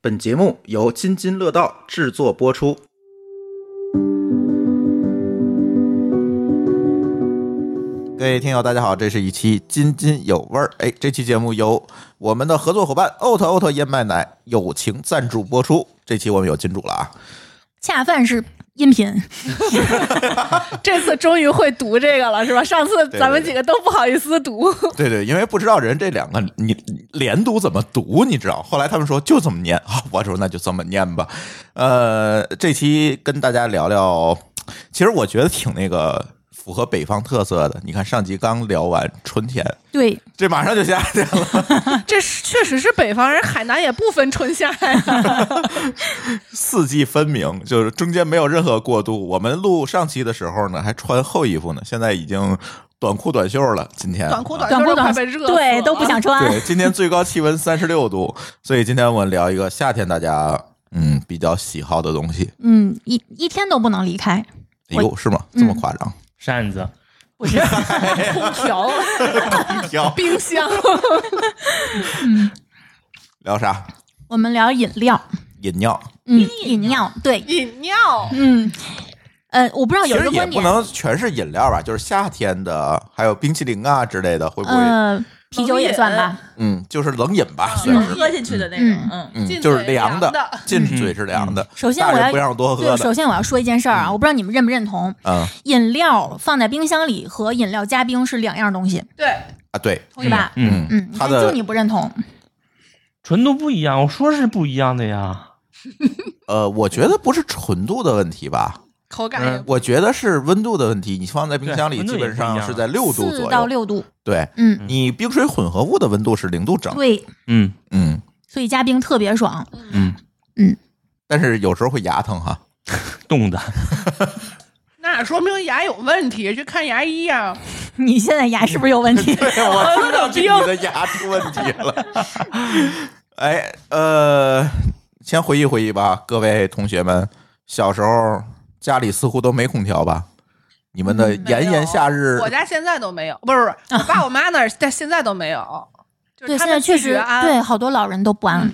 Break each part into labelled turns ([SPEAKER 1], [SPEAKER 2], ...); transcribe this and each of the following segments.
[SPEAKER 1] 本节目由津津乐道制作播出。
[SPEAKER 2] 各位听友，大家好，这是一期津津有味儿。哎，这期节目由我们的合作伙伴 o t o t 燕麦奶友情赞助播出。这期我们有金主了啊！
[SPEAKER 3] 恰饭是音 频，这次终于会读这个了，是吧？上次咱们几个都不好意思 读，
[SPEAKER 2] 对对，因为不知道人这两个你你连读怎么读，你知道？后来他们说就这么念啊，我说那就这么念吧。呃，这期跟大家聊聊，其实我觉得挺那个符合北方特色的。你看上集刚聊完春天，
[SPEAKER 3] 对，
[SPEAKER 2] 这马上就夏天了，
[SPEAKER 4] 这是确实是北方人，海南也不分春夏 呀。
[SPEAKER 2] 四季分明，就是中间没有任何过渡。我们录上期的时候呢，还穿厚衣服呢，现在已经短裤短袖了。今天
[SPEAKER 4] 短裤
[SPEAKER 2] 啊
[SPEAKER 4] 短
[SPEAKER 3] 短裤
[SPEAKER 4] 袖
[SPEAKER 3] 短
[SPEAKER 4] 快被热死
[SPEAKER 3] 对
[SPEAKER 4] 了
[SPEAKER 3] 都不想穿，
[SPEAKER 2] 对，今天最高气温三十六度，所以今天我们聊一个夏天大家嗯比较喜好的东西。
[SPEAKER 3] 嗯，一一天都不能离开，
[SPEAKER 2] 哎呦，是吗？这么夸张？
[SPEAKER 5] 扇子，
[SPEAKER 3] 不是
[SPEAKER 4] 空调、
[SPEAKER 3] 嗯
[SPEAKER 2] 一 条
[SPEAKER 4] 冰箱，
[SPEAKER 2] 聊啥？
[SPEAKER 3] 我们聊饮料，
[SPEAKER 2] 饮料，
[SPEAKER 3] 嗯，饮料，对，
[SPEAKER 4] 饮料。
[SPEAKER 3] 嗯，呃，我不知道
[SPEAKER 2] 其
[SPEAKER 3] 有一
[SPEAKER 2] 实
[SPEAKER 3] 个
[SPEAKER 2] 也
[SPEAKER 3] 观
[SPEAKER 2] 不
[SPEAKER 3] 点，
[SPEAKER 2] 能全是饮料吧，就是夏天的，还有冰淇淋啊之类的，会不会？
[SPEAKER 3] 呃，啤酒也算吧，
[SPEAKER 2] 嗯，就是冷饮吧，
[SPEAKER 4] 就
[SPEAKER 2] 算
[SPEAKER 4] 是
[SPEAKER 3] 嗯
[SPEAKER 2] 是。
[SPEAKER 4] 喝进去的那种，嗯，
[SPEAKER 2] 嗯，
[SPEAKER 4] 进
[SPEAKER 2] 就是
[SPEAKER 4] 嘴
[SPEAKER 2] 凉
[SPEAKER 4] 凉
[SPEAKER 2] 的
[SPEAKER 4] 的，
[SPEAKER 2] 进嘴是凉的。
[SPEAKER 3] 嗯首先
[SPEAKER 2] 大人
[SPEAKER 3] 我要
[SPEAKER 2] 不让多喝
[SPEAKER 3] 对，
[SPEAKER 2] 的，
[SPEAKER 3] 首先我要说一件事儿啊，我不知道你们认不认同，
[SPEAKER 2] 嗯
[SPEAKER 3] 饮料放在冰箱里和饮料加冰是两样东西，
[SPEAKER 4] 对，
[SPEAKER 2] 啊，对，
[SPEAKER 3] 是吧？
[SPEAKER 5] 嗯，
[SPEAKER 3] 嗯，
[SPEAKER 2] 它
[SPEAKER 3] 但
[SPEAKER 2] 的
[SPEAKER 3] 就你不认同，
[SPEAKER 5] 纯度不一样，我说是不一样的呀。
[SPEAKER 2] 呃，我觉得不是纯度的问题吧，
[SPEAKER 4] 口感也不
[SPEAKER 2] 我觉得是温度的问题。你放在冰箱里，
[SPEAKER 5] 对温度
[SPEAKER 2] 基
[SPEAKER 5] 也
[SPEAKER 2] 本上是在六度
[SPEAKER 3] 四
[SPEAKER 2] 左
[SPEAKER 3] 到
[SPEAKER 2] 右。
[SPEAKER 3] 六度，
[SPEAKER 2] 对，
[SPEAKER 3] 嗯，
[SPEAKER 2] 你冰水混合物的温度是零度整。
[SPEAKER 3] 对，
[SPEAKER 5] 嗯
[SPEAKER 2] 嗯，
[SPEAKER 3] 所以加冰特别爽，
[SPEAKER 5] 嗯，
[SPEAKER 2] 但是有时候会牙疼哈。
[SPEAKER 5] 冻的，
[SPEAKER 4] 那说明牙有问题，去看牙医啊。
[SPEAKER 3] 你现在牙是不是有问 题？
[SPEAKER 2] 对，我知道是你的牙出问题了。 哎，呃，先回忆回忆吧，各位同学们，小时候家里似乎都没空调吧？你们的
[SPEAKER 4] 嗯没有
[SPEAKER 2] 炎炎夏日，
[SPEAKER 4] 我家现在都没有，不是不是，我 爸我妈那儿，但现在都没有。就是
[SPEAKER 3] 对，
[SPEAKER 4] 他
[SPEAKER 3] 现在
[SPEAKER 4] 们
[SPEAKER 3] 确
[SPEAKER 4] 自
[SPEAKER 3] 实啊
[SPEAKER 4] 觉安
[SPEAKER 3] 对，好多老人都不安，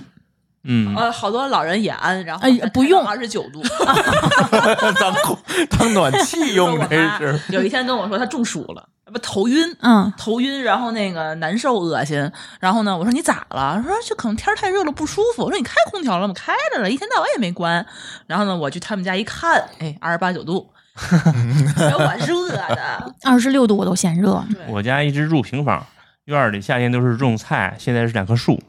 [SPEAKER 5] 嗯，
[SPEAKER 3] 哦
[SPEAKER 6] 呃，好多老人也安，然后
[SPEAKER 3] 哎不用
[SPEAKER 6] 二十九 度。
[SPEAKER 2] 当空当暖气用
[SPEAKER 6] 我
[SPEAKER 2] 这
[SPEAKER 6] 妈
[SPEAKER 2] 是。
[SPEAKER 6] 有一天跟我说她中暑了，不头晕，
[SPEAKER 3] 嗯，
[SPEAKER 6] 头晕，然后那个难受恶心，然后呢，我说你咋了？她说就可能天儿太热了不舒服。我说你开空调了吗？开着了，一天到晚也没关。然后呢，我去他们家一看，哎，二十八九 度，我热的。
[SPEAKER 3] 二十六度我都嫌热，
[SPEAKER 5] 我家一直住平房，院儿里夏天都是种菜，现在是两棵树，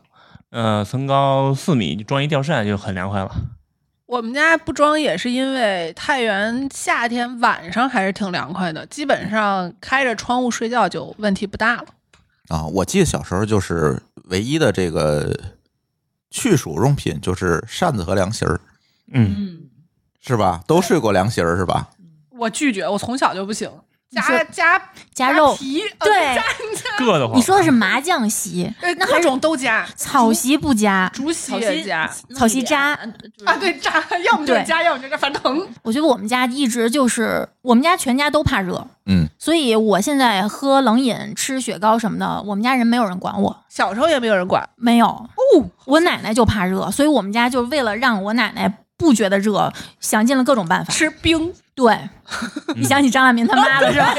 [SPEAKER 5] 呃，层高四米，装一吊扇就很 凉快了。
[SPEAKER 4] 我们家不装也是因为太原夏天晚上还是挺凉快的，基本上开着窗户睡觉就问题不大了。
[SPEAKER 2] 啊，我记得小时候就是唯一的这个去暑用品就是扇子和凉席儿，
[SPEAKER 5] 嗯，
[SPEAKER 6] 嗯，
[SPEAKER 2] 是吧？都睡过凉席儿是吧？
[SPEAKER 4] 我拒绝，我从小就不行，加
[SPEAKER 3] 说
[SPEAKER 4] 加
[SPEAKER 3] 加肉。
[SPEAKER 4] 皮，呃
[SPEAKER 3] 对
[SPEAKER 4] 加，
[SPEAKER 5] 硌得慌。
[SPEAKER 3] 你说的是麻酱席，
[SPEAKER 4] 呃
[SPEAKER 3] 那
[SPEAKER 4] 各
[SPEAKER 3] 还
[SPEAKER 4] 种都加，
[SPEAKER 3] 草席不加。
[SPEAKER 4] 竹席
[SPEAKER 6] 草
[SPEAKER 4] 也
[SPEAKER 6] 席
[SPEAKER 4] 加
[SPEAKER 3] 草席渣
[SPEAKER 6] 弄一点嗯
[SPEAKER 4] 啊，，对扎，要么就是
[SPEAKER 3] 对
[SPEAKER 4] 加，要么就加，反正疼。
[SPEAKER 3] 我觉得我们家一直就是，我们家全家都怕热，
[SPEAKER 2] 嗯，
[SPEAKER 3] 所以我现在喝冷饮、吃雪糕什么的，我们家人没有人管我，
[SPEAKER 4] 小时候也没有人管，
[SPEAKER 3] 没有。哦，我奶奶就怕热，所以我们家就为了让我奶奶不觉得热，想尽了各种办法。
[SPEAKER 4] 吃冰，
[SPEAKER 3] 对，你想起张大民他妈了是吧？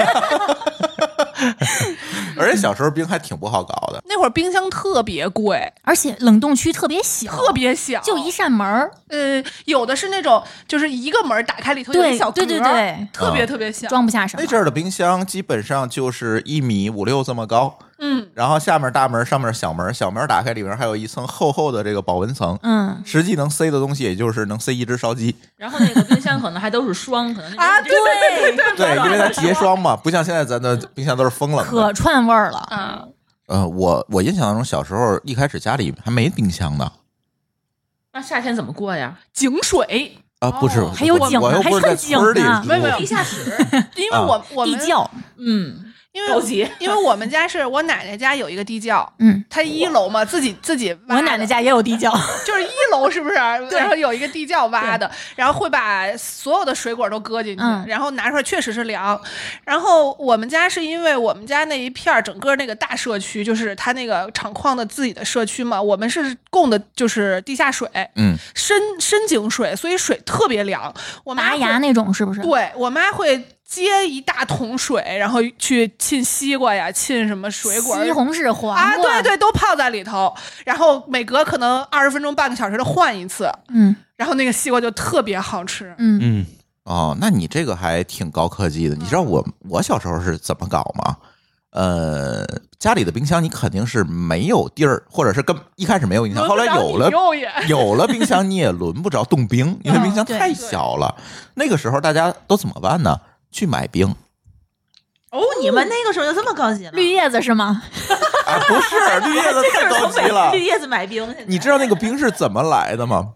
[SPEAKER 2] 而且小时候冰还挺不好搞 的，
[SPEAKER 4] 那会儿冰箱特别贵，
[SPEAKER 3] 而且冷冻区特别小，
[SPEAKER 4] 特别小，
[SPEAKER 3] 就一扇门儿，
[SPEAKER 4] 呃，有的是那种就是一个门打开里头有
[SPEAKER 3] 对
[SPEAKER 4] 一小格
[SPEAKER 3] 对对，对，
[SPEAKER 4] 特
[SPEAKER 2] 啊
[SPEAKER 4] 别特别小，
[SPEAKER 3] 装不下什么
[SPEAKER 2] 那。阵儿的冰箱基本上就是一米五六这么高，
[SPEAKER 4] 嗯，
[SPEAKER 2] 然后下面大门，上面小门，小门打开里面还有一层厚厚的这个保温层，
[SPEAKER 3] 嗯，
[SPEAKER 2] 实际能塞的东西也就是能塞一只烧鸡，
[SPEAKER 6] 然后那个冰箱可能还都是霜，可能那
[SPEAKER 4] 啊
[SPEAKER 6] 边就是
[SPEAKER 4] 对
[SPEAKER 2] 对，因为它结霜嘛，不像现在咱的冰箱都是风冷的。
[SPEAKER 3] 可串味儿了。
[SPEAKER 4] 啊，
[SPEAKER 2] 呃，我我印象中小时候一开始家里还没冰箱呢。
[SPEAKER 6] 那夏天怎么过呀？
[SPEAKER 4] 井水，
[SPEAKER 2] 啊，不是，
[SPEAKER 3] 还有
[SPEAKER 2] 我
[SPEAKER 3] 井
[SPEAKER 2] 我
[SPEAKER 3] 呢
[SPEAKER 2] 又不是在
[SPEAKER 3] 还有井
[SPEAKER 2] 村里
[SPEAKER 3] 呢
[SPEAKER 2] 住，
[SPEAKER 4] 没有没有
[SPEAKER 6] 地下室，
[SPEAKER 4] 因为我我
[SPEAKER 3] 地
[SPEAKER 4] 们
[SPEAKER 3] 窖，
[SPEAKER 6] 嗯，
[SPEAKER 4] 因
[SPEAKER 6] 高
[SPEAKER 4] 为
[SPEAKER 6] 级。
[SPEAKER 4] 因为我们家是我奶奶家有一个地窖，
[SPEAKER 3] 嗯，
[SPEAKER 4] 她一楼嘛，自己自己
[SPEAKER 3] 我
[SPEAKER 4] 挖的
[SPEAKER 3] 奶奶家也有地 窖，
[SPEAKER 4] 就是一楼是不是？ 然后有一个地窖挖的，然后会把所有的水果都搁进去，
[SPEAKER 3] 嗯
[SPEAKER 4] 然后拿出来确实是凉。然后我们家是因为我们家那一片儿整个那个大社区，就是它那个厂矿的自己的社区嘛，我们是供的就是地下水，
[SPEAKER 2] 嗯，
[SPEAKER 4] 深深井水，所以水特别凉。我妈
[SPEAKER 3] 拔
[SPEAKER 4] 会
[SPEAKER 3] 牙那种是不是？
[SPEAKER 4] 对我妈会接一大桶水，然后去沁西瓜呀，沁什么水果。
[SPEAKER 3] 西红柿、黄瓜，
[SPEAKER 4] 啊，对，对，都泡在里头，然后每隔可能二十分钟、半个小时的换一次，
[SPEAKER 3] 嗯
[SPEAKER 4] 然后那个西瓜就特别好吃。
[SPEAKER 3] 嗯，
[SPEAKER 5] 嗯，
[SPEAKER 2] 哦，那你这个还挺高科技的。你知道我我小时候是怎么搞吗？呃，家里的冰箱你肯定是没有地儿，或者是跟一开始没有冰箱，后来有了
[SPEAKER 4] 轮不着你肉 眼
[SPEAKER 2] 有了冰箱，你也轮不着冻冰，因为冰箱
[SPEAKER 6] 对
[SPEAKER 2] 太小了。那个时候大家都怎么办呢？去买冰
[SPEAKER 6] 哦，你们那个时候就这么高级了？
[SPEAKER 3] 绿叶子是吗？
[SPEAKER 2] 啊？不是，绿叶子 太高级了。
[SPEAKER 6] 绿叶子买冰，
[SPEAKER 2] 你知道那个冰是怎么来的吗？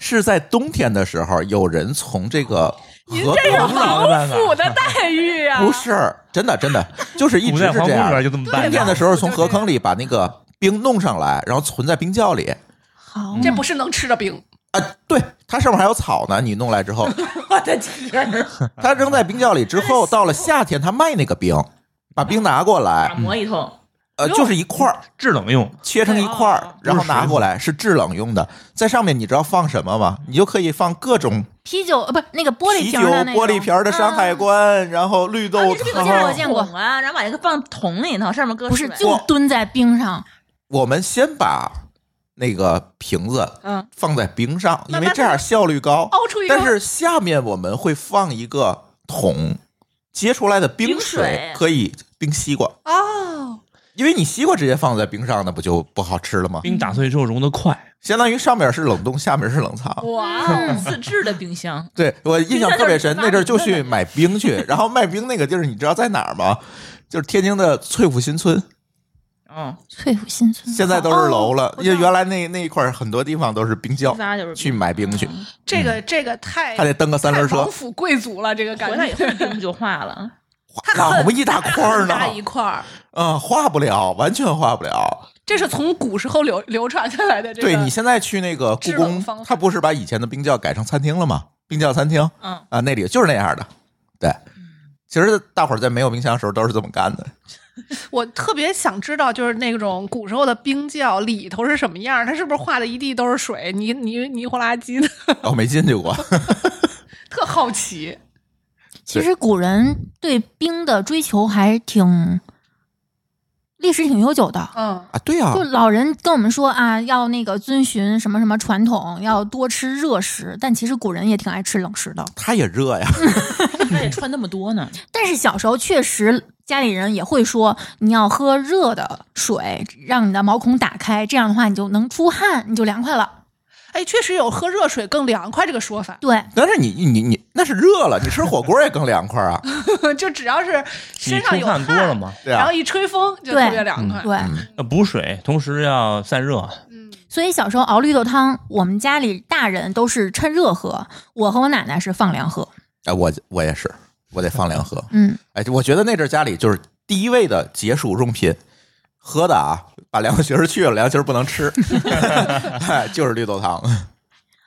[SPEAKER 2] 是在冬天的时候，有人从这个河
[SPEAKER 5] 王老的办法，
[SPEAKER 4] 我的待遇啊 呀、
[SPEAKER 2] 不是真的真的，就是一
[SPEAKER 5] 古
[SPEAKER 2] 直
[SPEAKER 5] 代
[SPEAKER 2] 是
[SPEAKER 5] 皇
[SPEAKER 2] 这
[SPEAKER 5] 宫里
[SPEAKER 2] 样
[SPEAKER 5] 边。就这么办
[SPEAKER 2] 冬
[SPEAKER 5] 的
[SPEAKER 2] 天的时候从河坑里把那个冰弄上来，然后存在冰窖里
[SPEAKER 3] 好，
[SPEAKER 4] 这不是能吃的冰，
[SPEAKER 2] 啊。对，它上面还有草呢。你弄来之后，
[SPEAKER 6] 我的天儿，
[SPEAKER 2] 它扔在冰窖里之后，到了夏天，它卖那个冰，把冰拿过
[SPEAKER 6] 打
[SPEAKER 2] 来，
[SPEAKER 6] 磨一通，
[SPEAKER 2] 呃，就是一块儿
[SPEAKER 5] 制冷用，
[SPEAKER 3] 嗯
[SPEAKER 2] 切成一块
[SPEAKER 6] 对
[SPEAKER 2] 儿
[SPEAKER 6] 哦，
[SPEAKER 2] 然后拿过来是制冷用的。在上面你知道放什么吗？你就可以放各种
[SPEAKER 3] 啤酒呃，不是那个玻璃
[SPEAKER 2] 啤酒、
[SPEAKER 3] 瓶儿的那种嗯啊
[SPEAKER 2] 玻璃瓶儿的山海关，然后绿豆
[SPEAKER 6] 那是
[SPEAKER 3] 我见过
[SPEAKER 6] 有
[SPEAKER 2] 汤
[SPEAKER 3] 我。见过
[SPEAKER 6] 桶啊，然后把那个放桶里头，上面搁
[SPEAKER 3] 不是
[SPEAKER 6] 水
[SPEAKER 3] 就蹲在冰上，
[SPEAKER 2] 我们先把那个瓶子
[SPEAKER 6] 嗯
[SPEAKER 2] 放在冰上，因
[SPEAKER 4] 慢慢
[SPEAKER 2] 为这样效率高。
[SPEAKER 3] 哦
[SPEAKER 4] 熬出一个
[SPEAKER 2] 但是下面我们会放一个桶，接出来的冰
[SPEAKER 6] 冰水
[SPEAKER 2] 可以冰西瓜，
[SPEAKER 4] 哦，
[SPEAKER 2] 因为你西瓜直接放在冰上，那不就不好吃了吗？
[SPEAKER 5] 冰打碎之后融得快，
[SPEAKER 2] 相当于上面是冷冻，下面是冷藏。
[SPEAKER 3] 哦
[SPEAKER 4] 哇，
[SPEAKER 6] 啊
[SPEAKER 3] 嗯
[SPEAKER 6] 自制的冰箱，
[SPEAKER 2] 对我印象特别深，
[SPEAKER 6] 冰
[SPEAKER 2] 那
[SPEAKER 6] 箱就
[SPEAKER 2] 阵儿
[SPEAKER 6] 是
[SPEAKER 2] 就去买冰去，然后卖冰那个地儿你知道在哪儿吗？就是天津的翠浦新村，
[SPEAKER 6] 嗯，
[SPEAKER 3] 翠浦新村
[SPEAKER 2] 现在都是楼了，
[SPEAKER 6] 我知
[SPEAKER 2] 因
[SPEAKER 6] 道
[SPEAKER 2] 为原来那那一块儿很多地方都是冰窖，
[SPEAKER 6] 仨就是
[SPEAKER 2] 去买冰去，
[SPEAKER 4] 这个这个太
[SPEAKER 2] 还嗯得蹬个三轮
[SPEAKER 4] 太
[SPEAKER 2] 车
[SPEAKER 4] 王，府贵族了，这个感
[SPEAKER 6] 回来以
[SPEAKER 4] 觉。
[SPEAKER 6] 后冰就化 了，
[SPEAKER 2] 哇，我们一大块儿呢
[SPEAKER 4] 大，一块儿，
[SPEAKER 2] 嗯，化不了，完全化不了。
[SPEAKER 4] 这是从古时候流流传下来的这个。
[SPEAKER 2] 对你现在去那个故
[SPEAKER 4] 制冷
[SPEAKER 2] 宫
[SPEAKER 4] 方法，
[SPEAKER 2] 它不是把以前的冰窖改成餐厅了吗？冰窖餐厅
[SPEAKER 6] 嗯，
[SPEAKER 2] 啊，那里就是那样的。对，其实大伙儿在没有冰箱的时候都是这么干的。
[SPEAKER 4] 我特别想知道，就是那种古时候的冰窖里头是什么样儿，它是不是画的一地都是水，泥泥泥糊拉几的，
[SPEAKER 2] 我没进去过， 啊
[SPEAKER 4] 特好奇。
[SPEAKER 3] 其实古人对冰的追求还挺历史挺悠久的。
[SPEAKER 4] 嗯，
[SPEAKER 2] 啊，对啊
[SPEAKER 3] 就，老人跟我们说啊，要那个遵循什么什么传统，要多吃热食。但其实古人也挺爱吃冷食的。
[SPEAKER 2] 它也热呀。
[SPEAKER 6] 还得穿那么多呢，
[SPEAKER 3] 但是小时候确实家里人也会说，你要喝热的水，让你的毛孔打开，这样的话你就能出汗，你就凉快了。
[SPEAKER 4] 哎，确实有喝热水更凉快这个 说法，
[SPEAKER 3] 对，
[SPEAKER 2] 但是你你你那是热了，你吃火锅也更凉快啊。
[SPEAKER 4] 就只要是
[SPEAKER 5] 你
[SPEAKER 4] 身上
[SPEAKER 5] 出
[SPEAKER 4] 有
[SPEAKER 5] 汗多了嘛，
[SPEAKER 2] 对
[SPEAKER 4] 然后
[SPEAKER 2] 啊，嗯
[SPEAKER 4] 一吹风就
[SPEAKER 3] 对
[SPEAKER 4] 特别凉快。
[SPEAKER 3] 对，
[SPEAKER 5] 要补水，同时要散热，
[SPEAKER 4] 嗯，
[SPEAKER 3] 所以小时候熬绿豆汤，我们家里大人都是趁热喝，我和我奶奶是放凉喝。
[SPEAKER 2] 哎，我我也是，我得放凉喝。
[SPEAKER 3] 嗯，
[SPEAKER 2] 哎，我觉得那阵儿家里就是第一位的解暑用品，喝的啊，把凉席儿去了，凉席儿不能吃， 哎就是绿豆汤。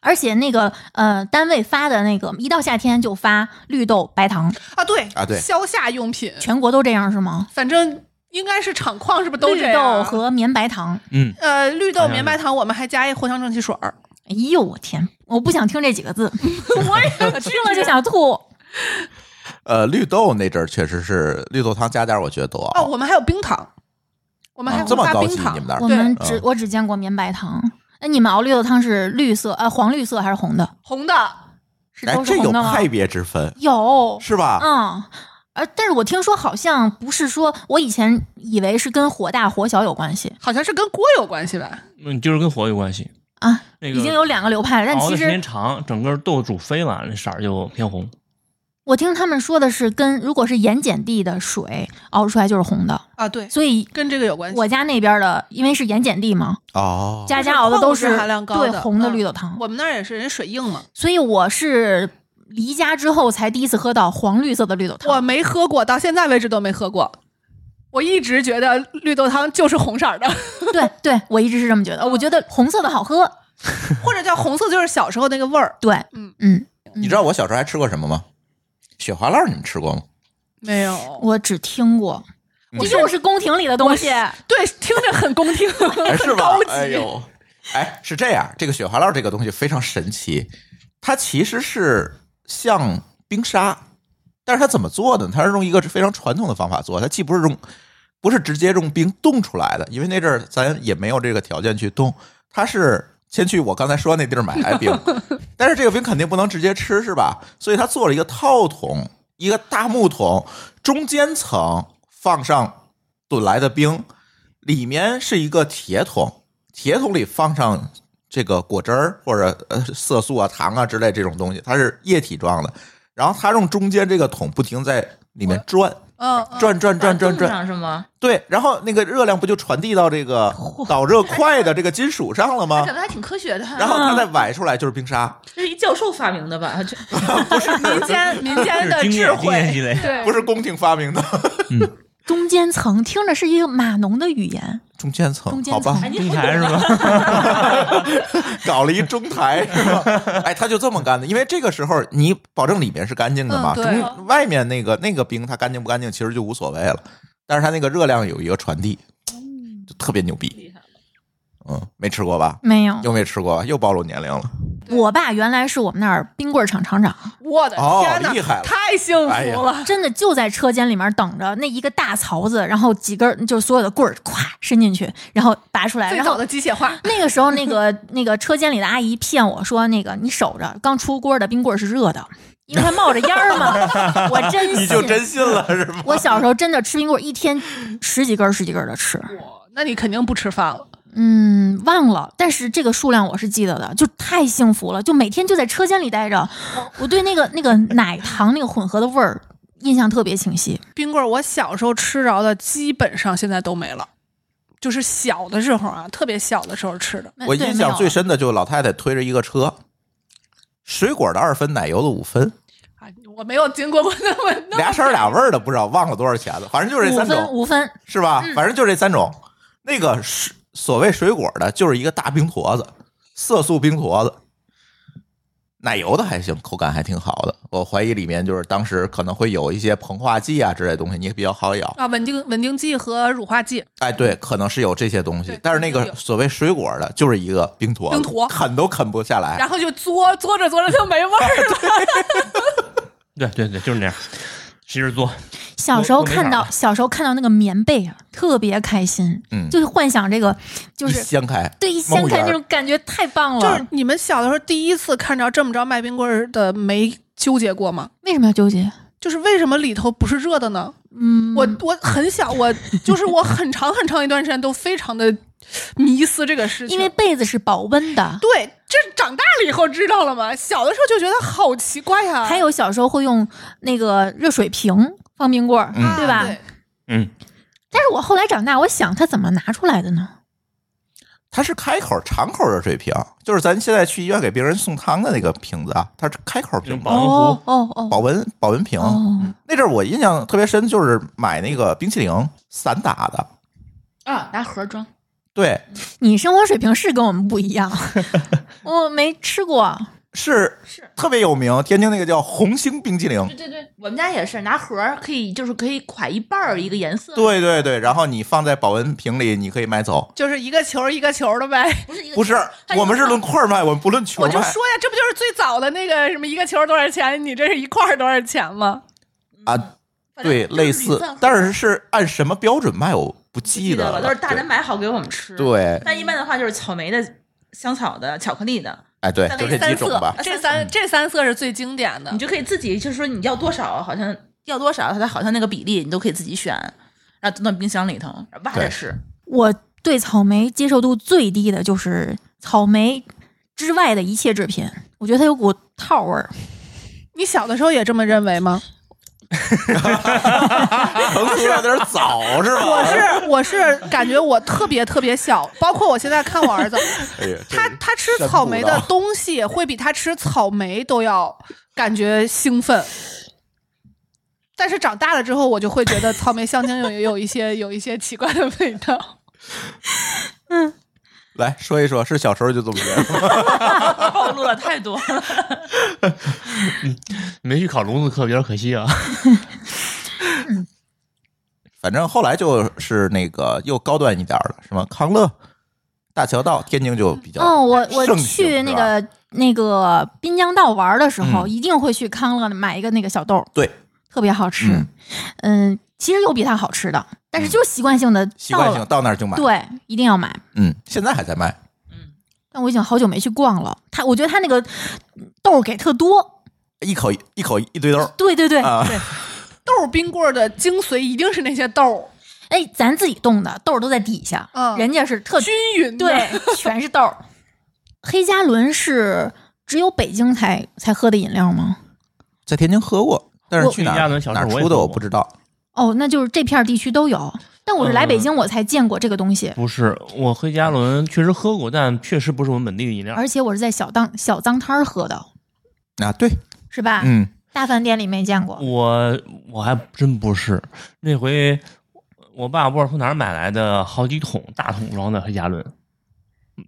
[SPEAKER 3] 而且那个呃，单位发的那个，一到夏天就发绿豆白糖，
[SPEAKER 4] 啊对
[SPEAKER 2] 啊对
[SPEAKER 4] 消夏用品，
[SPEAKER 3] 全国都这样是吗？
[SPEAKER 4] 反正应该是厂矿是不是都这
[SPEAKER 3] 绿
[SPEAKER 4] 样啊？
[SPEAKER 3] 豆和绵白糖。
[SPEAKER 5] 嗯，
[SPEAKER 4] 呃绿豆
[SPEAKER 5] 好像
[SPEAKER 4] 绵
[SPEAKER 5] 是
[SPEAKER 4] 白糖，我们还加一藿香正气水儿。
[SPEAKER 3] 哎呦我天，我不想听这几个字，
[SPEAKER 4] 我 也
[SPEAKER 3] 听了就想吐。
[SPEAKER 2] 呃，绿豆那阵儿确实是绿豆汤加点，儿，我觉得多
[SPEAKER 4] 哦，
[SPEAKER 2] 熬。
[SPEAKER 4] 我们还有冰糖，我们还
[SPEAKER 2] 啊这
[SPEAKER 4] 有
[SPEAKER 2] 么
[SPEAKER 4] 发
[SPEAKER 2] 高
[SPEAKER 4] 冰
[SPEAKER 2] 级
[SPEAKER 4] 糖。
[SPEAKER 2] 你们那儿
[SPEAKER 3] 我
[SPEAKER 4] 对
[SPEAKER 3] 们只
[SPEAKER 2] 嗯
[SPEAKER 3] 我只见过绵白糖。那你们熬绿豆汤是绿色呃黄绿色还是红的？
[SPEAKER 4] 红的
[SPEAKER 3] 是
[SPEAKER 2] 哎
[SPEAKER 3] 都，是
[SPEAKER 2] 这
[SPEAKER 3] 红
[SPEAKER 2] 有
[SPEAKER 3] 的
[SPEAKER 4] 啊
[SPEAKER 3] 吗？
[SPEAKER 2] 派别啊之分
[SPEAKER 3] 有，
[SPEAKER 2] 是吧？
[SPEAKER 3] 嗯，呃，但是我听说好像不是说，我以前以为是跟火大火小有关系
[SPEAKER 4] 好像是跟锅有关系吧？
[SPEAKER 5] 嗯，就是跟火有关系。
[SPEAKER 3] 啊，
[SPEAKER 5] 那个
[SPEAKER 3] 已经有两个流派了。但
[SPEAKER 5] 熬
[SPEAKER 3] 其
[SPEAKER 5] 的时间
[SPEAKER 3] 实
[SPEAKER 5] 长，整个豆煮飞了，那色儿就偏红。
[SPEAKER 3] 我听他们说的是跟如果是盐碱地的水熬出来就是红的，
[SPEAKER 4] 啊，对，
[SPEAKER 3] 所以
[SPEAKER 4] 跟这个有关系。
[SPEAKER 3] 我家那边的因为是盐碱地嘛，
[SPEAKER 2] 哦，
[SPEAKER 3] 家家熬的都是
[SPEAKER 4] 矿物质含量高
[SPEAKER 3] 对
[SPEAKER 4] 的
[SPEAKER 3] 红的
[SPEAKER 4] 嗯
[SPEAKER 3] 绿豆汤，
[SPEAKER 4] 我们那儿也是，人家水硬嘛，
[SPEAKER 3] 所以我是离家之后才第一次喝到黄绿色的绿豆
[SPEAKER 4] 我
[SPEAKER 3] 汤。
[SPEAKER 4] 没喝过，到现在为止都没喝过。我一直觉得绿豆汤就是红色儿的，
[SPEAKER 3] 对对，我一直是这么觉得，我觉得红色的好喝。
[SPEAKER 4] 或者叫红色，就是小时候那个味儿。
[SPEAKER 3] 对，
[SPEAKER 4] 嗯
[SPEAKER 3] 嗯，
[SPEAKER 2] 你知道我小时候还吃过什么吗？雪花酪你们吃过吗？
[SPEAKER 4] 没有，
[SPEAKER 3] 我只听过，
[SPEAKER 2] 嗯
[SPEAKER 3] 这又是宫廷里的东西。
[SPEAKER 4] 对，听着很宫廷，
[SPEAKER 2] 哎，
[SPEAKER 4] 很
[SPEAKER 2] 是吧
[SPEAKER 4] 高？级。
[SPEAKER 2] 哎呦，哎，是这样，这个雪花酪这个东西非常神奇，它其实是像冰沙，但是它怎么做的呢？它是用一个非常传统的方法做，它既不是用不是直接用冰冻出来的，因为那阵儿咱也没有这个条件去冻，它是。先去我刚才说那地儿买来冰，但是这个冰肯定不能直接吃，是吧？所以他做了一个套筒，一个大木桶，中间层放上炖来的冰，里面是一个铁桶，铁桶里放上这个果汁儿或者呃色素啊、糖啊之类这种东西，它是液体状的。然后它用中间这个桶不停在里面转，
[SPEAKER 4] 嗯，嗯
[SPEAKER 2] 转转 转转
[SPEAKER 6] 哦冻
[SPEAKER 2] 转，
[SPEAKER 6] 上是吗？
[SPEAKER 2] 对，然后那个热量不就传递到这个导热块的这个金属上了 吗
[SPEAKER 6] 讲？的还挺科学的。
[SPEAKER 2] 然后它再崴出来就是冰沙，
[SPEAKER 6] 这是一教授发明的吧？ 这
[SPEAKER 4] 民间民间
[SPEAKER 5] 这
[SPEAKER 4] 的
[SPEAKER 5] 是
[SPEAKER 4] 智
[SPEAKER 5] 经验经验
[SPEAKER 4] 慧，
[SPEAKER 5] 积累。
[SPEAKER 4] 对，
[SPEAKER 2] 不是宫廷发明的。
[SPEAKER 3] 中间层听着是一个码农的语言，
[SPEAKER 2] 中间层，
[SPEAKER 3] 中间
[SPEAKER 2] 好吧
[SPEAKER 3] 层，
[SPEAKER 6] 哎，你
[SPEAKER 5] 中
[SPEAKER 6] 好
[SPEAKER 5] 台是
[SPEAKER 6] 懂啊
[SPEAKER 5] 吧？
[SPEAKER 2] 搞了一中 台是吧？哎，他就这么干的，因为这个时候你保证里面是干净的嘛，
[SPEAKER 4] 嗯对
[SPEAKER 2] 中外面那个那个冰它干净不干净其实就无所谓了，但是它那个热量有一个传递，就特别牛逼。嗯，没吃过吧？
[SPEAKER 3] 没有。
[SPEAKER 2] 又没吃过吧，又暴露年龄了。
[SPEAKER 3] 我爸原来是我们那儿冰棍儿厂厂长，
[SPEAKER 4] 我的
[SPEAKER 2] 哦
[SPEAKER 4] 天哪，
[SPEAKER 2] 厉害了
[SPEAKER 4] 太幸
[SPEAKER 2] 哎呀
[SPEAKER 4] 福了！
[SPEAKER 3] 真的就在车间里面等着那一个大槽子，然后几根儿就是所有的棍儿咵伸进去，然后拔出来，
[SPEAKER 4] 最
[SPEAKER 3] 然
[SPEAKER 4] 早
[SPEAKER 3] 后
[SPEAKER 4] 的机械化，
[SPEAKER 3] 那个时候，那个那个车间里的阿姨骗我说，那个你守着，刚出锅的冰棍儿是热的，因为它冒着烟儿 嘛。我真信，
[SPEAKER 2] 你就真信 了是吗？
[SPEAKER 3] 我小时候真的吃冰棍儿，一天十几根儿、十几根的吃。
[SPEAKER 4] 那你肯定不吃饭了。
[SPEAKER 3] 嗯，忘了，但是这个数量我是记得的，就太幸福了，就每天就在车间里待
[SPEAKER 2] 哦
[SPEAKER 3] 着。我对那个那个奶糖那个混合的味儿印象特别清晰。
[SPEAKER 4] 冰棍儿，我小时候吃着的，基本上现在都没了。就是小的时候啊，特别小的时候吃的，
[SPEAKER 2] 我
[SPEAKER 3] 对
[SPEAKER 2] 印象最，
[SPEAKER 3] 没有了啊
[SPEAKER 2] 深的就是老太太推着一个车，水果的二分，奶油的五分，
[SPEAKER 4] 啊，我没有经过过那么那么
[SPEAKER 2] 俩色儿俩味儿的不知道忘了多少钱了，反正就是这
[SPEAKER 3] 五
[SPEAKER 2] 三种
[SPEAKER 3] 分。五分，
[SPEAKER 2] 是吧？
[SPEAKER 4] 嗯
[SPEAKER 2] 反正就这三种。那个是所谓水果的，就是一个大冰坨子，色素冰坨子。奶油的还行，口感还挺好的。我怀疑里面就是当时可能会有一些膨化剂啊之类的东西，你也比较好咬。
[SPEAKER 4] 啊，稳定稳定剂和乳化剂，
[SPEAKER 2] 哎，对，可能是有这些东西
[SPEAKER 4] 对。
[SPEAKER 2] 但是那
[SPEAKER 4] 肯定
[SPEAKER 2] 个
[SPEAKER 4] 有
[SPEAKER 2] 所谓水果的，就是一个冰坨子，
[SPEAKER 4] 冰坨
[SPEAKER 2] 啃都啃不下来。
[SPEAKER 4] 然后就嘬嘬着嘬着就没味儿了。
[SPEAKER 5] 对对对，就是那样。其实做
[SPEAKER 3] 小时
[SPEAKER 5] 我
[SPEAKER 3] 候
[SPEAKER 5] 我没
[SPEAKER 3] 看
[SPEAKER 5] 啥
[SPEAKER 3] 到
[SPEAKER 5] 了
[SPEAKER 3] 小时候看到那个棉被啊，特别开心，
[SPEAKER 2] 嗯
[SPEAKER 3] 就是幻想这个，就
[SPEAKER 2] 一
[SPEAKER 3] 是
[SPEAKER 2] 掀开，
[SPEAKER 3] 对一掀
[SPEAKER 2] 梦
[SPEAKER 3] 开
[SPEAKER 2] 圆
[SPEAKER 3] 那种感觉太棒
[SPEAKER 4] 就
[SPEAKER 3] 了。
[SPEAKER 4] 是你们小的时候第一次看着这么着卖冰棍儿的，没纠结过吗？
[SPEAKER 3] 为什么要纠结？
[SPEAKER 4] 就是为什么里头不是热的呢？
[SPEAKER 3] 嗯，
[SPEAKER 4] 我我很小，我就是我很长很长一段时间都非常的迷思这个事情，
[SPEAKER 3] 因为被子是保温的，
[SPEAKER 4] 对，这长大了以后知道了吗？小的时候就觉得好奇怪啊呀、
[SPEAKER 3] 还有小时候会用那个热水瓶放冰棍儿，
[SPEAKER 2] 嗯
[SPEAKER 3] 啊对吧？
[SPEAKER 5] 嗯，
[SPEAKER 3] 但是我后来长大，我想它怎么拿出来的呢？
[SPEAKER 2] 它是开口长口热水瓶，就是咱现在去医院给病人送汤的那个瓶子啊，它是开口瓶
[SPEAKER 5] 用
[SPEAKER 2] 子，
[SPEAKER 5] 保温壶
[SPEAKER 3] 哦哦哦
[SPEAKER 2] 保温保温瓶。
[SPEAKER 3] 哦，
[SPEAKER 2] 那阵儿我印象特别深，就是买那个冰淇淋散打的，
[SPEAKER 6] 啊，拿盒装。
[SPEAKER 2] 对，
[SPEAKER 3] 你生活水平是跟我们不一样，我没吃过。
[SPEAKER 2] 是
[SPEAKER 6] 是
[SPEAKER 2] 特别有名，天津那个叫红星冰淇
[SPEAKER 6] 对
[SPEAKER 2] 淋。
[SPEAKER 6] 对对，我们家也是拿盒儿可以，就是可以垮一半儿一个颜色，，
[SPEAKER 2] 对对对，然后你放在保温瓶里，你可以买走。
[SPEAKER 4] 就是一个球儿一个球儿的呗。
[SPEAKER 6] 不是一个
[SPEAKER 2] 不是，我们是论块儿卖，我们不论球
[SPEAKER 4] 我
[SPEAKER 2] 卖
[SPEAKER 4] 就。说呀，这不就是最早的那个什么一个球儿多少钱？你这是一块儿多少钱吗？
[SPEAKER 2] 啊，
[SPEAKER 6] 反正
[SPEAKER 2] 对，
[SPEAKER 6] 就是
[SPEAKER 2] 类
[SPEAKER 6] 铝
[SPEAKER 2] 似
[SPEAKER 6] 饭盒，
[SPEAKER 2] 但是是按什么标准卖，我不记
[SPEAKER 6] 记
[SPEAKER 2] 得
[SPEAKER 6] 了，
[SPEAKER 2] 了。
[SPEAKER 6] 都是大人
[SPEAKER 2] 对
[SPEAKER 6] 买好给我们吃。，
[SPEAKER 2] 对，
[SPEAKER 6] 但一般的话就是草莓的、香草的、巧克力的，
[SPEAKER 2] 哎，对，
[SPEAKER 6] 三
[SPEAKER 2] 就
[SPEAKER 6] 类
[SPEAKER 2] 这几
[SPEAKER 4] 三
[SPEAKER 2] 种
[SPEAKER 4] 色
[SPEAKER 2] 吧。
[SPEAKER 4] 这哎三这三色是最经典的
[SPEAKER 6] 你。就可以自己就是说你要多少，好像要多少，它好像那个比例你都可以自己选，然后冻到冰箱里头，然后挖着
[SPEAKER 2] 对
[SPEAKER 6] 吃。
[SPEAKER 3] 我对草莓接受度最低的就是草莓之外的一切制品，我觉得它有股套味儿。
[SPEAKER 4] 你小的时候也这么认为吗？
[SPEAKER 6] 啊
[SPEAKER 2] 成熟 有点早是吧？
[SPEAKER 4] 我是我是感觉我特别特别小，包括我现在看我儿子，
[SPEAKER 2] 哎呀，这
[SPEAKER 4] 他他吃草莓的东西会比他吃草莓都要感觉兴奋。但是长大了之后，我就会觉得草莓香精有也有一些有一些奇怪的味道。
[SPEAKER 2] 来说一说，是小时候就这么觉得吗？
[SPEAKER 6] 暴露了太 多了。
[SPEAKER 5] 没去考笼子课，有点可惜啊。
[SPEAKER 2] 反正后来就是那个又高端一点了，什么康乐、大桥道，天津就比较
[SPEAKER 3] 哦，我我
[SPEAKER 2] 盛行
[SPEAKER 3] 去那。
[SPEAKER 2] 是吧
[SPEAKER 3] 个那个滨江道玩的时候，
[SPEAKER 2] 嗯
[SPEAKER 3] 一定会去康乐买一个那个小豆，
[SPEAKER 2] 对，
[SPEAKER 3] 特别好吃
[SPEAKER 2] 嗯。
[SPEAKER 3] 嗯其实有比它好吃的，但是就是习惯性的
[SPEAKER 2] 习
[SPEAKER 3] 到
[SPEAKER 2] 惯
[SPEAKER 3] 了
[SPEAKER 2] 性，到那儿就买，
[SPEAKER 3] 对，一定要买。
[SPEAKER 2] 嗯，现在还在卖，
[SPEAKER 3] 但我已经好久没去逛了。它，我觉得它那个豆儿给特多，
[SPEAKER 2] 一口一口一堆兜儿
[SPEAKER 3] 对对对，
[SPEAKER 2] 啊，
[SPEAKER 4] 豆儿冰棍儿的精髓一定是那些豆儿，
[SPEAKER 3] 哎，咱自己冻的豆儿都在底下，
[SPEAKER 4] 嗯
[SPEAKER 3] 人家是特
[SPEAKER 4] 均匀的。
[SPEAKER 3] 对，全是豆儿。 黑加仑是只有北京才才喝的饮料吗？
[SPEAKER 2] 在天津喝过，但是
[SPEAKER 3] 我
[SPEAKER 2] 去哪
[SPEAKER 5] 李亚
[SPEAKER 2] 儿
[SPEAKER 5] 伦小时
[SPEAKER 2] 哪
[SPEAKER 5] 候
[SPEAKER 2] 儿
[SPEAKER 5] 我也
[SPEAKER 2] 出的
[SPEAKER 5] 喝
[SPEAKER 2] 我
[SPEAKER 5] 过
[SPEAKER 2] 不知道。
[SPEAKER 3] 哦，那就是这片儿地区都有。但我是来北
[SPEAKER 5] 嗯
[SPEAKER 3] 京我才见过这个东西，
[SPEAKER 5] 不是，我黑加仑确实喝过，但确实不是我们本地的饮料。
[SPEAKER 3] 而且我是在小当小脏摊儿喝的，
[SPEAKER 2] 啊，对，
[SPEAKER 3] 是吧？
[SPEAKER 2] 嗯，
[SPEAKER 3] 大饭店里没见过。
[SPEAKER 5] 嗯我我还真不是，那回我爸不知道从哪儿买来的好几桶大桶装的黑加仑，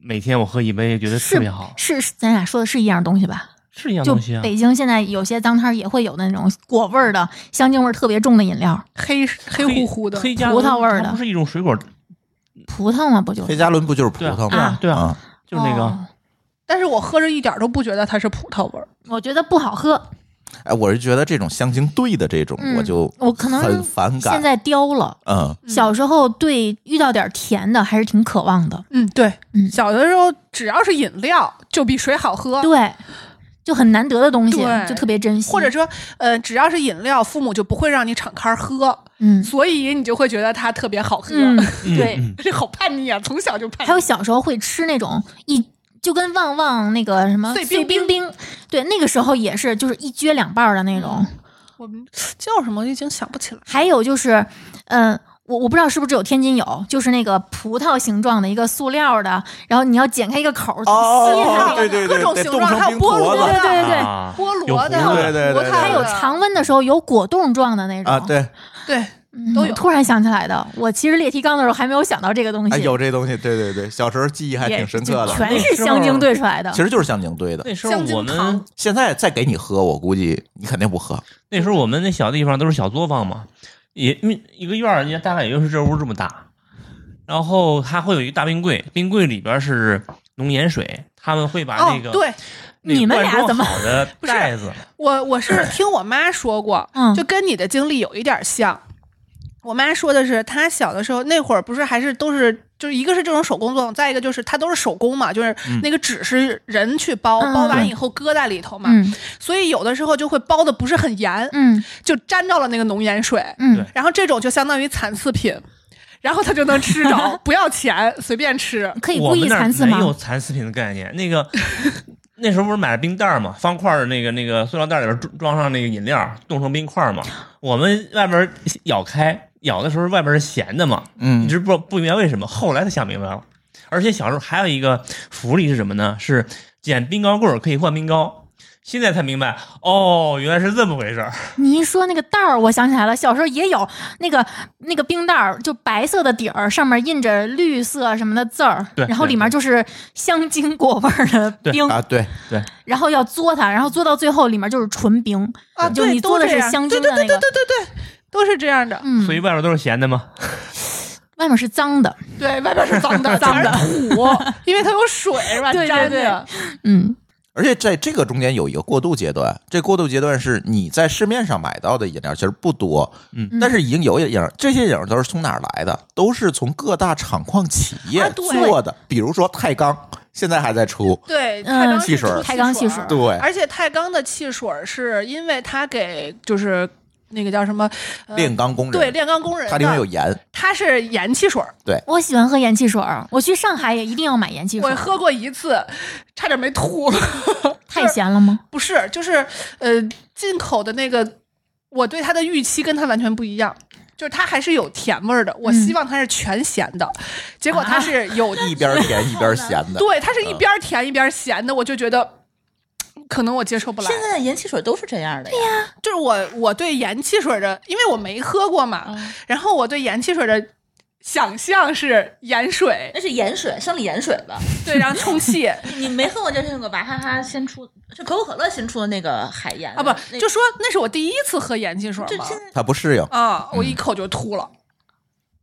[SPEAKER 5] 每天我喝一杯，觉得特别好，
[SPEAKER 3] 是是咱俩说的是一样东西吧？
[SPEAKER 5] 是一样
[SPEAKER 3] 就
[SPEAKER 5] 东西啊。
[SPEAKER 3] 北京现在有些脏摊儿也会有那种果味儿的、香精味儿特别重的饮料，
[SPEAKER 4] 黑黑乎乎的。
[SPEAKER 5] 黑加
[SPEAKER 3] 葡萄味儿的
[SPEAKER 5] 它不是一种水果，
[SPEAKER 3] 葡萄嘛不就
[SPEAKER 2] 黑
[SPEAKER 3] 是？
[SPEAKER 2] 加仑不就是葡
[SPEAKER 5] 对啊
[SPEAKER 2] 萄
[SPEAKER 5] 对
[SPEAKER 2] 吗
[SPEAKER 5] 啊？对啊，
[SPEAKER 2] 啊，
[SPEAKER 5] 就是那个
[SPEAKER 3] 哦
[SPEAKER 4] 但是我喝着一点儿都不觉得它是葡萄味儿。
[SPEAKER 3] 我觉得不好喝，
[SPEAKER 2] 哎，我是觉得这种香精兑的这种，
[SPEAKER 3] 嗯
[SPEAKER 2] 我就
[SPEAKER 3] 我可能
[SPEAKER 2] 很反
[SPEAKER 3] 现
[SPEAKER 2] 感。
[SPEAKER 3] 在刁了。
[SPEAKER 2] 嗯，
[SPEAKER 3] 小时候对遇到点甜的还是挺渴望的，
[SPEAKER 4] 嗯，对，
[SPEAKER 3] 嗯
[SPEAKER 4] 小的时候只要是饮料就比水好喝。
[SPEAKER 3] 对，就很难得的东西
[SPEAKER 4] 哦对
[SPEAKER 3] 就特别珍惜，
[SPEAKER 4] 或者说，呃，只要是饮料，父母就不会让你敞开喝，
[SPEAKER 3] 嗯
[SPEAKER 4] 所以你就会觉得它特别好喝。
[SPEAKER 3] 嗯
[SPEAKER 5] 嗯
[SPEAKER 3] 对，
[SPEAKER 5] 嗯
[SPEAKER 4] 这好叛逆啊，从小就叛逆。
[SPEAKER 3] 还有小时候会吃那种一就跟旺旺那个什么
[SPEAKER 4] 碎
[SPEAKER 3] 碎冰
[SPEAKER 4] 冰
[SPEAKER 3] 冰，对，那个时候也是就是一撅两半儿的那种，
[SPEAKER 4] 我们叫什么已经想不起来。
[SPEAKER 3] 还有就是，嗯、我我不知道是不是只有天津有，就是那个葡萄形状的一个塑料的，然后你要剪开一个口儿，
[SPEAKER 2] 哦
[SPEAKER 3] 吸上
[SPEAKER 2] 哦对对对
[SPEAKER 4] 各种
[SPEAKER 2] 对
[SPEAKER 4] 形
[SPEAKER 2] 冻
[SPEAKER 4] 状，
[SPEAKER 2] 成
[SPEAKER 4] 还有
[SPEAKER 2] 冰
[SPEAKER 4] 菠
[SPEAKER 2] 坨
[SPEAKER 4] 萝
[SPEAKER 2] 子
[SPEAKER 4] 的，
[SPEAKER 3] 对对对
[SPEAKER 5] 啊
[SPEAKER 4] 菠
[SPEAKER 5] 有
[SPEAKER 4] 萝的，
[SPEAKER 5] 胡子
[SPEAKER 2] 对对
[SPEAKER 4] 葡
[SPEAKER 2] 对
[SPEAKER 4] 萄
[SPEAKER 2] 啊对
[SPEAKER 3] 还有
[SPEAKER 4] 的
[SPEAKER 3] 常温的时候有果冻状的那种
[SPEAKER 2] 啊，，对，
[SPEAKER 4] 对，
[SPEAKER 3] 嗯
[SPEAKER 4] 都有
[SPEAKER 3] 突然想起来的，我其实列提纲的时候还没有想到这个东
[SPEAKER 2] 哎，
[SPEAKER 3] 西，
[SPEAKER 2] 有这东西，对对对，小时候记忆还挺深刻的，
[SPEAKER 3] 嗯全是香精兑出来的
[SPEAKER 2] 其。实就是香精兑的。
[SPEAKER 5] 那时候
[SPEAKER 4] 香
[SPEAKER 5] 我
[SPEAKER 4] 精
[SPEAKER 5] 们
[SPEAKER 4] 糖，
[SPEAKER 2] 现在再给你喝，我估计你肯定不喝。
[SPEAKER 5] 那时候我们那小地方都是小作坊嘛，也嗯一个院儿，你看大概也就是这屋这么大。然后它会有一个大冰柜，冰柜里边是浓盐水，他们会把那个、
[SPEAKER 4] 哦，对
[SPEAKER 5] 那个
[SPEAKER 3] 你们
[SPEAKER 5] 罐
[SPEAKER 3] 俩
[SPEAKER 5] 装
[SPEAKER 3] 怎么
[SPEAKER 5] 好的
[SPEAKER 4] 是
[SPEAKER 5] 袋子？
[SPEAKER 4] 我 我是听我妈说过
[SPEAKER 3] 嗯，
[SPEAKER 4] 就跟你的经历有一点像。我妈说的是，她小的时候那会儿不是还是都是。就是一个是这种手工作坊，再一个就是它都是手工嘛，就是
[SPEAKER 5] 嗯
[SPEAKER 4] 那个纸是人去包，
[SPEAKER 3] 嗯
[SPEAKER 4] 包完以后搁在里头嘛，
[SPEAKER 3] 嗯
[SPEAKER 4] 所以有的时候就会包的不是很严，
[SPEAKER 3] 嗯
[SPEAKER 4] 就沾到了那个浓盐水，
[SPEAKER 3] 嗯
[SPEAKER 5] 对，
[SPEAKER 4] 然后这种就相当于残次品，然后他就能吃着， 不要钱，随便吃。
[SPEAKER 3] 可以
[SPEAKER 5] 我
[SPEAKER 3] 故
[SPEAKER 5] 们
[SPEAKER 3] 意
[SPEAKER 5] 那儿
[SPEAKER 3] 残次
[SPEAKER 5] 没有
[SPEAKER 3] 吗？
[SPEAKER 5] 残次品的概念。那个那时候不是买了冰袋儿嘛，方块儿的那个那个塑料袋儿里边装装上那个饮料，冻成冰块儿嘛。我们外边儿咬开咬的时候，外边儿是咸的嘛，一
[SPEAKER 2] 嗯，
[SPEAKER 5] 直不不明白为什么，后来才想明白了。而且小时候还有一个福利是什么呢？是捡冰糕棍儿可以换冰糕。现在才明白，哦，原来是这么回事儿。
[SPEAKER 3] 你一说那个袋儿，我想起来了，小时候也有那个那个冰袋儿，就白色的底儿，上面印着绿色什么的字儿，
[SPEAKER 5] 对
[SPEAKER 3] 然后
[SPEAKER 5] 对
[SPEAKER 3] 里面就是香精果味儿的
[SPEAKER 5] 对
[SPEAKER 3] 冰，
[SPEAKER 2] 啊，对，
[SPEAKER 3] 然后要嘬它，然后嘬到最后里面就是纯冰，
[SPEAKER 4] 啊，
[SPEAKER 3] 就
[SPEAKER 4] 对
[SPEAKER 3] 你
[SPEAKER 4] 都
[SPEAKER 3] 嘬的
[SPEAKER 4] 这
[SPEAKER 3] 是
[SPEAKER 4] 样
[SPEAKER 3] 香精
[SPEAKER 4] 对
[SPEAKER 3] 的
[SPEAKER 4] 对
[SPEAKER 3] 那个，
[SPEAKER 4] 对对对对，都是这样的。
[SPEAKER 3] 嗯
[SPEAKER 5] 所，以外边都是咸的吗？
[SPEAKER 3] 外面是脏的，
[SPEAKER 4] 对外边是脏 的，脏的土，因为它有 水是吧？
[SPEAKER 3] 对对
[SPEAKER 4] 粘
[SPEAKER 3] 对
[SPEAKER 4] 着
[SPEAKER 3] 嗯，
[SPEAKER 2] 而且在这个中间有一个过渡阶段，这过渡阶段是你在市面上买到的饮料其实不多，
[SPEAKER 5] 嗯
[SPEAKER 2] 但是已经有饮料，这些饮料都是从哪儿来的？都是从各大厂矿企业
[SPEAKER 4] 啊对
[SPEAKER 2] 做的，比如说钛钢，现在还在出，
[SPEAKER 3] 嗯
[SPEAKER 4] 对，钛钢
[SPEAKER 2] 汽
[SPEAKER 4] 是
[SPEAKER 2] 水
[SPEAKER 4] 出
[SPEAKER 3] 钛钢汽水
[SPEAKER 2] 对，
[SPEAKER 4] 而且钛钢的汽水儿是因为它给就是那个叫什么呃
[SPEAKER 2] 炼钢工人，
[SPEAKER 4] 对炼钢工人的，
[SPEAKER 2] 它里面有盐，
[SPEAKER 4] 它是盐汽水儿，
[SPEAKER 3] 我喜欢喝盐汽水儿，我去上海也一定要买盐汽水
[SPEAKER 4] 我
[SPEAKER 3] 儿，
[SPEAKER 4] 喝过一次，差点没吐。
[SPEAKER 3] 太咸了吗？
[SPEAKER 4] 不是，就是呃，进口的那个，我对它的预期跟它完全不一样，就是它还是有甜味儿的，我
[SPEAKER 3] 嗯
[SPEAKER 4] 希望它是全咸的，结果它
[SPEAKER 6] 啊
[SPEAKER 4] 是有，
[SPEAKER 2] 一边甜一边咸的，
[SPEAKER 6] 嗯
[SPEAKER 4] 对，它是一边甜一边咸的，我就觉得。可能我接受不来。
[SPEAKER 6] 现在的盐汽水都是这样的呀，
[SPEAKER 4] 就是我我对盐汽水的，因为我没喝过嘛，
[SPEAKER 6] 嗯
[SPEAKER 4] 然后我对盐汽水的想象是盐水，
[SPEAKER 6] 那是盐水，生理盐水吧？
[SPEAKER 4] 对，然后充 气啊，
[SPEAKER 6] 你没喝过这是那个娃哈哈新出，是可口可乐新出的那个海盐
[SPEAKER 4] 啊不
[SPEAKER 6] 那，
[SPEAKER 4] 就说那是我第一次喝盐汽水
[SPEAKER 6] 这
[SPEAKER 4] 嘛，
[SPEAKER 6] 现在
[SPEAKER 2] 他不适应。
[SPEAKER 4] 啊，我一口就吐了，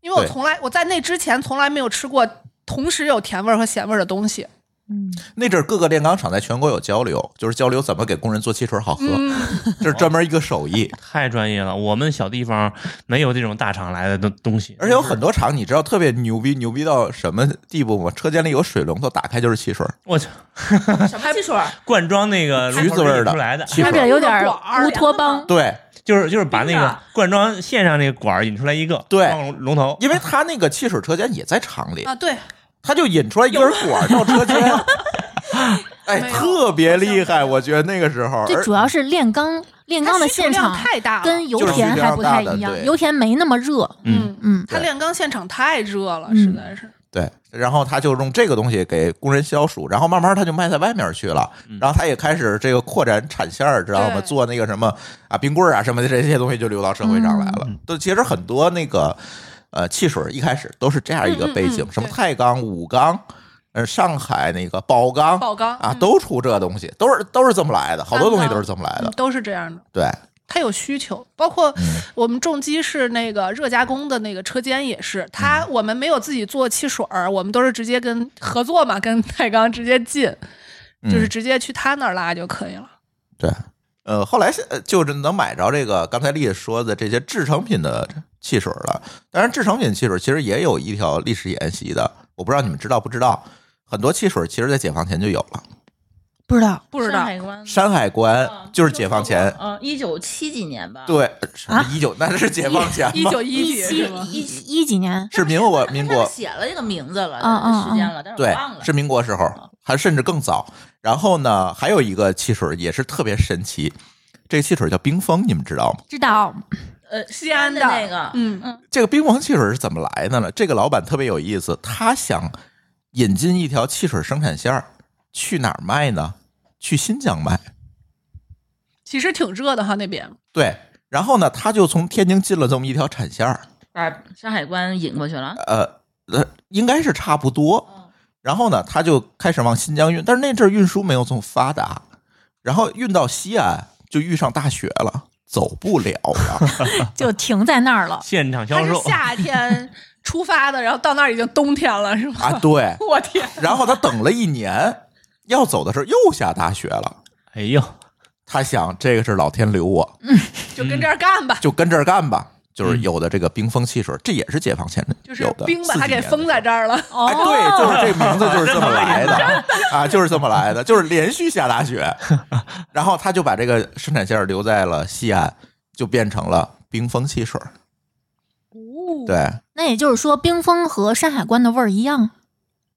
[SPEAKER 4] 因为我
[SPEAKER 2] 嗯对
[SPEAKER 4] 从来我在那之前从来没有吃过同时有甜味儿和咸味儿的东西。
[SPEAKER 3] 嗯，
[SPEAKER 2] 那阵儿各个炼钢厂在全国有交流，就是交流怎么给工人做汽水好喝，
[SPEAKER 4] 嗯，
[SPEAKER 2] 这是专门一个手艺。
[SPEAKER 5] 太专业了。我们小地方没有这种大厂来的东东西，
[SPEAKER 2] 而且有很多厂，你知道特别牛逼，牛逼到什么地步吗？车间里有水龙头，打开就是汽水，
[SPEAKER 5] 我去
[SPEAKER 6] 什么汽啊水？
[SPEAKER 5] 灌装那个
[SPEAKER 2] 橘子味儿
[SPEAKER 5] 呃龙头出来的，
[SPEAKER 2] 汽
[SPEAKER 3] 他这
[SPEAKER 2] 水。
[SPEAKER 3] 有点儿
[SPEAKER 4] 管儿
[SPEAKER 3] 乌托邦，
[SPEAKER 2] 对，
[SPEAKER 5] 就是就是把那
[SPEAKER 6] 冰
[SPEAKER 5] 个
[SPEAKER 6] 的
[SPEAKER 5] 灌装线上那个管儿引出来一个，
[SPEAKER 2] 对
[SPEAKER 5] 放龙龙头，
[SPEAKER 2] 因为他那个汽水车间也在厂里，
[SPEAKER 4] 啊，对，
[SPEAKER 2] 他就引出来一根管儿到车间。哎，
[SPEAKER 4] 没有
[SPEAKER 2] 特别厉害，我觉得那个时候，
[SPEAKER 3] 这
[SPEAKER 2] 而
[SPEAKER 3] 主要是炼钢，炼钢的
[SPEAKER 4] 它需求
[SPEAKER 3] 现
[SPEAKER 4] 量
[SPEAKER 3] 场
[SPEAKER 4] 太大了，嗯
[SPEAKER 3] 跟油
[SPEAKER 2] 就是需
[SPEAKER 3] 田
[SPEAKER 2] 求
[SPEAKER 3] 还
[SPEAKER 2] 量
[SPEAKER 3] 不
[SPEAKER 2] 大
[SPEAKER 3] 太
[SPEAKER 2] 的
[SPEAKER 3] 一样，
[SPEAKER 2] 对
[SPEAKER 3] 油田没那么热，
[SPEAKER 5] 嗯，
[SPEAKER 3] 嗯，
[SPEAKER 4] 他
[SPEAKER 2] 对
[SPEAKER 4] 炼钢现场太热了，
[SPEAKER 3] 嗯
[SPEAKER 4] 实在是。
[SPEAKER 2] 对，然后他就用这个东西给工人消暑，然后慢慢他就卖在外面去了，然后他也开始这个扩展产线儿，知道吗？
[SPEAKER 4] 对
[SPEAKER 2] 做那个什么啊冰棍儿啊什么的这些东西就流到社会上来了。都其实很多那个呃汽水一开始都是这样一个背景，
[SPEAKER 4] 嗯嗯嗯
[SPEAKER 2] 什么
[SPEAKER 4] 对
[SPEAKER 2] 太钢、武钢。呃，上海那个宝钢，
[SPEAKER 4] 宝钢
[SPEAKER 2] 啊，
[SPEAKER 4] 嗯
[SPEAKER 2] 都出这东西，都是都是这么来的，好多东西
[SPEAKER 4] 三
[SPEAKER 2] 都
[SPEAKER 4] 钢
[SPEAKER 2] 是这么来的
[SPEAKER 4] 嗯，都是这样的。
[SPEAKER 2] 对，
[SPEAKER 4] 它有需求，包括
[SPEAKER 2] 嗯
[SPEAKER 4] 我们重机是那个热加工的那个车间也是，它
[SPEAKER 2] 嗯
[SPEAKER 4] 我们没有自己做汽水儿，我们都是直接跟合作嘛，跟太钢直接进，
[SPEAKER 2] 嗯
[SPEAKER 4] 就是直接去他那儿拉就可以了。
[SPEAKER 2] 对，呃，后来呃就是能买着这个刚才丽说的这些制成品的汽水了。当然，制成品汽水其实也有一条历史沿袭的，我不知道你们知道不知道。很多汽水其实，在解放前就有了。
[SPEAKER 3] 不知道
[SPEAKER 4] 不知
[SPEAKER 6] 山
[SPEAKER 4] 道，
[SPEAKER 6] 海关
[SPEAKER 2] 山海关
[SPEAKER 6] 嗯
[SPEAKER 2] 就是解放前，
[SPEAKER 6] 嗯，一九七几年吧，，
[SPEAKER 2] 对，什么一九、那是解放前
[SPEAKER 4] 一
[SPEAKER 2] 吗？
[SPEAKER 4] 九一几
[SPEAKER 3] 七
[SPEAKER 4] 是吗？
[SPEAKER 3] 一一几年，
[SPEAKER 2] 是民国民
[SPEAKER 6] 上面
[SPEAKER 2] 国
[SPEAKER 6] 写了这个名字了，
[SPEAKER 3] 嗯嗯
[SPEAKER 6] 时间了，但是我
[SPEAKER 2] 对
[SPEAKER 6] 忘，了
[SPEAKER 2] 是民国时候，还甚至更早。然后呢，还有一个汽水也是特别神奇，这个汽水叫冰峰，你们知道吗？
[SPEAKER 3] 知道
[SPEAKER 6] 呃西
[SPEAKER 4] 西安
[SPEAKER 6] 的
[SPEAKER 4] 的
[SPEAKER 6] 那个，
[SPEAKER 4] 嗯
[SPEAKER 6] 嗯，
[SPEAKER 2] 这个冰峰汽水是怎么来的呢？这个老板特别有意思，他想引进一条汽水生产线儿，去哪儿卖呢？去新疆卖。
[SPEAKER 4] 其实挺热的哈那边，
[SPEAKER 2] 对，然后呢，他就从天津进了这么一条产线儿，
[SPEAKER 6] 把山哎海关引过去了，
[SPEAKER 2] 呃，呃应该是差不多
[SPEAKER 6] 嗯。
[SPEAKER 2] 然后呢，他就开始往新疆运，但是那阵儿运输没有这么发达，然后运到西安就遇上大雪了，走不了了。
[SPEAKER 3] 就停在那儿了。
[SPEAKER 5] 现场
[SPEAKER 4] 它
[SPEAKER 5] 销
[SPEAKER 4] 是
[SPEAKER 5] 售，
[SPEAKER 4] 夏天出发的，然后到那儿已经冬天了，是吗？
[SPEAKER 2] 啊，对。
[SPEAKER 4] 我天，
[SPEAKER 2] 然后他等了一年，要走的时候又下大雪了。
[SPEAKER 5] 哎呦，
[SPEAKER 2] 他想，这个是老天留我，
[SPEAKER 4] 嗯就跟这儿干吧，
[SPEAKER 2] 就跟这儿干吧。
[SPEAKER 3] 嗯
[SPEAKER 2] 就是有的这个冰封汽水，这也是解放前的，
[SPEAKER 4] 就是
[SPEAKER 2] 有的
[SPEAKER 4] 冰把它给封。
[SPEAKER 2] 40年的
[SPEAKER 4] 在这儿了。
[SPEAKER 2] 哎，
[SPEAKER 3] 哦，
[SPEAKER 2] 对，就是这名字就是这么来的啊，就是这么来的，就是连续下大雪， 然后他就把这个生产线留在了西安，就变成了冰封汽水。对，
[SPEAKER 4] 嗯
[SPEAKER 3] 那也就是说，冰封和山海关的味儿一样，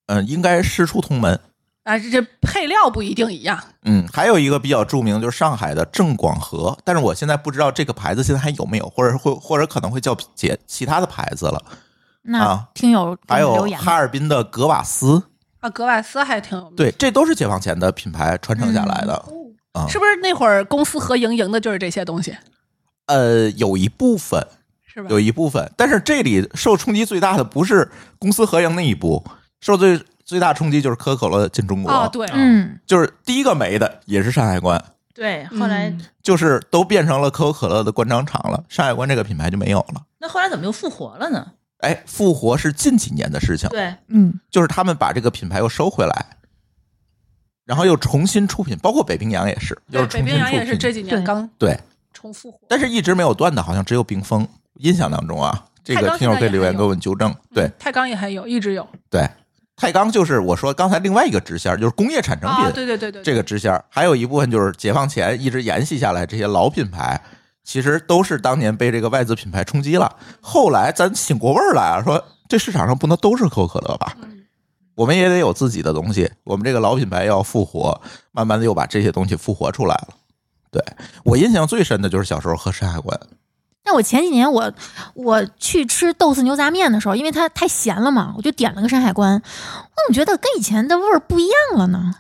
[SPEAKER 2] 嗯，应该师出同门。
[SPEAKER 4] 啊，这这配料不一定一样，
[SPEAKER 2] 嗯，还有一个比较著名就是上海的正广和，但是我现在不知道这个牌子现在还有没有，或者会或者可能会叫解其他的牌子了。
[SPEAKER 3] 那
[SPEAKER 2] 啊
[SPEAKER 3] 听友给
[SPEAKER 2] 还
[SPEAKER 3] 我们
[SPEAKER 2] 有
[SPEAKER 3] 嗯留言吧
[SPEAKER 2] 哈尔滨的格瓦斯，
[SPEAKER 4] 啊，格瓦斯还挺有名。
[SPEAKER 2] 对，这都是解放前的品牌传承下来的。
[SPEAKER 4] 嗯
[SPEAKER 2] 啊
[SPEAKER 4] 是不是那会儿公私合营赢的就是这些东西，
[SPEAKER 2] 呃，有一部分，
[SPEAKER 4] 是吧？
[SPEAKER 2] 有一部分，但是这里受冲击最大的不是公私合营那一步，受最最大冲击就是可口可乐进中国，
[SPEAKER 4] 啊，对，
[SPEAKER 3] 嗯，
[SPEAKER 2] 就是第一个没的也是山海关，
[SPEAKER 6] 对，后来
[SPEAKER 4] 嗯
[SPEAKER 2] 就是都变成了可口可乐的关张厂了，山海关这个品牌就没有了。
[SPEAKER 6] 那后来怎么又复活了呢？
[SPEAKER 2] 哎，复活是近几年的事情，
[SPEAKER 6] 对，
[SPEAKER 3] 嗯，
[SPEAKER 2] 就是他们把这个品牌又收回来，然后又重新出品，包括北冰洋也是，又
[SPEAKER 4] 对
[SPEAKER 2] 是重
[SPEAKER 4] 北
[SPEAKER 2] 新
[SPEAKER 4] 冰洋也
[SPEAKER 2] 出
[SPEAKER 4] 是
[SPEAKER 2] 品
[SPEAKER 4] 这几年
[SPEAKER 3] 对
[SPEAKER 4] 刚
[SPEAKER 2] 对，
[SPEAKER 4] 重复火。
[SPEAKER 2] 但是一直没有断的，好像只有冰封。印象当中啊，这
[SPEAKER 4] 太
[SPEAKER 2] 个
[SPEAKER 4] 钢
[SPEAKER 2] 听友可以
[SPEAKER 4] 现在也
[SPEAKER 2] 留言
[SPEAKER 4] 还
[SPEAKER 2] 给我们纠正。对
[SPEAKER 4] 嗯，太钢也还有，一直有
[SPEAKER 2] 对，太钢就是我说刚才另外一个支线，就是工业产成
[SPEAKER 4] 啊，
[SPEAKER 2] 品
[SPEAKER 4] 对对对对，
[SPEAKER 2] 这
[SPEAKER 4] 个
[SPEAKER 2] 个支线，还有一部分就是解放前一直沿袭下来这些老品牌，其实都是当年被这个外资品牌冲击了。后来咱醒过味儿来啊，说这市场上不能都是可口可乐吧？
[SPEAKER 4] 嗯
[SPEAKER 2] 我们也得有自己的东西，我们这个老品牌要复活，慢慢的又把这些东西复活出来了。对我印象最深的就是小时候喝山海关，
[SPEAKER 3] 但我前几年我我去吃豆豉牛杂面的时候，因为它太咸了嘛，我就点了个山海关，我怎么觉得跟以前的味儿不一样了呢？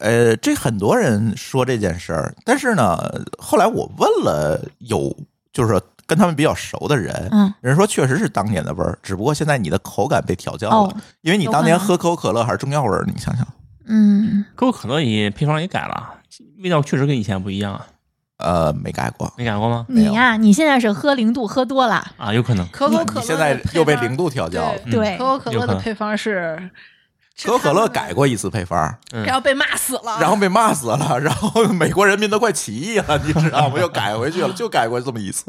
[SPEAKER 2] 呃，这很多人说这件事儿，但是呢，后来我问了有就是跟他们比较熟的人，
[SPEAKER 3] 嗯，
[SPEAKER 2] 人说确实是当年的味儿，只不过现在你的口感被调教了，
[SPEAKER 3] 哦
[SPEAKER 2] 因为你
[SPEAKER 3] 有
[SPEAKER 2] 当年
[SPEAKER 3] 可能
[SPEAKER 2] 喝可口可乐还是中药味儿，你想想，
[SPEAKER 3] 嗯，
[SPEAKER 5] 可口可乐也配方也改了，啊味道确实跟以前不一样啊。
[SPEAKER 2] 呃，没改过。
[SPEAKER 5] 你改过吗？
[SPEAKER 2] 没有
[SPEAKER 3] 你呀、你现在是喝零度喝多了，
[SPEAKER 5] 啊，有可能。
[SPEAKER 4] 可口可乐
[SPEAKER 2] 你现在又被零
[SPEAKER 4] 度
[SPEAKER 2] 度调教了，
[SPEAKER 5] 嗯
[SPEAKER 3] 对
[SPEAKER 4] 可口可乐
[SPEAKER 5] 有可
[SPEAKER 4] 的
[SPEAKER 5] 能
[SPEAKER 4] 配方是
[SPEAKER 2] 可口可乐改，过一次配方，
[SPEAKER 4] 是他们然后被骂死了，
[SPEAKER 2] 然后被骂死了，然后 美国人民都快起义了，你知道吗？又改回去了，就改过这么一次，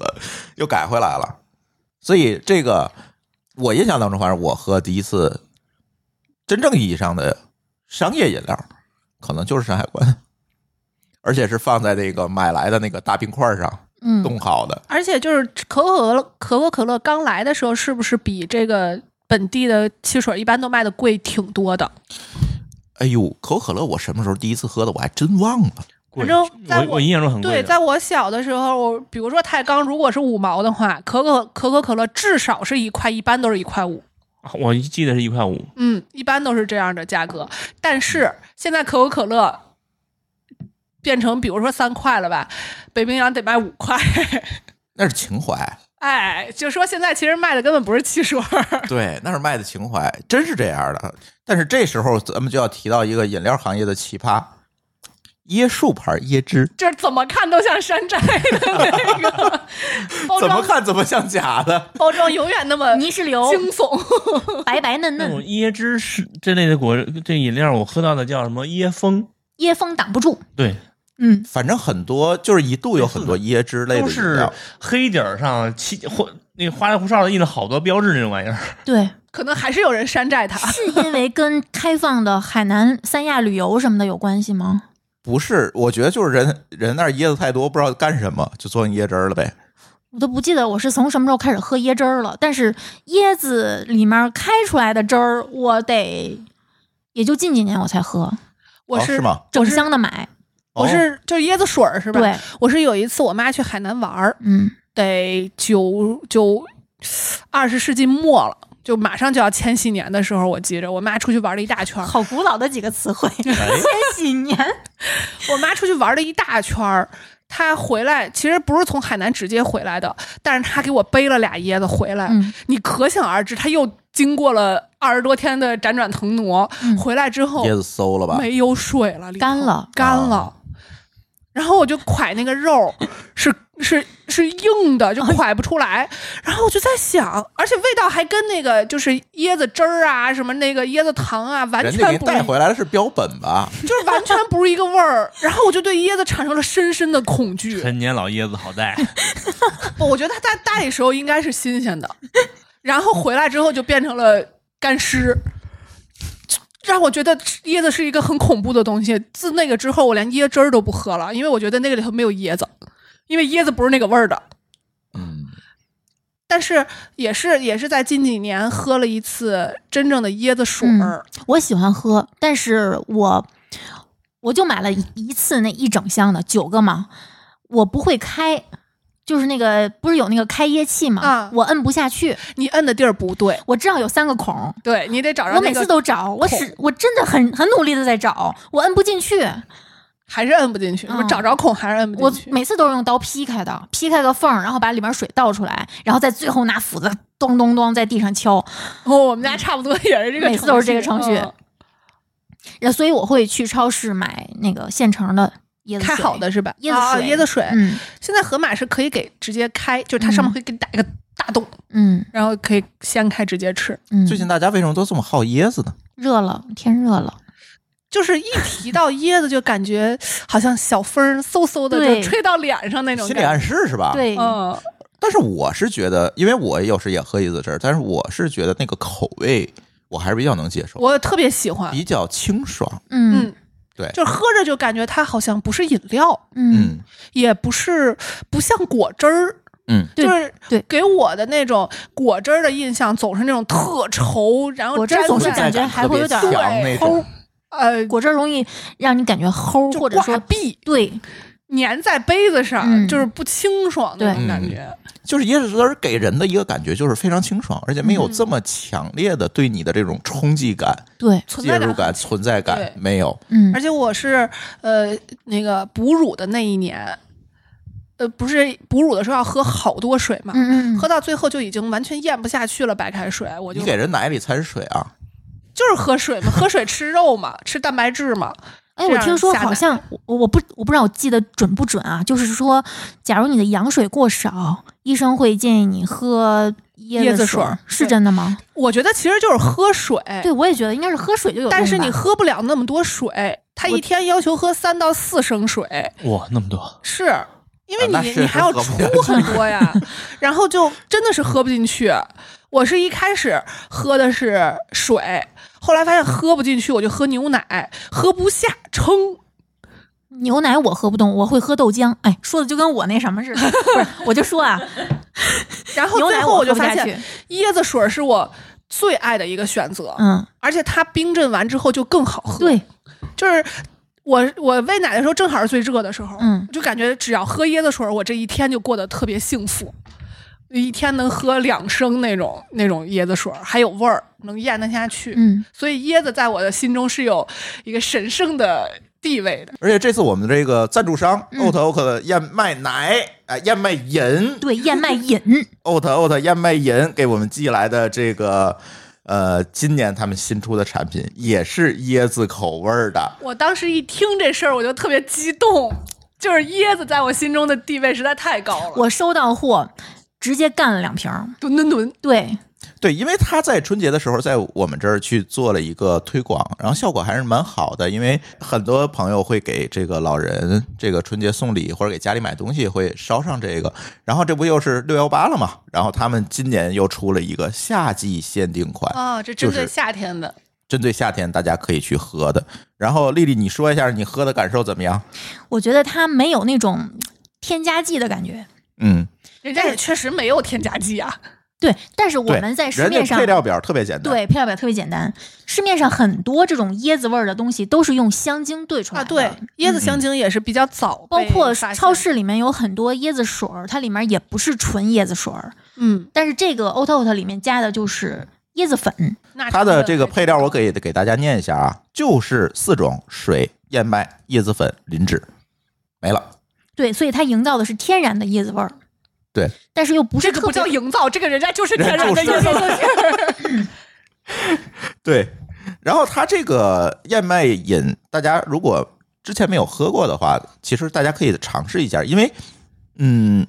[SPEAKER 2] 又改回来了。所以这个我印象当中，反正我喝第一次真正意义上的商业饮料，可能就是山海关，而且是放在那个买来的那个大冰块上
[SPEAKER 3] 嗯，
[SPEAKER 2] 冻好的。
[SPEAKER 4] 而且就是可口可乐，可口可乐刚来的时候，是不是比这个本地的汽水一般都卖的贵挺多的？
[SPEAKER 2] 哎呦，可口可乐我什么时候第一次喝的，我还真忘了。
[SPEAKER 5] 贵
[SPEAKER 4] 反正在
[SPEAKER 5] 我
[SPEAKER 4] 我
[SPEAKER 5] 我印象中很贵
[SPEAKER 4] 对，
[SPEAKER 5] 的。
[SPEAKER 4] 在我小的时候，我比如说钛钢，如果是五毛的话，可口可口可乐至少是一块，一般都是一块五。
[SPEAKER 5] 啊我记得是一块五。
[SPEAKER 4] 嗯，一般都是这样的价格。但是现在可口可乐变成比如说三块了吧，北冰洋得卖五块。
[SPEAKER 2] 那是情怀，
[SPEAKER 4] 哎，就说现在其实卖的根本不是汽水儿，
[SPEAKER 2] 对，那是卖的情怀，真是这样的。但是这时候咱们就要提到一个饮料行业的奇葩——椰树牌椰汁，
[SPEAKER 4] 就是怎么看都像山寨的那个包
[SPEAKER 2] 怎么
[SPEAKER 4] 装，
[SPEAKER 2] 看怎么像假的。
[SPEAKER 4] 包装永远那么
[SPEAKER 3] 泥石 流，
[SPEAKER 4] 惊悚。
[SPEAKER 3] 白白嫩
[SPEAKER 5] 那
[SPEAKER 4] 嗯
[SPEAKER 5] 种
[SPEAKER 3] 嫩，
[SPEAKER 5] 椰汁是这类的果这饮料，我喝到的叫什么椰风？
[SPEAKER 3] 椰风挡不住，
[SPEAKER 5] 对，
[SPEAKER 3] 嗯，
[SPEAKER 2] 反正很多就是一度有很多椰汁类
[SPEAKER 5] 都
[SPEAKER 2] 的饮
[SPEAKER 5] 是
[SPEAKER 2] 料，
[SPEAKER 5] 黑底儿上七或那个花里胡哨的印了好多标志那种玩意儿。
[SPEAKER 3] 对，
[SPEAKER 4] 可能还是有人山寨它。
[SPEAKER 3] 是因为跟开放的海南三亚旅游什么的有关系吗？
[SPEAKER 2] 不是？我觉得就是人人那儿椰子太多，不知道干什么，就做成椰汁儿了呗。
[SPEAKER 3] 我都不记得我是从什么时候开始喝椰汁儿了，但是椰子里面开出来的汁儿，我得也就近几年我才喝，
[SPEAKER 4] 我
[SPEAKER 2] 哦
[SPEAKER 4] 是,、
[SPEAKER 2] 是吗？
[SPEAKER 3] 整箱的买，
[SPEAKER 2] 哦
[SPEAKER 4] 我是就是椰子水儿是吧？
[SPEAKER 3] 对，
[SPEAKER 4] 我是有一次我妈去海南玩儿，
[SPEAKER 3] 嗯，
[SPEAKER 4] 得九九二十世纪末了，就马上就要千禧年的时候，我记着我妈出去玩了一大 圈儿。
[SPEAKER 3] 好古老的几个词汇， 千禧年，
[SPEAKER 4] 我妈出去玩了一大圈儿，她回来其实不是从海南直接回来的，但是她给我背了俩椰子回来，
[SPEAKER 3] 嗯
[SPEAKER 4] 你可想而知，她又经过了二十多天的辗转腾挪，
[SPEAKER 3] 嗯
[SPEAKER 4] 回来之后
[SPEAKER 2] 椰子馊了吧？哦
[SPEAKER 4] 没有水了，里头
[SPEAKER 3] 干了
[SPEAKER 4] 干了。然后我就蒯那个 肉，是是是硬的，
[SPEAKER 3] 哦
[SPEAKER 4] 就蒯不出来。然后我就在想，而且味道还跟那个就是椰子汁儿啊，什么那个椰子糖啊，完
[SPEAKER 2] 人家
[SPEAKER 4] 全
[SPEAKER 2] 给
[SPEAKER 4] 不是
[SPEAKER 2] 带回来的是标本吧？嗯
[SPEAKER 4] 一，就是完全不是一个味儿。然后我就对椰子产生了深深的恐惧。
[SPEAKER 5] 陈年老椰子好带，
[SPEAKER 4] 不哦我觉得它在大理时候应该是新鲜的，然后回来之后就变成了干尸，让我觉得椰子是一个很恐怖的东西。自那个之后，我连椰汁儿都不喝了，因为我觉得那个里头没有椰子，因为椰子不是那个味儿的。
[SPEAKER 2] 嗯，
[SPEAKER 4] 但是也是也是在近几年喝了一次真正的椰子水
[SPEAKER 3] 嗯
[SPEAKER 4] 儿，
[SPEAKER 3] 我喜欢喝，但是我我就买了一一次那一整箱的九个嘛，我不会开，就是那个不是有那个开椰器嘛，
[SPEAKER 4] 啊
[SPEAKER 3] 我摁不下去，
[SPEAKER 4] 你摁的地儿不对，
[SPEAKER 3] 我知道有三个孔，
[SPEAKER 4] 对你得找着
[SPEAKER 3] 我
[SPEAKER 4] 那
[SPEAKER 3] 每
[SPEAKER 4] 个，
[SPEAKER 3] 次都找，我
[SPEAKER 4] 孔
[SPEAKER 3] 使我真的很很努力的在找，我摁不进去，
[SPEAKER 4] 还是摁不进去，
[SPEAKER 3] 嗯
[SPEAKER 4] 找着孔还是摁不
[SPEAKER 3] 我
[SPEAKER 4] 进去。
[SPEAKER 3] 每次都是用刀劈开的，劈开个缝儿，然后把里面水倒出来，然后再最后拿斧子咚咚咚在地上敲，
[SPEAKER 4] 哦，我们家差不多也是这个程序，
[SPEAKER 3] 每次都是这个程序
[SPEAKER 4] 嗯
[SPEAKER 3] 然后所以我会去超市买那个现成的椰子
[SPEAKER 4] 开
[SPEAKER 3] 水
[SPEAKER 4] 嗯好，的是吧？
[SPEAKER 3] 椰子
[SPEAKER 4] 啊
[SPEAKER 3] 水
[SPEAKER 4] 椰子水，
[SPEAKER 3] 嗯
[SPEAKER 4] 现在盒马是可以给直接开，就是它上面会给你打一个大洞，
[SPEAKER 3] 嗯
[SPEAKER 4] 然后可以掀开直接吃。
[SPEAKER 3] 嗯，
[SPEAKER 2] 最近大家为什么都这么好椰子呢？
[SPEAKER 3] 热了，天热了。
[SPEAKER 4] 就是一提到椰子，就感觉好像小风嗖嗖的就
[SPEAKER 3] 对
[SPEAKER 4] 吹到脸上那种
[SPEAKER 2] 心理
[SPEAKER 4] 感
[SPEAKER 2] 暗
[SPEAKER 4] 觉。
[SPEAKER 2] 示是吧？。
[SPEAKER 3] 对，
[SPEAKER 4] 嗯，
[SPEAKER 2] 但是我是觉得，因为我有时也喝椰子汁儿，但是我是觉得那个口味我还是比较能接受，
[SPEAKER 4] 我特别喜欢。
[SPEAKER 2] 比较清爽。
[SPEAKER 3] 嗯
[SPEAKER 4] 嗯，
[SPEAKER 2] 对
[SPEAKER 4] 就是喝着就感觉它好像不是饮料，
[SPEAKER 3] 嗯，
[SPEAKER 2] 嗯
[SPEAKER 4] 也不是不像果汁儿，
[SPEAKER 2] 嗯，
[SPEAKER 3] 对
[SPEAKER 4] 就是
[SPEAKER 3] 对
[SPEAKER 4] 给我的那种果汁儿的印象总是那种特稠，然后
[SPEAKER 3] 果汁儿
[SPEAKER 4] 粘
[SPEAKER 3] 总是
[SPEAKER 4] 在
[SPEAKER 3] 感觉还会有点
[SPEAKER 2] 存在感特别强那种
[SPEAKER 4] 呃
[SPEAKER 3] 果汁儿容易让你感觉齁，
[SPEAKER 4] 就
[SPEAKER 3] 或者
[SPEAKER 4] 挂
[SPEAKER 3] 说
[SPEAKER 4] 壁
[SPEAKER 3] 对，
[SPEAKER 4] 粘在杯子上，
[SPEAKER 3] 嗯
[SPEAKER 4] 就是不清爽那种
[SPEAKER 2] 对
[SPEAKER 4] 感觉。
[SPEAKER 2] 就是椰子汁儿给人的一个感觉就是非常清爽，而且没有这么强烈的对你的这种冲击感、
[SPEAKER 3] 对，
[SPEAKER 4] 存
[SPEAKER 2] 介
[SPEAKER 4] 在
[SPEAKER 2] 入
[SPEAKER 4] 感
[SPEAKER 2] 感、存在感
[SPEAKER 4] 对
[SPEAKER 2] 没有。
[SPEAKER 3] 嗯
[SPEAKER 4] 而且我是呃那个哺乳的那一年，呃，不是哺乳的时候要喝好多水嘛，
[SPEAKER 3] 嗯嗯
[SPEAKER 4] 喝到最后就已经完全咽不下去了白开水，我就
[SPEAKER 2] 你给人奶里掺水啊？
[SPEAKER 4] 就是喝水嘛，喝水吃肉嘛，吃蛋白质嘛，
[SPEAKER 3] 哎，
[SPEAKER 4] 这
[SPEAKER 3] 我
[SPEAKER 4] 样
[SPEAKER 3] 听说
[SPEAKER 4] 下
[SPEAKER 3] 好
[SPEAKER 4] 奶
[SPEAKER 3] 像我我不我不知道我记得准不准啊，就是说，假如你的羊水过少，医生会建议你喝椰
[SPEAKER 4] 椰子
[SPEAKER 3] 水
[SPEAKER 4] 水儿，
[SPEAKER 3] 是
[SPEAKER 4] 对
[SPEAKER 3] 真的吗？
[SPEAKER 4] 我觉得其实就是喝水。
[SPEAKER 3] 对，我也觉得应该是喝水就有用吧。
[SPEAKER 4] 但是你喝不了那么多水，他
[SPEAKER 3] 我
[SPEAKER 4] 一天要求喝三到四升水，
[SPEAKER 5] 哇，那么多，
[SPEAKER 4] 是因为
[SPEAKER 2] 啊
[SPEAKER 4] 你、
[SPEAKER 2] 那是
[SPEAKER 4] 你还要出很多呀，然后就真的是喝不进去。我是一开始喝的是水，后来发
[SPEAKER 2] 嗯
[SPEAKER 4] 现喝不进去，我就喝牛奶，喝不下撑。
[SPEAKER 3] 牛奶我喝不动，我会喝豆浆。哎，说的就跟我那什么 似的，不是，我就说啊，
[SPEAKER 4] 然后
[SPEAKER 3] 牛
[SPEAKER 4] 最
[SPEAKER 3] 奶
[SPEAKER 4] 后
[SPEAKER 3] 我
[SPEAKER 4] 就
[SPEAKER 3] 喝不
[SPEAKER 4] 发
[SPEAKER 3] 下
[SPEAKER 4] 现
[SPEAKER 3] 去。
[SPEAKER 4] 椰子水是我最爱的一个选择，
[SPEAKER 3] 嗯，
[SPEAKER 4] 而且它冰镇完之后就更好喝。，
[SPEAKER 3] 对，
[SPEAKER 4] 就是我我喂奶的时候，正好是最热的时候，
[SPEAKER 3] 嗯
[SPEAKER 4] 就感觉只要喝椰子水儿，我这一天就过得特别幸福，一天能喝两升那种那种椰子水儿，还有味儿，能咽得下去。
[SPEAKER 3] 嗯，
[SPEAKER 4] 所以椰子在我的心中是有一个神圣的地位的。
[SPEAKER 2] 而且这次我们这个赞助商
[SPEAKER 3] 嗯
[SPEAKER 2] o t o k 燕麦奶，哎，燕麦饮
[SPEAKER 3] 对，燕麦饮，
[SPEAKER 2] ，Oat Oat 燕麦饮给我们寄来的这个，呃，今年他们新出的产品也是椰子口味儿的。
[SPEAKER 4] 我当时一听这事儿，我就特别激动，就是椰子在我心中的地位实在太高了。
[SPEAKER 3] 我收到货直接干了两瓶儿。
[SPEAKER 4] 吨吨吨，
[SPEAKER 3] 对，
[SPEAKER 2] 对，因为他在春节的时候在我们这儿去做了一个推广，然后效果还是蛮好的。因为很多朋友会给这个老人这个春节送礼，或者给家里买东西会捎上这个。然后这不又是六幺八了嘛？然后他们今年又出了一个夏季限定款，
[SPEAKER 4] 啊，这
[SPEAKER 2] 就
[SPEAKER 4] 针
[SPEAKER 2] 是
[SPEAKER 4] 对夏天的，
[SPEAKER 2] 针对夏天大家可以去喝的。然后丽丽，你说一下你喝的感受怎么样？
[SPEAKER 3] 我觉得它没有那种添加剂的感觉。
[SPEAKER 2] 嗯，
[SPEAKER 4] 人家也确实没有添加剂啊。
[SPEAKER 3] 对，但是我
[SPEAKER 2] 对
[SPEAKER 3] 们在市
[SPEAKER 2] 人家
[SPEAKER 3] 面上
[SPEAKER 2] 配料表特别简单，，
[SPEAKER 3] 对，配料表特别简单。市面上很多这种椰子味儿的东西都是用香精兑出来
[SPEAKER 4] 啊，
[SPEAKER 3] 的，
[SPEAKER 4] 对，椰子
[SPEAKER 2] 香
[SPEAKER 4] 香精也是比较早，
[SPEAKER 3] 包括超，市里面有很多椰子水儿，它里面也不是纯椰子水儿，
[SPEAKER 4] 嗯，
[SPEAKER 3] 但是这个 o t o t 里面加的就是椰子粉，
[SPEAKER 4] 那
[SPEAKER 2] 它的这个
[SPEAKER 4] 还
[SPEAKER 2] 配料我给给大家念一下啊，就是四种：水、燕麦、椰子粉、磷脂，没了。
[SPEAKER 3] 对，所以它营造的是天然的椰子味儿。
[SPEAKER 2] 对，
[SPEAKER 3] 但是又不是
[SPEAKER 4] 这个
[SPEAKER 3] 特
[SPEAKER 4] 不
[SPEAKER 3] 别
[SPEAKER 4] 叫营造，这个人家就是天然
[SPEAKER 2] 人
[SPEAKER 4] 的
[SPEAKER 2] 家就是
[SPEAKER 4] 椰 子味儿。
[SPEAKER 2] 对，然后它这个燕麦饮，大家如果之前没有喝过的话，其实大家可以尝试一下，因为嗯，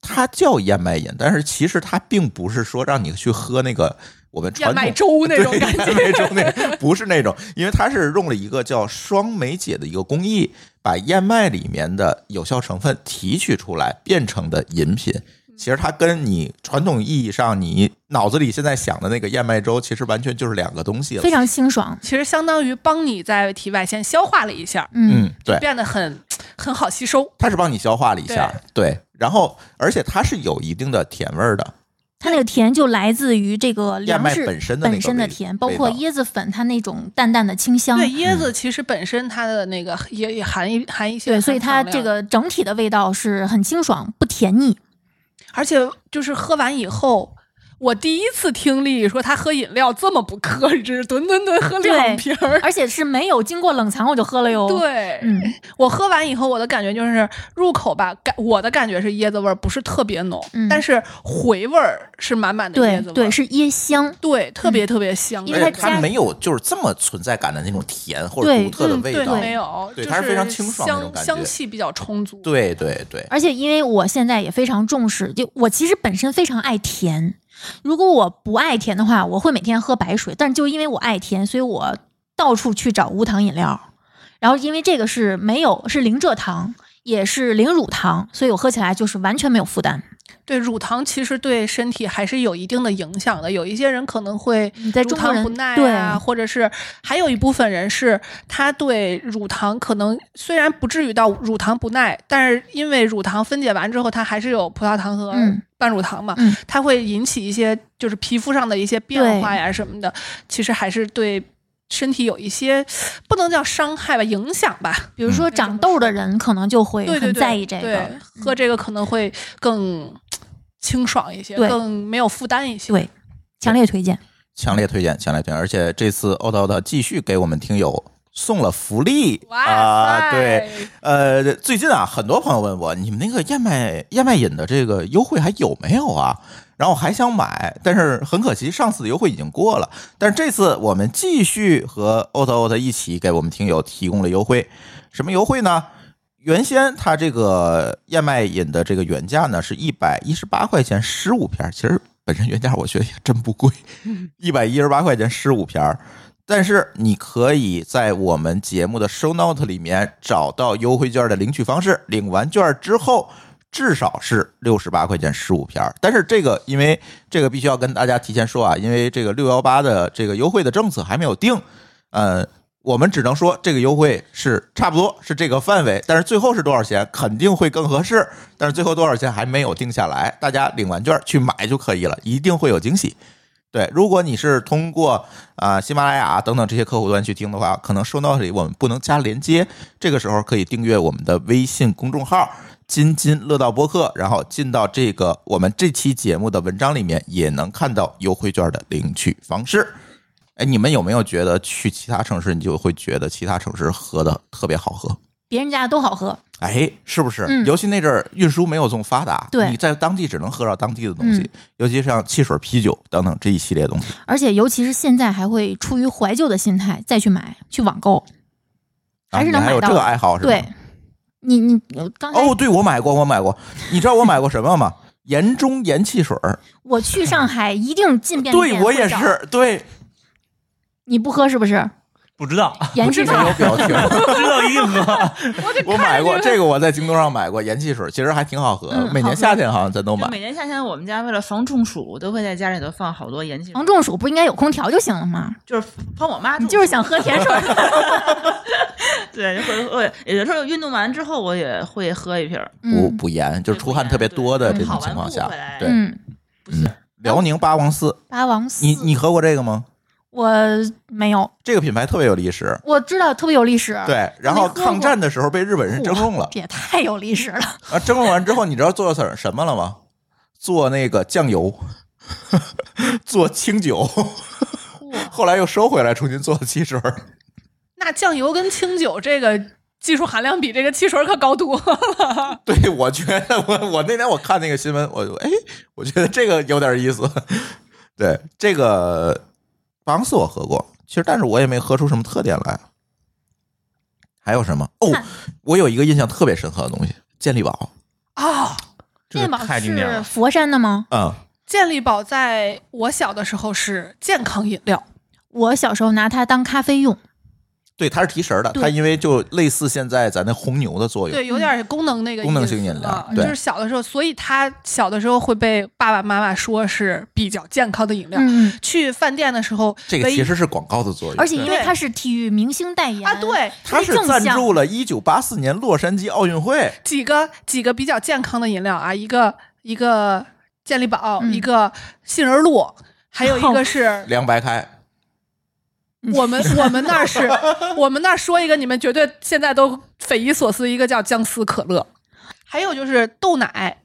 [SPEAKER 2] 它叫燕麦饮，但是其实它并不是说让你去喝那个我们传
[SPEAKER 4] 燕
[SPEAKER 2] 统
[SPEAKER 4] 麦粥那 种
[SPEAKER 2] 对
[SPEAKER 4] 感
[SPEAKER 2] 燕
[SPEAKER 4] 觉，
[SPEAKER 2] 麦粥那不是那种，因为它是用了一个叫双酶解的一个工艺，把燕麦里面的有效成分提取出来变成的饮品。其实它跟你传统意义上你脑子里现在想的那个燕麦粥，其实完全就是两个东西了。
[SPEAKER 3] 非常清爽。
[SPEAKER 4] 其实相当于帮你在体外先消化了一下，
[SPEAKER 3] 嗯，
[SPEAKER 2] 嗯，对，
[SPEAKER 4] 变得很很好吸收。
[SPEAKER 2] 它是帮你消化了一下，对，然后而且它是有一定的甜味儿的，
[SPEAKER 3] 它那个甜就来自于这个粮
[SPEAKER 2] 麦
[SPEAKER 3] 食
[SPEAKER 2] 本身的那个味
[SPEAKER 3] 甜，包括
[SPEAKER 2] 味道
[SPEAKER 3] 椰子粉它那种淡淡的清香。
[SPEAKER 4] 对，椰子其实本身它的那个也也含一含一些，
[SPEAKER 3] 对，所以它这，个整体的味道是很清爽，不甜腻。
[SPEAKER 4] 而且就是喝完以后。我第一次听丽丽说她喝饮料这么不克制， 吨吨吨喝两
[SPEAKER 3] 对
[SPEAKER 4] 瓶儿，
[SPEAKER 3] 而且是没有经过冷藏我就喝
[SPEAKER 4] 哦
[SPEAKER 3] 了哟。，
[SPEAKER 4] 对，哎
[SPEAKER 3] 嗯，
[SPEAKER 4] 我喝完以后，我的感觉就是入口吧，感我的感觉是椰子味儿不是特别浓，
[SPEAKER 3] 嗯
[SPEAKER 4] 但是回味儿是满满的
[SPEAKER 3] 对
[SPEAKER 4] 椰子味儿，
[SPEAKER 3] 对，是椰香。
[SPEAKER 4] 对特别特别香，
[SPEAKER 3] 因
[SPEAKER 2] 而
[SPEAKER 3] 为
[SPEAKER 2] 且
[SPEAKER 3] 它
[SPEAKER 2] 它
[SPEAKER 3] 加
[SPEAKER 2] 没有就是这么存在感的那种甜或者
[SPEAKER 3] 对
[SPEAKER 2] 独特的
[SPEAKER 4] 嗯
[SPEAKER 2] 味
[SPEAKER 4] 对
[SPEAKER 2] 道，
[SPEAKER 4] 没有，
[SPEAKER 2] 对
[SPEAKER 4] 就
[SPEAKER 2] 它是
[SPEAKER 4] 是
[SPEAKER 2] 非常清爽的那种
[SPEAKER 4] 香
[SPEAKER 2] 感觉
[SPEAKER 4] 香气比较充足，
[SPEAKER 2] 对对对，
[SPEAKER 3] 而且因为我现在也非常重视，就我其实本身非常爱甜。如果我不爱甜的话，我会每天喝白水。但是就因为我爱甜，所以我到处去找无糖饮料。然后因为这个是没有是零蔗糖，也是零乳糖，所以我喝起来就是完全没有负担。
[SPEAKER 4] 对乳糖其实对身体还是有一定的影响的，有一些人可能会
[SPEAKER 3] 你在
[SPEAKER 4] 乳
[SPEAKER 3] 中国
[SPEAKER 4] 糖
[SPEAKER 3] 人
[SPEAKER 4] 不耐啊，
[SPEAKER 3] 对
[SPEAKER 4] 或者是还有一部分人是他对乳糖可能虽然不至于到乳糖不耐，但是因为乳糖分解完之后，它还是有葡萄糖和
[SPEAKER 3] 嗯
[SPEAKER 4] 半乳糖嘛，
[SPEAKER 3] 嗯
[SPEAKER 4] 它会引起一些就是皮肤上的一些变化呀什么的，其实还是对身体有一些不能叫伤害吧，影响吧。
[SPEAKER 3] 比如说长痘的人可能就会
[SPEAKER 4] 对对
[SPEAKER 3] 很
[SPEAKER 4] 对，
[SPEAKER 3] 在意这个
[SPEAKER 4] 对。，喝这个嗯可能会更清爽一些，
[SPEAKER 3] 对
[SPEAKER 4] 更没有负担一些。
[SPEAKER 3] 对强烈推荐，
[SPEAKER 2] 强烈推荐，强烈推荐！而且这次欧道的继续给我们听友送了福利
[SPEAKER 4] 哇塞，
[SPEAKER 2] 啊！对，呃，最近啊，很多朋友问我，你们那个燕麦燕麦饮的这个优惠还有没有啊？然后我还想买，但是很可惜，上次的优惠已经过了。但是这次我们继续和 o t o o t 一起给我们听友提供了优惠，什么优惠呢？原先它这个燕麦饮的这个原价呢是一百一十八块钱十五瓶儿，其实本身原价我觉得也真不贵，一百一十八块钱十五瓶儿。但是你可以在我们节目的 show note 里面找到优惠券的领取方式，领完券之后。至少是六十八块钱十五瓶儿，但是这个因为这个必须要跟大家提前说啊，因为这个六幺八的这个优惠的政策还没有定，呃，我们只能说这个优惠是差不多是这个范围，但是最后是多少钱肯定会更合适，但是最后多少钱还没有定下来，大家领完券去买就可以了，一定会有惊喜。对，如果你是通过啊、喜马拉雅等等这些客户端去听的话，可能收到这里我们不能加连接，这个时候可以订阅我们的微信公众号“津津乐道播客”，然后进到这个我们这期节目的文章里面，也能看到优惠券的领取方式。哎，你们有没有觉得去其他城市，你就会觉得其他城市喝的特别好喝？
[SPEAKER 3] 别人家都好喝，
[SPEAKER 2] 哎，是不是？
[SPEAKER 3] 嗯
[SPEAKER 2] 尤其那阵儿运输没有这么发达，
[SPEAKER 3] 对
[SPEAKER 2] 你在当地只能喝到当地的东西，
[SPEAKER 3] 嗯
[SPEAKER 2] 尤其像汽水、啤酒等等这一系列东西。
[SPEAKER 3] 而且尤其是现在还会出于怀旧的心态再去买，去网购，
[SPEAKER 2] 啊，
[SPEAKER 3] 还是
[SPEAKER 2] 你
[SPEAKER 3] 能
[SPEAKER 2] 还
[SPEAKER 3] 买
[SPEAKER 2] 有
[SPEAKER 3] 到
[SPEAKER 2] 这
[SPEAKER 3] 的。
[SPEAKER 2] 个爱哦好是吧？
[SPEAKER 3] 对，你你我刚才、
[SPEAKER 2] 哦，对，我买过，我买过。你知道我买过什么吗？盐中盐汽水儿，
[SPEAKER 3] 我去上海一定进便利店
[SPEAKER 2] 对我也
[SPEAKER 3] 会找，
[SPEAKER 2] 是，对，
[SPEAKER 3] 你不喝是不是？
[SPEAKER 5] 不知道，
[SPEAKER 3] 盐汽水
[SPEAKER 2] 没有表情。
[SPEAKER 5] 不知道一定 喝。
[SPEAKER 2] 我买过这个，我在京东上买过盐汽水儿，其实还挺好喝。
[SPEAKER 3] 嗯
[SPEAKER 2] 每年
[SPEAKER 3] 好喝
[SPEAKER 2] 夏天好像咱都买
[SPEAKER 6] 就。每年夏天，我们家为了防中暑，都会在家里头放好多盐汽
[SPEAKER 2] 啊
[SPEAKER 6] 水
[SPEAKER 3] 防，中暑不应该有空调就行了吗？
[SPEAKER 6] 就是防我妈中
[SPEAKER 3] 你
[SPEAKER 6] 暑。
[SPEAKER 3] 就是想喝甜水儿，
[SPEAKER 6] 对，会会有时候运动完之后，我也会喝一瓶儿。
[SPEAKER 2] 补
[SPEAKER 3] 嗯
[SPEAKER 2] 补盐，就是
[SPEAKER 6] 对
[SPEAKER 2] 出汗特别多的
[SPEAKER 6] 对
[SPEAKER 2] 这
[SPEAKER 6] 跑
[SPEAKER 2] 种
[SPEAKER 6] 完
[SPEAKER 2] 情况
[SPEAKER 6] 步
[SPEAKER 2] 下
[SPEAKER 6] 回来，
[SPEAKER 2] 对，
[SPEAKER 3] 嗯，
[SPEAKER 6] 不是，
[SPEAKER 2] 辽宁八王寺，
[SPEAKER 3] 八王寺，
[SPEAKER 2] 你你喝过这个吗？
[SPEAKER 3] 我没有，
[SPEAKER 2] 这个品牌特别有历史，
[SPEAKER 3] 我知道特别有历史，
[SPEAKER 2] 对。然后抗战的时候被日本人征用了
[SPEAKER 3] 这，也太有历史了。
[SPEAKER 2] 啊，蒸完之后，你知道做什什么了吗？做那个酱油， 做清酒， 后来又收回来，重新做的汽水儿。
[SPEAKER 4] 那酱油跟清酒这个技术含量比这个汽水可高多 了。
[SPEAKER 2] 对，我觉得我我那天我看那个新闻，我就哎，我觉得这个有点意思。对，这个巴昂斯我喝过，其实但是我也没喝出什么特点来。还有什么？哦
[SPEAKER 3] 看，
[SPEAKER 2] 我有一个印象特别深刻的东西，健力宝。
[SPEAKER 4] 啊！
[SPEAKER 5] 这个
[SPEAKER 3] 宝
[SPEAKER 5] 太经典
[SPEAKER 3] 是
[SPEAKER 5] 了，
[SPEAKER 3] 佛山的吗？
[SPEAKER 2] 嗯，
[SPEAKER 4] 健力宝在我小的时候是健康饮料，
[SPEAKER 3] 我小时候拿它当咖啡用，
[SPEAKER 2] 对，它是提神儿的，
[SPEAKER 3] 对
[SPEAKER 2] 它因为就类似现在咱那红牛的作用。
[SPEAKER 4] 对，有点功能那个
[SPEAKER 2] 功能
[SPEAKER 4] 意思
[SPEAKER 2] 性饮料
[SPEAKER 4] 啊
[SPEAKER 2] 对
[SPEAKER 4] 就是小的时候，所以他小的时候会被爸爸妈妈说是比较健康的饮料。
[SPEAKER 3] 嗯，
[SPEAKER 4] 去饭店的时候，
[SPEAKER 2] 这个
[SPEAKER 4] 唯一
[SPEAKER 2] 其实是广告的作用，
[SPEAKER 3] 而且因为
[SPEAKER 4] 对
[SPEAKER 3] 它是体育明星代言
[SPEAKER 4] 啊，对，
[SPEAKER 2] 它是
[SPEAKER 3] 正
[SPEAKER 2] 赞
[SPEAKER 3] 向
[SPEAKER 2] 助了1984年洛杉矶奥运会。
[SPEAKER 4] 几个几个比较健康的饮料啊，一个一个健力宝，
[SPEAKER 3] 嗯哦
[SPEAKER 4] 一个杏仁露，还有一个是
[SPEAKER 2] 凉白开，
[SPEAKER 4] 我们我们那儿是， 我们那儿说一个你们绝对现在都匪夷所思，一个叫姜丝可乐，还有就是豆奶，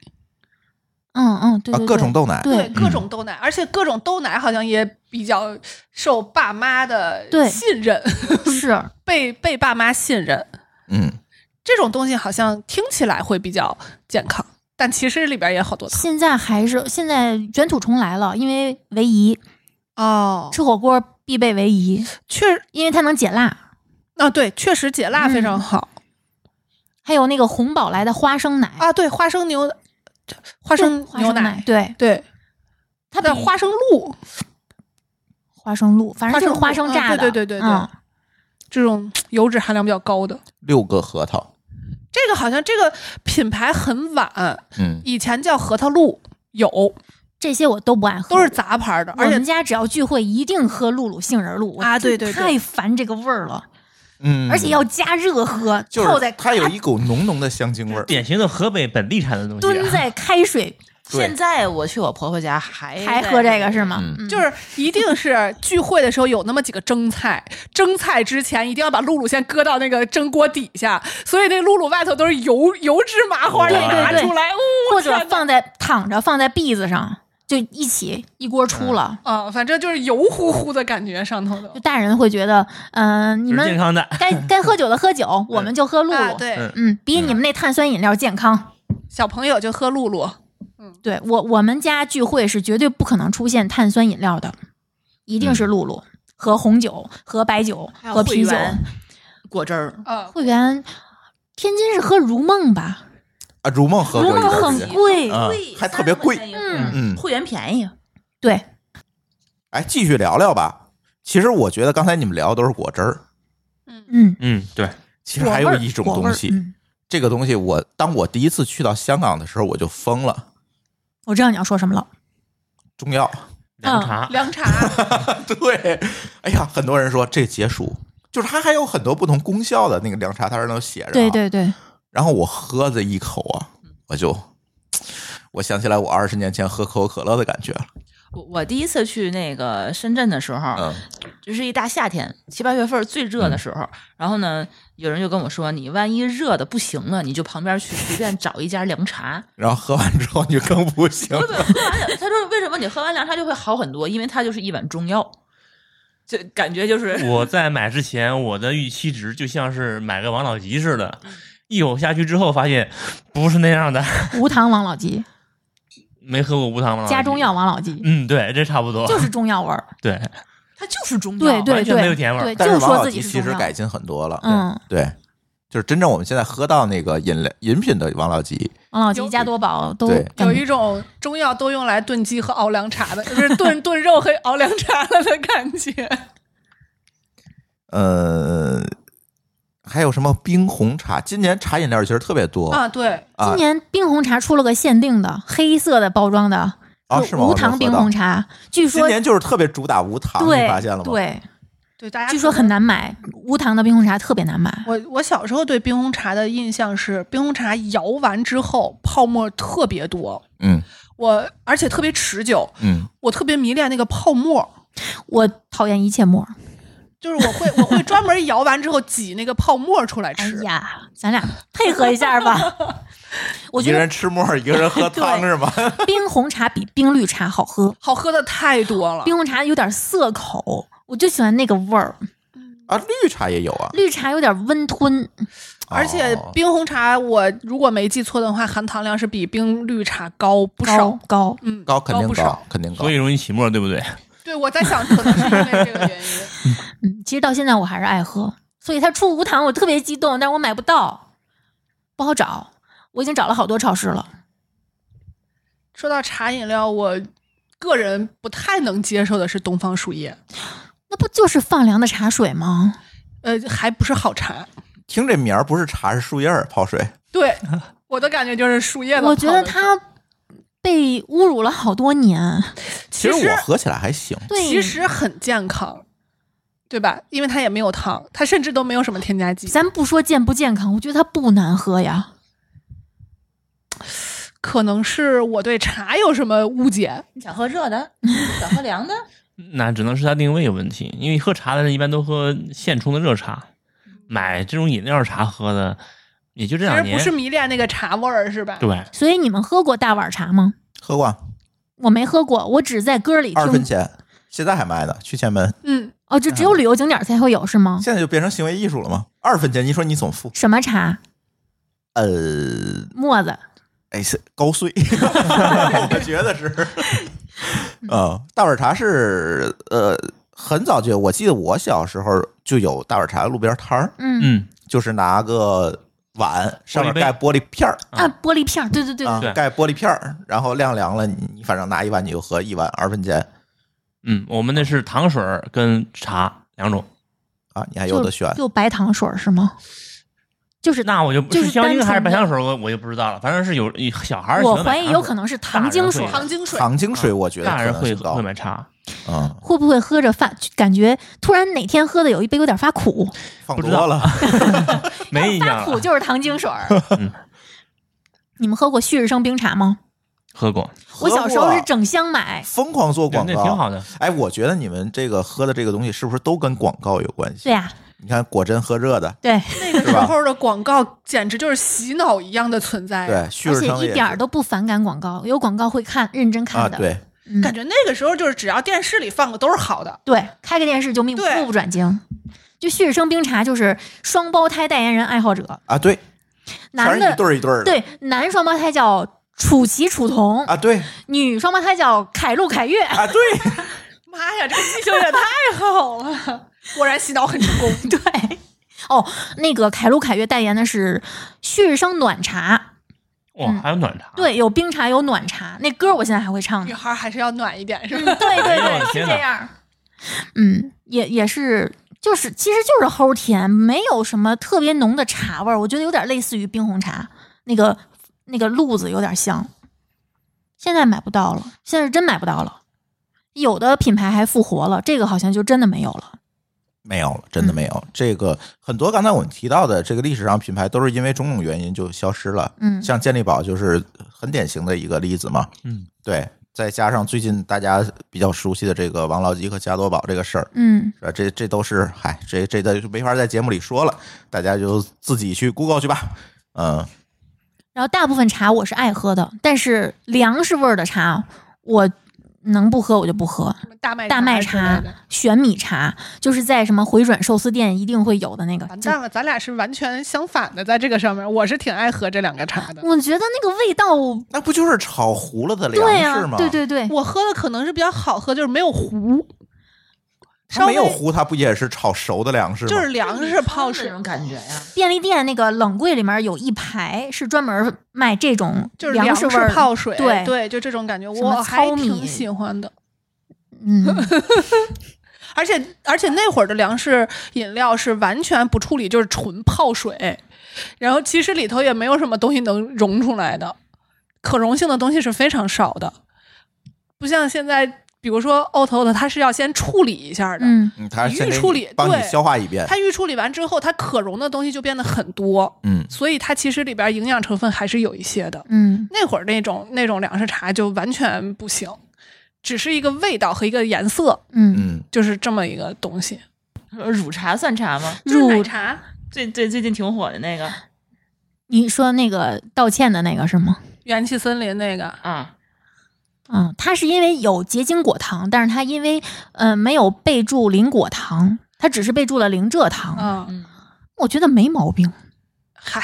[SPEAKER 3] 嗯嗯，对
[SPEAKER 2] 啊，
[SPEAKER 3] 对，
[SPEAKER 2] 各种
[SPEAKER 3] 对
[SPEAKER 2] 豆奶，
[SPEAKER 3] 对
[SPEAKER 4] 各种豆奶，而且各种豆奶好像也比较受爸妈的
[SPEAKER 3] 对
[SPEAKER 4] 信任，
[SPEAKER 3] 是，
[SPEAKER 4] 被被爸妈信任，
[SPEAKER 2] 嗯，
[SPEAKER 4] 这种东西好像听起来会比较健康，但其实里边也有好多糖
[SPEAKER 3] 现在还是现在卷土重来了，因为唯一
[SPEAKER 4] 哦
[SPEAKER 3] 吃火锅必备唯一，
[SPEAKER 4] 确
[SPEAKER 3] 因为它能解辣。
[SPEAKER 4] 啊，对，确实解辣非常好、
[SPEAKER 3] 还有那个红宝来的花生奶，
[SPEAKER 4] 啊。对，花生牛，花
[SPEAKER 3] 花
[SPEAKER 4] 生
[SPEAKER 3] 花
[SPEAKER 4] 牛
[SPEAKER 3] 生嗯
[SPEAKER 4] 奶，
[SPEAKER 3] 对，
[SPEAKER 4] 对，
[SPEAKER 3] 它比
[SPEAKER 4] 的花生露
[SPEAKER 3] 花生露，反正就是花
[SPEAKER 4] 花生
[SPEAKER 3] 生
[SPEAKER 4] 露
[SPEAKER 3] 榨的，
[SPEAKER 4] 嗯对对对对对
[SPEAKER 3] 嗯
[SPEAKER 4] 这种油脂含量比较高的，
[SPEAKER 2] 六个核桃，
[SPEAKER 4] 这个好像这个品牌很晚，
[SPEAKER 2] 嗯，
[SPEAKER 4] 以前叫核桃露，有
[SPEAKER 3] 这些我都不爱喝，
[SPEAKER 4] 都是杂牌的，
[SPEAKER 3] 我
[SPEAKER 4] 而
[SPEAKER 3] 们
[SPEAKER 4] 且
[SPEAKER 3] 家只要聚会一定喝露露杏仁露
[SPEAKER 4] 啊
[SPEAKER 3] 我真
[SPEAKER 4] 对对对
[SPEAKER 3] 太烦这个味儿了，
[SPEAKER 2] 嗯，
[SPEAKER 3] 而且要加热喝，
[SPEAKER 2] 就
[SPEAKER 3] 泡
[SPEAKER 2] 是
[SPEAKER 3] 在
[SPEAKER 2] 它有一股浓浓的香精味儿，
[SPEAKER 5] 典型的河北本地产的东西啊。
[SPEAKER 3] 蹲在开水
[SPEAKER 2] 对
[SPEAKER 6] 现在我去我婆婆家还
[SPEAKER 4] 哎
[SPEAKER 3] 还
[SPEAKER 6] 在
[SPEAKER 3] 喝这个是吗？
[SPEAKER 2] 嗯
[SPEAKER 3] 嗯
[SPEAKER 4] 就是一定是聚会的时候有那么几个蒸菜，蒸菜之前一定要把露露先搁到那个蒸锅底下，所以那露露外头都是油油脂麻花
[SPEAKER 5] 对
[SPEAKER 4] 的
[SPEAKER 5] 对
[SPEAKER 4] 拿
[SPEAKER 3] 对
[SPEAKER 4] 出来，哦呜
[SPEAKER 3] 或者放在躺着放在篦子上，就一起一锅
[SPEAKER 2] 嗯
[SPEAKER 3] 出了。
[SPEAKER 4] 啊，反正就是油乎乎的感觉上头的
[SPEAKER 3] 就。大人会觉得，嗯、你
[SPEAKER 5] 就是健
[SPEAKER 3] 们
[SPEAKER 5] 康的，
[SPEAKER 3] 该 该喝酒的喝酒，我们就喝露
[SPEAKER 4] 啊，
[SPEAKER 3] 露。
[SPEAKER 4] 对，
[SPEAKER 5] 嗯
[SPEAKER 3] 嗯，比你们那碳酸饮料健康。
[SPEAKER 4] 小朋友就喝露露，
[SPEAKER 6] 嗯
[SPEAKER 3] 对我我们家聚会是绝对不可能出现碳酸饮料的，一定
[SPEAKER 2] 嗯
[SPEAKER 3] 是露露、和红酒、和白酒、
[SPEAKER 6] 还有
[SPEAKER 3] 和
[SPEAKER 6] 会
[SPEAKER 3] 啤酒。
[SPEAKER 6] 员果汁儿，
[SPEAKER 4] 啊，
[SPEAKER 3] 会员，天津是喝如梦吧？
[SPEAKER 2] 啊，如梦喝
[SPEAKER 3] 如
[SPEAKER 2] 过一
[SPEAKER 3] 梦
[SPEAKER 2] 段时
[SPEAKER 3] 很
[SPEAKER 2] 间，
[SPEAKER 3] 贵，
[SPEAKER 2] 嗯还特别贵
[SPEAKER 6] 三十块钱一个
[SPEAKER 3] 嗯
[SPEAKER 2] 嗯，
[SPEAKER 6] 会员便宜，
[SPEAKER 3] 对，
[SPEAKER 2] 哎，继续聊聊吧。其实我觉得刚才你们聊的都是果汁儿，
[SPEAKER 3] 嗯，
[SPEAKER 5] 嗯，对，
[SPEAKER 2] 其实还有
[SPEAKER 3] 果味儿
[SPEAKER 2] 一种
[SPEAKER 3] 果味
[SPEAKER 2] 东
[SPEAKER 3] 儿
[SPEAKER 2] 西，
[SPEAKER 3] 嗯
[SPEAKER 2] 这个东西我当我第一次去到香港的时候我就疯了，
[SPEAKER 3] 我知道你要说什么了。
[SPEAKER 2] 中药。
[SPEAKER 5] 凉茶，
[SPEAKER 4] 凉 茶，
[SPEAKER 2] 对，哎呀，很多人说这解暑，就是它还有很多不同功效的那个凉茶，它上都写着、啊。
[SPEAKER 3] 对。对对，
[SPEAKER 2] 然后我喝这一口啊，
[SPEAKER 3] 嗯
[SPEAKER 2] 我就我想起来我二十年前喝可口可乐的感觉了。
[SPEAKER 6] 我我第一次去那个深圳的时候，
[SPEAKER 2] 嗯，
[SPEAKER 6] 就是一大夏天，七八月份最热的时候，然后呢，有人就跟我说，你万一热的不行了，你就旁边去随便找一家凉茶。
[SPEAKER 2] 然后喝完之后你就更不行
[SPEAKER 6] 不。不，喝完了他说为什么你喝完凉茶就会好很多？因为它就是一碗中药，就感觉就是
[SPEAKER 5] 我在买之前，我的预期值就像是买个王老吉似的，一口下去之后发现不是那样的，
[SPEAKER 3] 无糖王老吉，
[SPEAKER 5] 没喝过无糖王
[SPEAKER 2] 啊
[SPEAKER 5] 老吉
[SPEAKER 3] 加中药，王老吉，
[SPEAKER 5] 嗯，对，这差不多，
[SPEAKER 3] 就是中药味儿。
[SPEAKER 5] 对，
[SPEAKER 6] 它就是中药。
[SPEAKER 3] 对对
[SPEAKER 5] 完全
[SPEAKER 3] 对，
[SPEAKER 5] 没有甜味儿
[SPEAKER 3] 对，
[SPEAKER 2] 但是
[SPEAKER 3] 就
[SPEAKER 2] 王
[SPEAKER 3] 说
[SPEAKER 2] 老
[SPEAKER 3] 自己
[SPEAKER 2] 吉
[SPEAKER 3] 是
[SPEAKER 2] 其
[SPEAKER 3] 中
[SPEAKER 2] 实
[SPEAKER 3] 药。
[SPEAKER 2] 改进很多了。
[SPEAKER 3] 嗯，
[SPEAKER 2] 对，就是真正我们现在喝到那个饮料饮品的王老吉，
[SPEAKER 3] 王老
[SPEAKER 4] 有
[SPEAKER 3] 吉、加多宝都
[SPEAKER 2] 对
[SPEAKER 4] 有
[SPEAKER 3] 嗯
[SPEAKER 4] 一种中药都用来炖鸡和熬凉 茶的，就是炖炖肉和熬凉茶了的感觉。
[SPEAKER 2] 呃，还有什么冰红茶？今年茶饮料其实特别多
[SPEAKER 4] 啊，对，
[SPEAKER 2] 啊
[SPEAKER 3] 今年冰红茶出了个限定的黑色的包装的，
[SPEAKER 2] 啊，
[SPEAKER 3] 就是
[SPEAKER 2] 吗？
[SPEAKER 3] 无
[SPEAKER 2] 我没有
[SPEAKER 3] 糖
[SPEAKER 2] 喝
[SPEAKER 3] 冰
[SPEAKER 2] 到
[SPEAKER 3] 红茶，据
[SPEAKER 2] 今
[SPEAKER 3] 说
[SPEAKER 2] 年就是特别主打无糖，你
[SPEAKER 3] 对
[SPEAKER 2] 发现了吗？，
[SPEAKER 3] 对，
[SPEAKER 4] 对大家
[SPEAKER 3] 据说
[SPEAKER 4] 可能
[SPEAKER 3] 很难买，无糖的冰红茶特别难买。
[SPEAKER 4] 我我小时候对冰红茶的印象是，冰红茶摇完之后泡沫特别多，
[SPEAKER 2] 嗯
[SPEAKER 4] 我而且特别持久，
[SPEAKER 2] 嗯，
[SPEAKER 4] 我特别迷恋那个泡沫，
[SPEAKER 3] 我讨厌一切沫儿。
[SPEAKER 4] 就是我会我会专门摇完之后挤那个泡沫出来
[SPEAKER 3] 哎
[SPEAKER 4] 吃。
[SPEAKER 3] 呀，咱俩配合一下吧。 我
[SPEAKER 2] 一
[SPEAKER 3] 觉
[SPEAKER 2] 个
[SPEAKER 3] 得
[SPEAKER 2] 人吃沫儿，一个人喝汤
[SPEAKER 3] 对
[SPEAKER 2] 是吗？
[SPEAKER 3] 冰红茶比冰绿茶好喝，
[SPEAKER 4] 好喝的太多了，
[SPEAKER 3] 冰红茶有点涩口，我就喜欢那个味儿。
[SPEAKER 2] 啊，绿茶也有啊，
[SPEAKER 3] 绿茶有点温吞，
[SPEAKER 4] 而且
[SPEAKER 2] 哦
[SPEAKER 4] 冰红茶我如果没记错的话，含糖量是比冰绿茶高不
[SPEAKER 3] 高
[SPEAKER 4] 少。
[SPEAKER 3] 高。
[SPEAKER 4] 嗯，
[SPEAKER 2] 高肯定
[SPEAKER 4] 不
[SPEAKER 2] 高
[SPEAKER 4] 少。，
[SPEAKER 2] 肯定高
[SPEAKER 5] 所以。容易起沫，对不对？
[SPEAKER 4] 对，我在想，可能是因为这个原因。
[SPEAKER 3] 嗯，其实到现在我还是爱喝，所以它出无糖我特别激动，但是我买不到，不好找。我已经找了好多超市了。
[SPEAKER 4] 说到茶饮料，我个人不太能接受的是东方树叶，
[SPEAKER 3] 那不就是放凉的茶水吗？
[SPEAKER 4] 呃，还不是好茶。
[SPEAKER 2] 听这名儿不是茶是树叶儿泡水，
[SPEAKER 4] 对，我的感觉就是树叶子。
[SPEAKER 3] 我觉得，它被侮辱了好多年。
[SPEAKER 2] 其
[SPEAKER 4] 其实
[SPEAKER 2] 实我喝起来还行。
[SPEAKER 3] 对，
[SPEAKER 4] 其实很健康，对吧？因为它也没有糖，它甚至都没有什么添加剂。
[SPEAKER 3] 咱不说健不健康，我觉得它不难喝呀。
[SPEAKER 4] 可能是我对茶有什么误解，
[SPEAKER 6] 你想喝热的，想喝 凉的，
[SPEAKER 5] 那只能是它定位有问题，因为喝茶的人一般都喝现冲的热茶，买这种饮料茶喝的也就这
[SPEAKER 4] 其
[SPEAKER 5] 两
[SPEAKER 4] 实
[SPEAKER 5] 年
[SPEAKER 4] 不，是迷恋那个茶味儿，是吧？
[SPEAKER 5] 对，
[SPEAKER 3] 所以你们喝过大碗茶吗？
[SPEAKER 2] 喝过啊
[SPEAKER 3] 我没喝过，我只在歌里
[SPEAKER 2] 二分
[SPEAKER 3] 听。
[SPEAKER 2] 钱，现在还卖呢，去前门，
[SPEAKER 4] 嗯，
[SPEAKER 3] 哦，就只有旅游景点才会有是吗？
[SPEAKER 2] 现在就变成行为艺术了吗？二分钱，你说你总付？
[SPEAKER 3] 什么茶？
[SPEAKER 2] 呃，
[SPEAKER 3] 沫子。
[SPEAKER 2] 哎，是高碎， 我觉得是。呃，大碗茶是呃很早就有，我记得我小时候就有大碗茶的路边摊儿，
[SPEAKER 3] 嗯
[SPEAKER 5] 嗯，
[SPEAKER 2] 就是拿个碗上面
[SPEAKER 5] 杯
[SPEAKER 2] 盖玻璃片儿
[SPEAKER 3] 啊，玻璃片儿，对对
[SPEAKER 4] 嗯
[SPEAKER 2] 嗯
[SPEAKER 3] 对
[SPEAKER 2] 啊
[SPEAKER 3] 对，
[SPEAKER 5] 对
[SPEAKER 2] 盖玻璃片儿，然后晾凉了，你你反正拿一碗你就喝一碗二分钱
[SPEAKER 5] 嗯，我们那是糖水儿跟茶两种，
[SPEAKER 2] 啊，你还有
[SPEAKER 3] 就
[SPEAKER 2] 的选。
[SPEAKER 3] 就白糖水儿是吗？就是
[SPEAKER 5] 那我就不
[SPEAKER 3] 就是
[SPEAKER 5] 是香精还是白
[SPEAKER 3] 单纯
[SPEAKER 5] 糖水儿，我我就不知道了，反正是有小孩儿喜
[SPEAKER 3] 我
[SPEAKER 5] 欢买
[SPEAKER 3] 怀疑
[SPEAKER 2] 啊
[SPEAKER 5] 糖
[SPEAKER 3] 有
[SPEAKER 5] 水
[SPEAKER 3] 可
[SPEAKER 5] 儿
[SPEAKER 3] 能是糖精水
[SPEAKER 5] 大人会
[SPEAKER 4] 糖精水，
[SPEAKER 2] 糖精水我觉得
[SPEAKER 5] 大
[SPEAKER 2] 可
[SPEAKER 5] 人
[SPEAKER 2] 能
[SPEAKER 5] 会
[SPEAKER 2] 是高
[SPEAKER 5] 会，买茶，
[SPEAKER 2] 嗯，
[SPEAKER 3] 会不会喝着发感觉突然哪天喝的有一杯有点发苦，
[SPEAKER 2] 放
[SPEAKER 5] 不知
[SPEAKER 2] 多
[SPEAKER 5] 道啊
[SPEAKER 2] 了。
[SPEAKER 5] 没印
[SPEAKER 3] 发
[SPEAKER 5] 象
[SPEAKER 3] 苦
[SPEAKER 5] 了。
[SPEAKER 2] 啊
[SPEAKER 3] 啊 就是糖精水儿
[SPEAKER 5] 嗯。
[SPEAKER 3] 你们喝过旭日升冰茶吗？
[SPEAKER 5] 喝过，
[SPEAKER 3] 我小时候
[SPEAKER 2] 喝
[SPEAKER 3] 是
[SPEAKER 2] 过
[SPEAKER 3] 整箱买，
[SPEAKER 2] 疯狂做
[SPEAKER 5] 对
[SPEAKER 2] 广告，
[SPEAKER 5] 那挺好的。
[SPEAKER 2] 哎，我觉得你们这个喝的这个东西是不是都跟广告有关系？
[SPEAKER 3] 对呀、
[SPEAKER 2] 你看果真喝热的，
[SPEAKER 3] 对，
[SPEAKER 4] 那个 时候的广告简直就是洗脑一样的存在，
[SPEAKER 2] 对，旭
[SPEAKER 3] 而
[SPEAKER 2] 日
[SPEAKER 3] 且
[SPEAKER 2] 升
[SPEAKER 3] 一点儿都不反感广告，有广告会看，认真
[SPEAKER 2] 啊，
[SPEAKER 3] 看的。
[SPEAKER 2] 对，
[SPEAKER 3] 嗯
[SPEAKER 4] 感觉那个时候就是只要电视里放过都是好的，
[SPEAKER 3] 对，开个电视就命
[SPEAKER 4] 对
[SPEAKER 3] 目不转睛。就旭日升冰茶就是双胞胎代言人爱好者，
[SPEAKER 2] 啊，对，全
[SPEAKER 3] 男
[SPEAKER 2] 是一
[SPEAKER 3] 的
[SPEAKER 2] 对儿一对儿的，
[SPEAKER 3] 对男双胞胎叫楚奇楚童，
[SPEAKER 2] 啊，对
[SPEAKER 3] 女双胞胎叫凯路凯越。
[SPEAKER 2] 啊，对，
[SPEAKER 4] 妈呀，这个记性也太好了， 果然洗脑很成功。
[SPEAKER 3] 对，哦，那个凯路凯越代言的是旭日升暖茶，
[SPEAKER 5] 哇，还有暖茶，
[SPEAKER 3] 对，有冰茶有暖茶，那歌我现在还会唱
[SPEAKER 4] 女
[SPEAKER 3] 呢。
[SPEAKER 4] 孩还是要暖一点，是
[SPEAKER 3] 嗯
[SPEAKER 4] 吧？
[SPEAKER 3] 对对
[SPEAKER 5] 哎呦
[SPEAKER 3] 对，
[SPEAKER 5] 天
[SPEAKER 3] 是
[SPEAKER 5] 哪
[SPEAKER 3] 这样。嗯，也也是，就是其实就是齁甜，没有什么特别浓的茶味儿，我觉得有点类似于冰红茶，那个那个路子有点像。现在买不到了，现在是真买不到了。有的品牌还复活了，这个好像就真的没有了。
[SPEAKER 2] 没有了，真的没有。
[SPEAKER 4] 嗯
[SPEAKER 2] 这个很多刚才我们提到的这个历史上品牌，都是因为种种原因就消失了。
[SPEAKER 3] 嗯
[SPEAKER 2] 像健力宝就是很典型的一个例子嘛。
[SPEAKER 5] 嗯，
[SPEAKER 2] 对，再加上最近大家比较熟悉的这个王老吉和加多宝这个事儿，
[SPEAKER 3] 嗯，
[SPEAKER 2] 是吧？这这都是，嗨，这这都没法在节目里说了，大家就自己去 Google 去吧。嗯，
[SPEAKER 3] 然后大部分茶我是爱喝的，但是粮食味儿的茶我能不喝我就不喝。
[SPEAKER 4] 什么 大麦
[SPEAKER 3] 大麦
[SPEAKER 4] 之类
[SPEAKER 3] 茶
[SPEAKER 4] 的。、
[SPEAKER 3] 玄米茶，就是在什么回转寿司店一定会有的那个。
[SPEAKER 4] 完
[SPEAKER 3] 就
[SPEAKER 4] 蛋了，咱俩是完全相反的，在这个上面，我是挺爱喝这两个茶的。
[SPEAKER 3] 我觉得那个味道，
[SPEAKER 2] 那不就是炒糊了的
[SPEAKER 3] 对
[SPEAKER 4] 啊
[SPEAKER 2] 粮食
[SPEAKER 3] 呀、
[SPEAKER 2] 吗？
[SPEAKER 3] 对对对，
[SPEAKER 4] 我喝的可能是比较好喝，就是没有糊，
[SPEAKER 2] 它
[SPEAKER 4] 稍
[SPEAKER 2] 没有
[SPEAKER 4] 微
[SPEAKER 2] 糊，它不也是炒熟的粮食吗？
[SPEAKER 4] 就是粮食泡
[SPEAKER 6] 那
[SPEAKER 4] 水，
[SPEAKER 6] 种感觉呀，
[SPEAKER 3] 便利店那个冷柜里面有一排是专门卖这种
[SPEAKER 4] 就是
[SPEAKER 3] 粮
[SPEAKER 4] 粮食
[SPEAKER 3] 味儿的
[SPEAKER 4] 泡水，
[SPEAKER 3] 对，
[SPEAKER 4] 对，就这种感觉，
[SPEAKER 3] 什么
[SPEAKER 4] 我还
[SPEAKER 3] 糙米
[SPEAKER 4] 挺喜欢的。
[SPEAKER 3] 嗯，
[SPEAKER 4] 而且而且那会儿的粮食饮料是完全不处理，就是纯泡水，然后其实里头也没有什么东西能溶出来的，可溶性的东西是非常少的，不像现在，比如说哦 o t o 的，它是要先处理一下的，
[SPEAKER 3] 嗯，
[SPEAKER 2] 嗯，它
[SPEAKER 4] 你预
[SPEAKER 2] 先给
[SPEAKER 4] 处理
[SPEAKER 2] 帮你
[SPEAKER 4] 对
[SPEAKER 2] 消化一遍。
[SPEAKER 4] 它预处理完之后，它可溶的东西就变得很多，
[SPEAKER 2] 嗯，
[SPEAKER 4] 所以它其实里边营养成分还是有一些的。
[SPEAKER 3] 嗯，
[SPEAKER 4] 那会儿那种那种粮食茶就完全不行，只是一个味道和一个颜色，
[SPEAKER 3] 嗯，
[SPEAKER 2] 嗯，
[SPEAKER 4] 就是这么一个东西。
[SPEAKER 6] 乳茶算茶吗？
[SPEAKER 4] 就是奶
[SPEAKER 3] 乳，
[SPEAKER 4] 茶，
[SPEAKER 6] 最最最近挺火的那个
[SPEAKER 3] 你说那个道歉的那个是吗？
[SPEAKER 4] 元气森林那个，
[SPEAKER 6] 啊，
[SPEAKER 3] 嗯，它是因为有结晶果糖，但是它因为呃没有备注零果糖，它只是备注了零蔗糖，
[SPEAKER 4] 嗯，
[SPEAKER 6] 嗯，
[SPEAKER 3] 我觉得没毛病。
[SPEAKER 4] 嗨，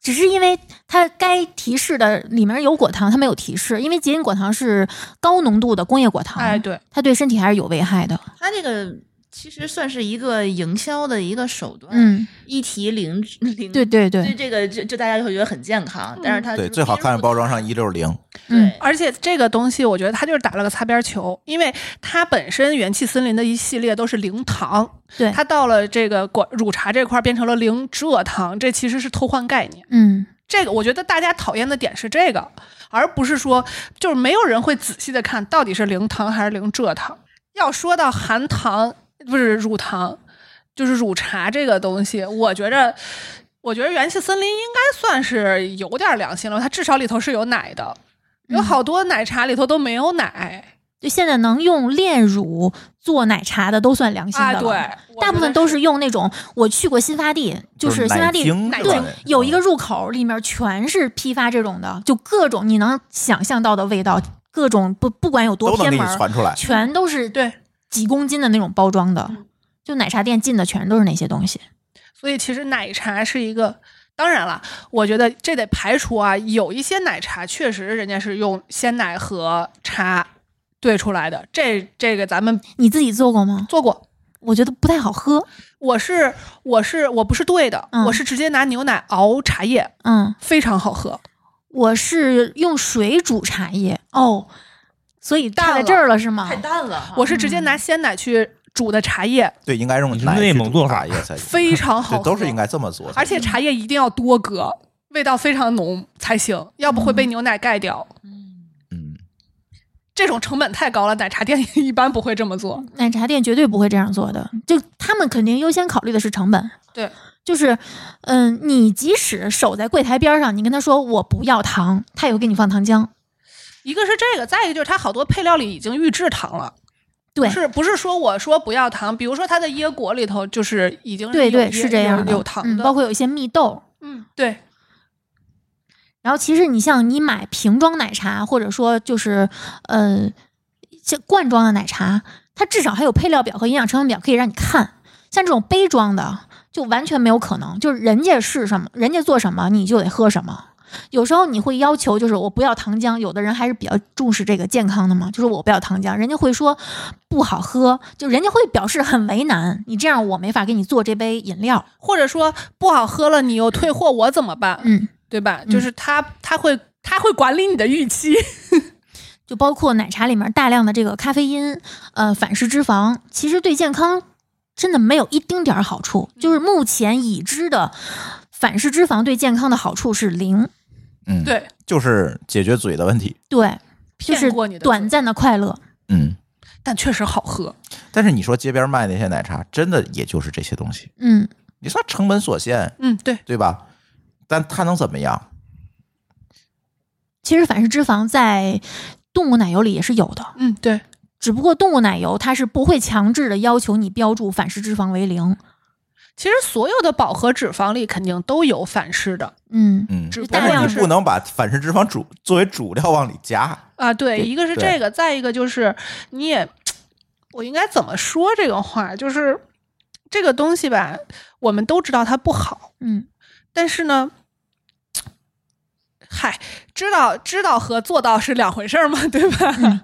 [SPEAKER 3] 只是因为它该提示的里面有果糖，它没有提示，因为结晶果糖是高浓度的工业果糖，
[SPEAKER 4] 哎，对，
[SPEAKER 3] 它对身体还是有危害的。
[SPEAKER 6] 它这个其实算是一个营销的一个手段。，
[SPEAKER 3] 嗯，
[SPEAKER 6] 一提零零，
[SPEAKER 3] 对对
[SPEAKER 6] 所以
[SPEAKER 3] 对，
[SPEAKER 6] 这个就就大家就会觉得很健康，呃但是它
[SPEAKER 2] 对，最好看的包装上一六零。
[SPEAKER 3] 嗯
[SPEAKER 6] 对，
[SPEAKER 4] 而且这个东西我觉得它就是打了个擦边球，因为它本身元气森林的一系列都是零糖，
[SPEAKER 3] 对
[SPEAKER 4] 它到了这个果乳茶这块儿变成了零蔗糖，这其实是偷换概念。
[SPEAKER 3] 嗯，
[SPEAKER 4] 这个我觉得大家讨厌的点是这个，而不是说就是没有人会仔细的看到底是零糖还是零蔗糖。要说到含糖不是乳糖，就是乳茶这个东西，我觉着。我觉得元气森林应该算是有点良心了，它至少里头是有奶的，有
[SPEAKER 3] 嗯
[SPEAKER 4] 好多奶茶里头都没有奶、
[SPEAKER 3] 就现在能用炼乳做奶茶的都算良心的
[SPEAKER 4] 啊。
[SPEAKER 3] 了。
[SPEAKER 4] 对，
[SPEAKER 3] 大部分都是用那种，我去过新发地，就是新
[SPEAKER 2] 奶
[SPEAKER 3] 发地
[SPEAKER 2] 精
[SPEAKER 4] 奶
[SPEAKER 2] 是吧嗯
[SPEAKER 3] 对，有一个入口，里面全是批发这种的，就各种你能想象到的味道，各种不不管有多
[SPEAKER 2] 都能
[SPEAKER 3] 偏
[SPEAKER 2] 给
[SPEAKER 3] 门
[SPEAKER 2] 你
[SPEAKER 3] 儿，
[SPEAKER 2] 传出来。
[SPEAKER 3] 全都是
[SPEAKER 4] 对，嗯
[SPEAKER 3] 几公斤的那种包装的，就奶茶店进的全都是那些东西。
[SPEAKER 4] 所以其实奶茶是一个，当然了，我觉得这得排除啊，有一些奶茶确实人家是用鲜奶和茶兑出来的，这这个咱们
[SPEAKER 3] 你自己做过吗？
[SPEAKER 4] 做过。
[SPEAKER 3] 我觉得不太好喝。
[SPEAKER 4] 我是我是我不是兑的，
[SPEAKER 3] 嗯
[SPEAKER 4] 我是直接拿牛奶熬茶叶，
[SPEAKER 3] 嗯，
[SPEAKER 4] 非常好喝。
[SPEAKER 3] 我是用水煮茶叶哦，所以
[SPEAKER 4] 淡
[SPEAKER 3] 差在
[SPEAKER 4] 了
[SPEAKER 3] 这儿了是吗
[SPEAKER 6] 太？淡了哈，
[SPEAKER 4] 我是直接拿鲜奶去煮的茶叶，
[SPEAKER 2] 对，应该用
[SPEAKER 5] 你是
[SPEAKER 2] 奶
[SPEAKER 5] 内
[SPEAKER 2] 去
[SPEAKER 5] 蒙
[SPEAKER 2] 煮
[SPEAKER 5] 做
[SPEAKER 2] 茶
[SPEAKER 5] 法
[SPEAKER 2] 叶才行
[SPEAKER 4] 非常
[SPEAKER 2] 嗯
[SPEAKER 4] 好
[SPEAKER 2] 对，
[SPEAKER 4] 喝，
[SPEAKER 2] 都是应。该哎这么做才行。
[SPEAKER 4] 而且茶叶一定要多隔，味道非常浓才行，要不会被牛奶盖掉。
[SPEAKER 2] 嗯，
[SPEAKER 4] 这种成本太高了，奶茶店 也一般不会这么做。
[SPEAKER 3] 奶茶店绝对不会这样做的，就他们肯定优先考虑的是成本。
[SPEAKER 4] 嗯对，
[SPEAKER 3] 就是，嗯，你即使守在柜台边上，你跟他说我不要糖，他也会给你放糖浆。
[SPEAKER 4] 一个是这个，再一个就是它好多配料里已经预制糖了。
[SPEAKER 3] 对
[SPEAKER 4] 不是不是说我说不要糖，比如说它的椰果里头就是已经
[SPEAKER 3] 对
[SPEAKER 4] 有
[SPEAKER 3] 对
[SPEAKER 4] 椰
[SPEAKER 3] 是这样的，
[SPEAKER 4] 有有糖
[SPEAKER 3] 嗯，
[SPEAKER 4] 的，
[SPEAKER 3] 包括有一些蜜豆。
[SPEAKER 4] 嗯对，
[SPEAKER 3] 然后其实你像你买瓶装奶茶，或者说就是呃，像罐装的奶茶，它至少还有配料表和营养成分表可以让你看。像这种杯装的，就完全没有可能，就是人家是什么，人家做什么你就得喝什么。有时候你会要求，就是我不要糖浆，有的人还是比较重视这个健康的嘛，就是我不要糖浆，人家会说不好喝，就人家会表示很为难，你这样我没法给你做这杯饮料。
[SPEAKER 4] 或者说不好喝了你又退货，我怎么办？
[SPEAKER 3] 嗯，
[SPEAKER 4] 对吧？就是他他会他会管理你的 预期，
[SPEAKER 3] 就包括奶茶里面大量的这个咖啡因，呃，反式脂肪，其实对健康真的没有一丁点儿好处。就是
[SPEAKER 4] 嗯
[SPEAKER 3] 目前已知的反式脂肪对健康的好处是零，
[SPEAKER 2] 嗯，，
[SPEAKER 4] 对，
[SPEAKER 2] 就是解决嘴的问题。
[SPEAKER 3] 对，就
[SPEAKER 4] 骗
[SPEAKER 3] 是
[SPEAKER 4] 过你的
[SPEAKER 3] 短暂的快乐。
[SPEAKER 2] 嗯，
[SPEAKER 4] 但确实好喝。
[SPEAKER 2] 但是你说街边卖那些奶茶，真的也就是这些东西。
[SPEAKER 3] 嗯，
[SPEAKER 2] 你说成本所限，
[SPEAKER 4] 嗯，对，
[SPEAKER 2] 对吧？但它能怎么样？
[SPEAKER 3] 其实反式脂肪在动物奶油里也是有的，
[SPEAKER 4] 嗯对，
[SPEAKER 3] 只不过动物奶油它是不会强制的要求你标注反式脂肪为零。
[SPEAKER 4] 其实所有的饱和脂肪里肯定都有反式的，
[SPEAKER 3] 嗯，
[SPEAKER 2] 嗯，
[SPEAKER 4] 只不
[SPEAKER 3] 但
[SPEAKER 2] 但
[SPEAKER 4] 过
[SPEAKER 3] 量
[SPEAKER 2] 是
[SPEAKER 4] 是
[SPEAKER 2] 你不能把反式脂肪主作为主料往里加。
[SPEAKER 4] 啊，对，
[SPEAKER 2] 对
[SPEAKER 4] 一个是这个，再一个就是你也，我应该怎么说这个话？就是这个东西吧，我们都知道它不好，
[SPEAKER 3] 嗯，
[SPEAKER 4] 但是呢，嗨，知道知道和做到是两回事儿嘛，对吧？
[SPEAKER 3] 嗯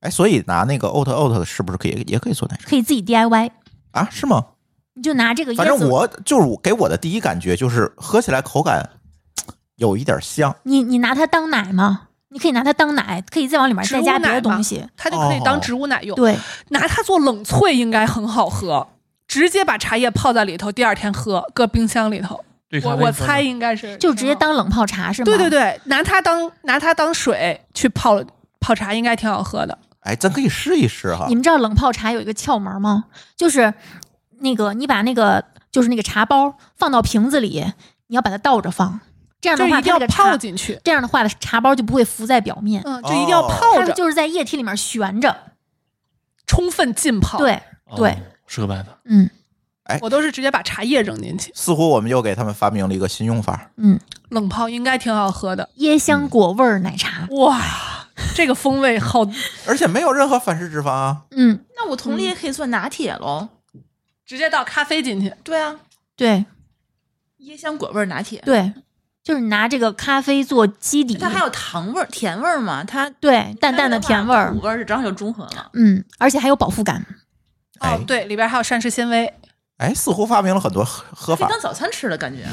[SPEAKER 2] 哎，所以拿那个 oat oat 是不是可以也可以做奶茶
[SPEAKER 3] 可以自己 DIY，
[SPEAKER 2] 啊？是吗？
[SPEAKER 3] 你就拿这个椰子，
[SPEAKER 2] 反正我就是我给我的第一感觉就是喝起来口感有一点像，
[SPEAKER 3] 你你拿它当奶吗？你可以拿它当奶，可以再往里面
[SPEAKER 4] 植
[SPEAKER 3] 再
[SPEAKER 4] 物
[SPEAKER 3] 加别
[SPEAKER 4] 奶
[SPEAKER 3] 的
[SPEAKER 4] 嘛
[SPEAKER 3] 东西。
[SPEAKER 4] 它就可以当
[SPEAKER 2] 哦
[SPEAKER 4] 植物奶用，
[SPEAKER 3] 对，
[SPEAKER 4] 拿它做冷萃应该很好喝。直接把茶叶泡在里头，第二天喝，搁冰箱里头。
[SPEAKER 5] 对咖
[SPEAKER 4] 我
[SPEAKER 5] 啡
[SPEAKER 4] 我
[SPEAKER 5] 说
[SPEAKER 4] 猜
[SPEAKER 5] 呢
[SPEAKER 4] 应该是
[SPEAKER 3] 就直接
[SPEAKER 4] 挺好
[SPEAKER 3] 当冷泡茶是吗？
[SPEAKER 4] 对对，对，拿它当拿它当水去泡泡茶，应该挺好喝的。
[SPEAKER 2] 哎，咱可以试一试哈
[SPEAKER 3] 你。们知道冷泡茶有一个窍门吗？就是那个你把那个就是那个茶包放到瓶子里，你要把它倒着放，这样
[SPEAKER 4] 就
[SPEAKER 3] 的
[SPEAKER 4] 一
[SPEAKER 3] 话
[SPEAKER 4] 定
[SPEAKER 3] 它
[SPEAKER 4] 要
[SPEAKER 3] 那个茶
[SPEAKER 4] 泡进去，
[SPEAKER 3] 这样的话的茶包就不会浮在表面，
[SPEAKER 4] 嗯，就一定
[SPEAKER 2] 哦
[SPEAKER 4] 要泡
[SPEAKER 3] 它
[SPEAKER 4] 着，
[SPEAKER 3] 就是在液体里面悬着。
[SPEAKER 4] 充分浸泡。，
[SPEAKER 3] 对，对
[SPEAKER 5] 哦，是个办法。
[SPEAKER 3] 嗯
[SPEAKER 2] 哎
[SPEAKER 4] 我都是直接把茶叶扔进去，
[SPEAKER 2] 似乎我们又给他们发明了一个新用法，
[SPEAKER 3] 嗯，
[SPEAKER 4] 冷泡应该挺好喝的。
[SPEAKER 3] 椰香果味儿奶茶，
[SPEAKER 4] 哇，这个风味好，
[SPEAKER 2] 而且没有任何反式脂肪啊。
[SPEAKER 3] 嗯，
[SPEAKER 6] 那我同理也可以算拿铁喽。
[SPEAKER 4] 直接倒咖啡进去。
[SPEAKER 6] 对啊，
[SPEAKER 3] 对
[SPEAKER 6] 椰香果味儿拿
[SPEAKER 4] 嗯
[SPEAKER 6] 铁，
[SPEAKER 3] 对，就是拿这个咖啡做基底，
[SPEAKER 6] 它还有糖味儿、甜味儿嘛，它
[SPEAKER 3] 对淡淡的甜味儿
[SPEAKER 6] 苦，味儿，正好就中和了。
[SPEAKER 3] 嗯，而且还有饱腹感。
[SPEAKER 2] 哎
[SPEAKER 4] 哦，对，里边还有膳食纤维。
[SPEAKER 2] 哎，似乎发明了很多喝喝
[SPEAKER 6] 可以
[SPEAKER 2] 法
[SPEAKER 6] 当。早餐吃的感觉，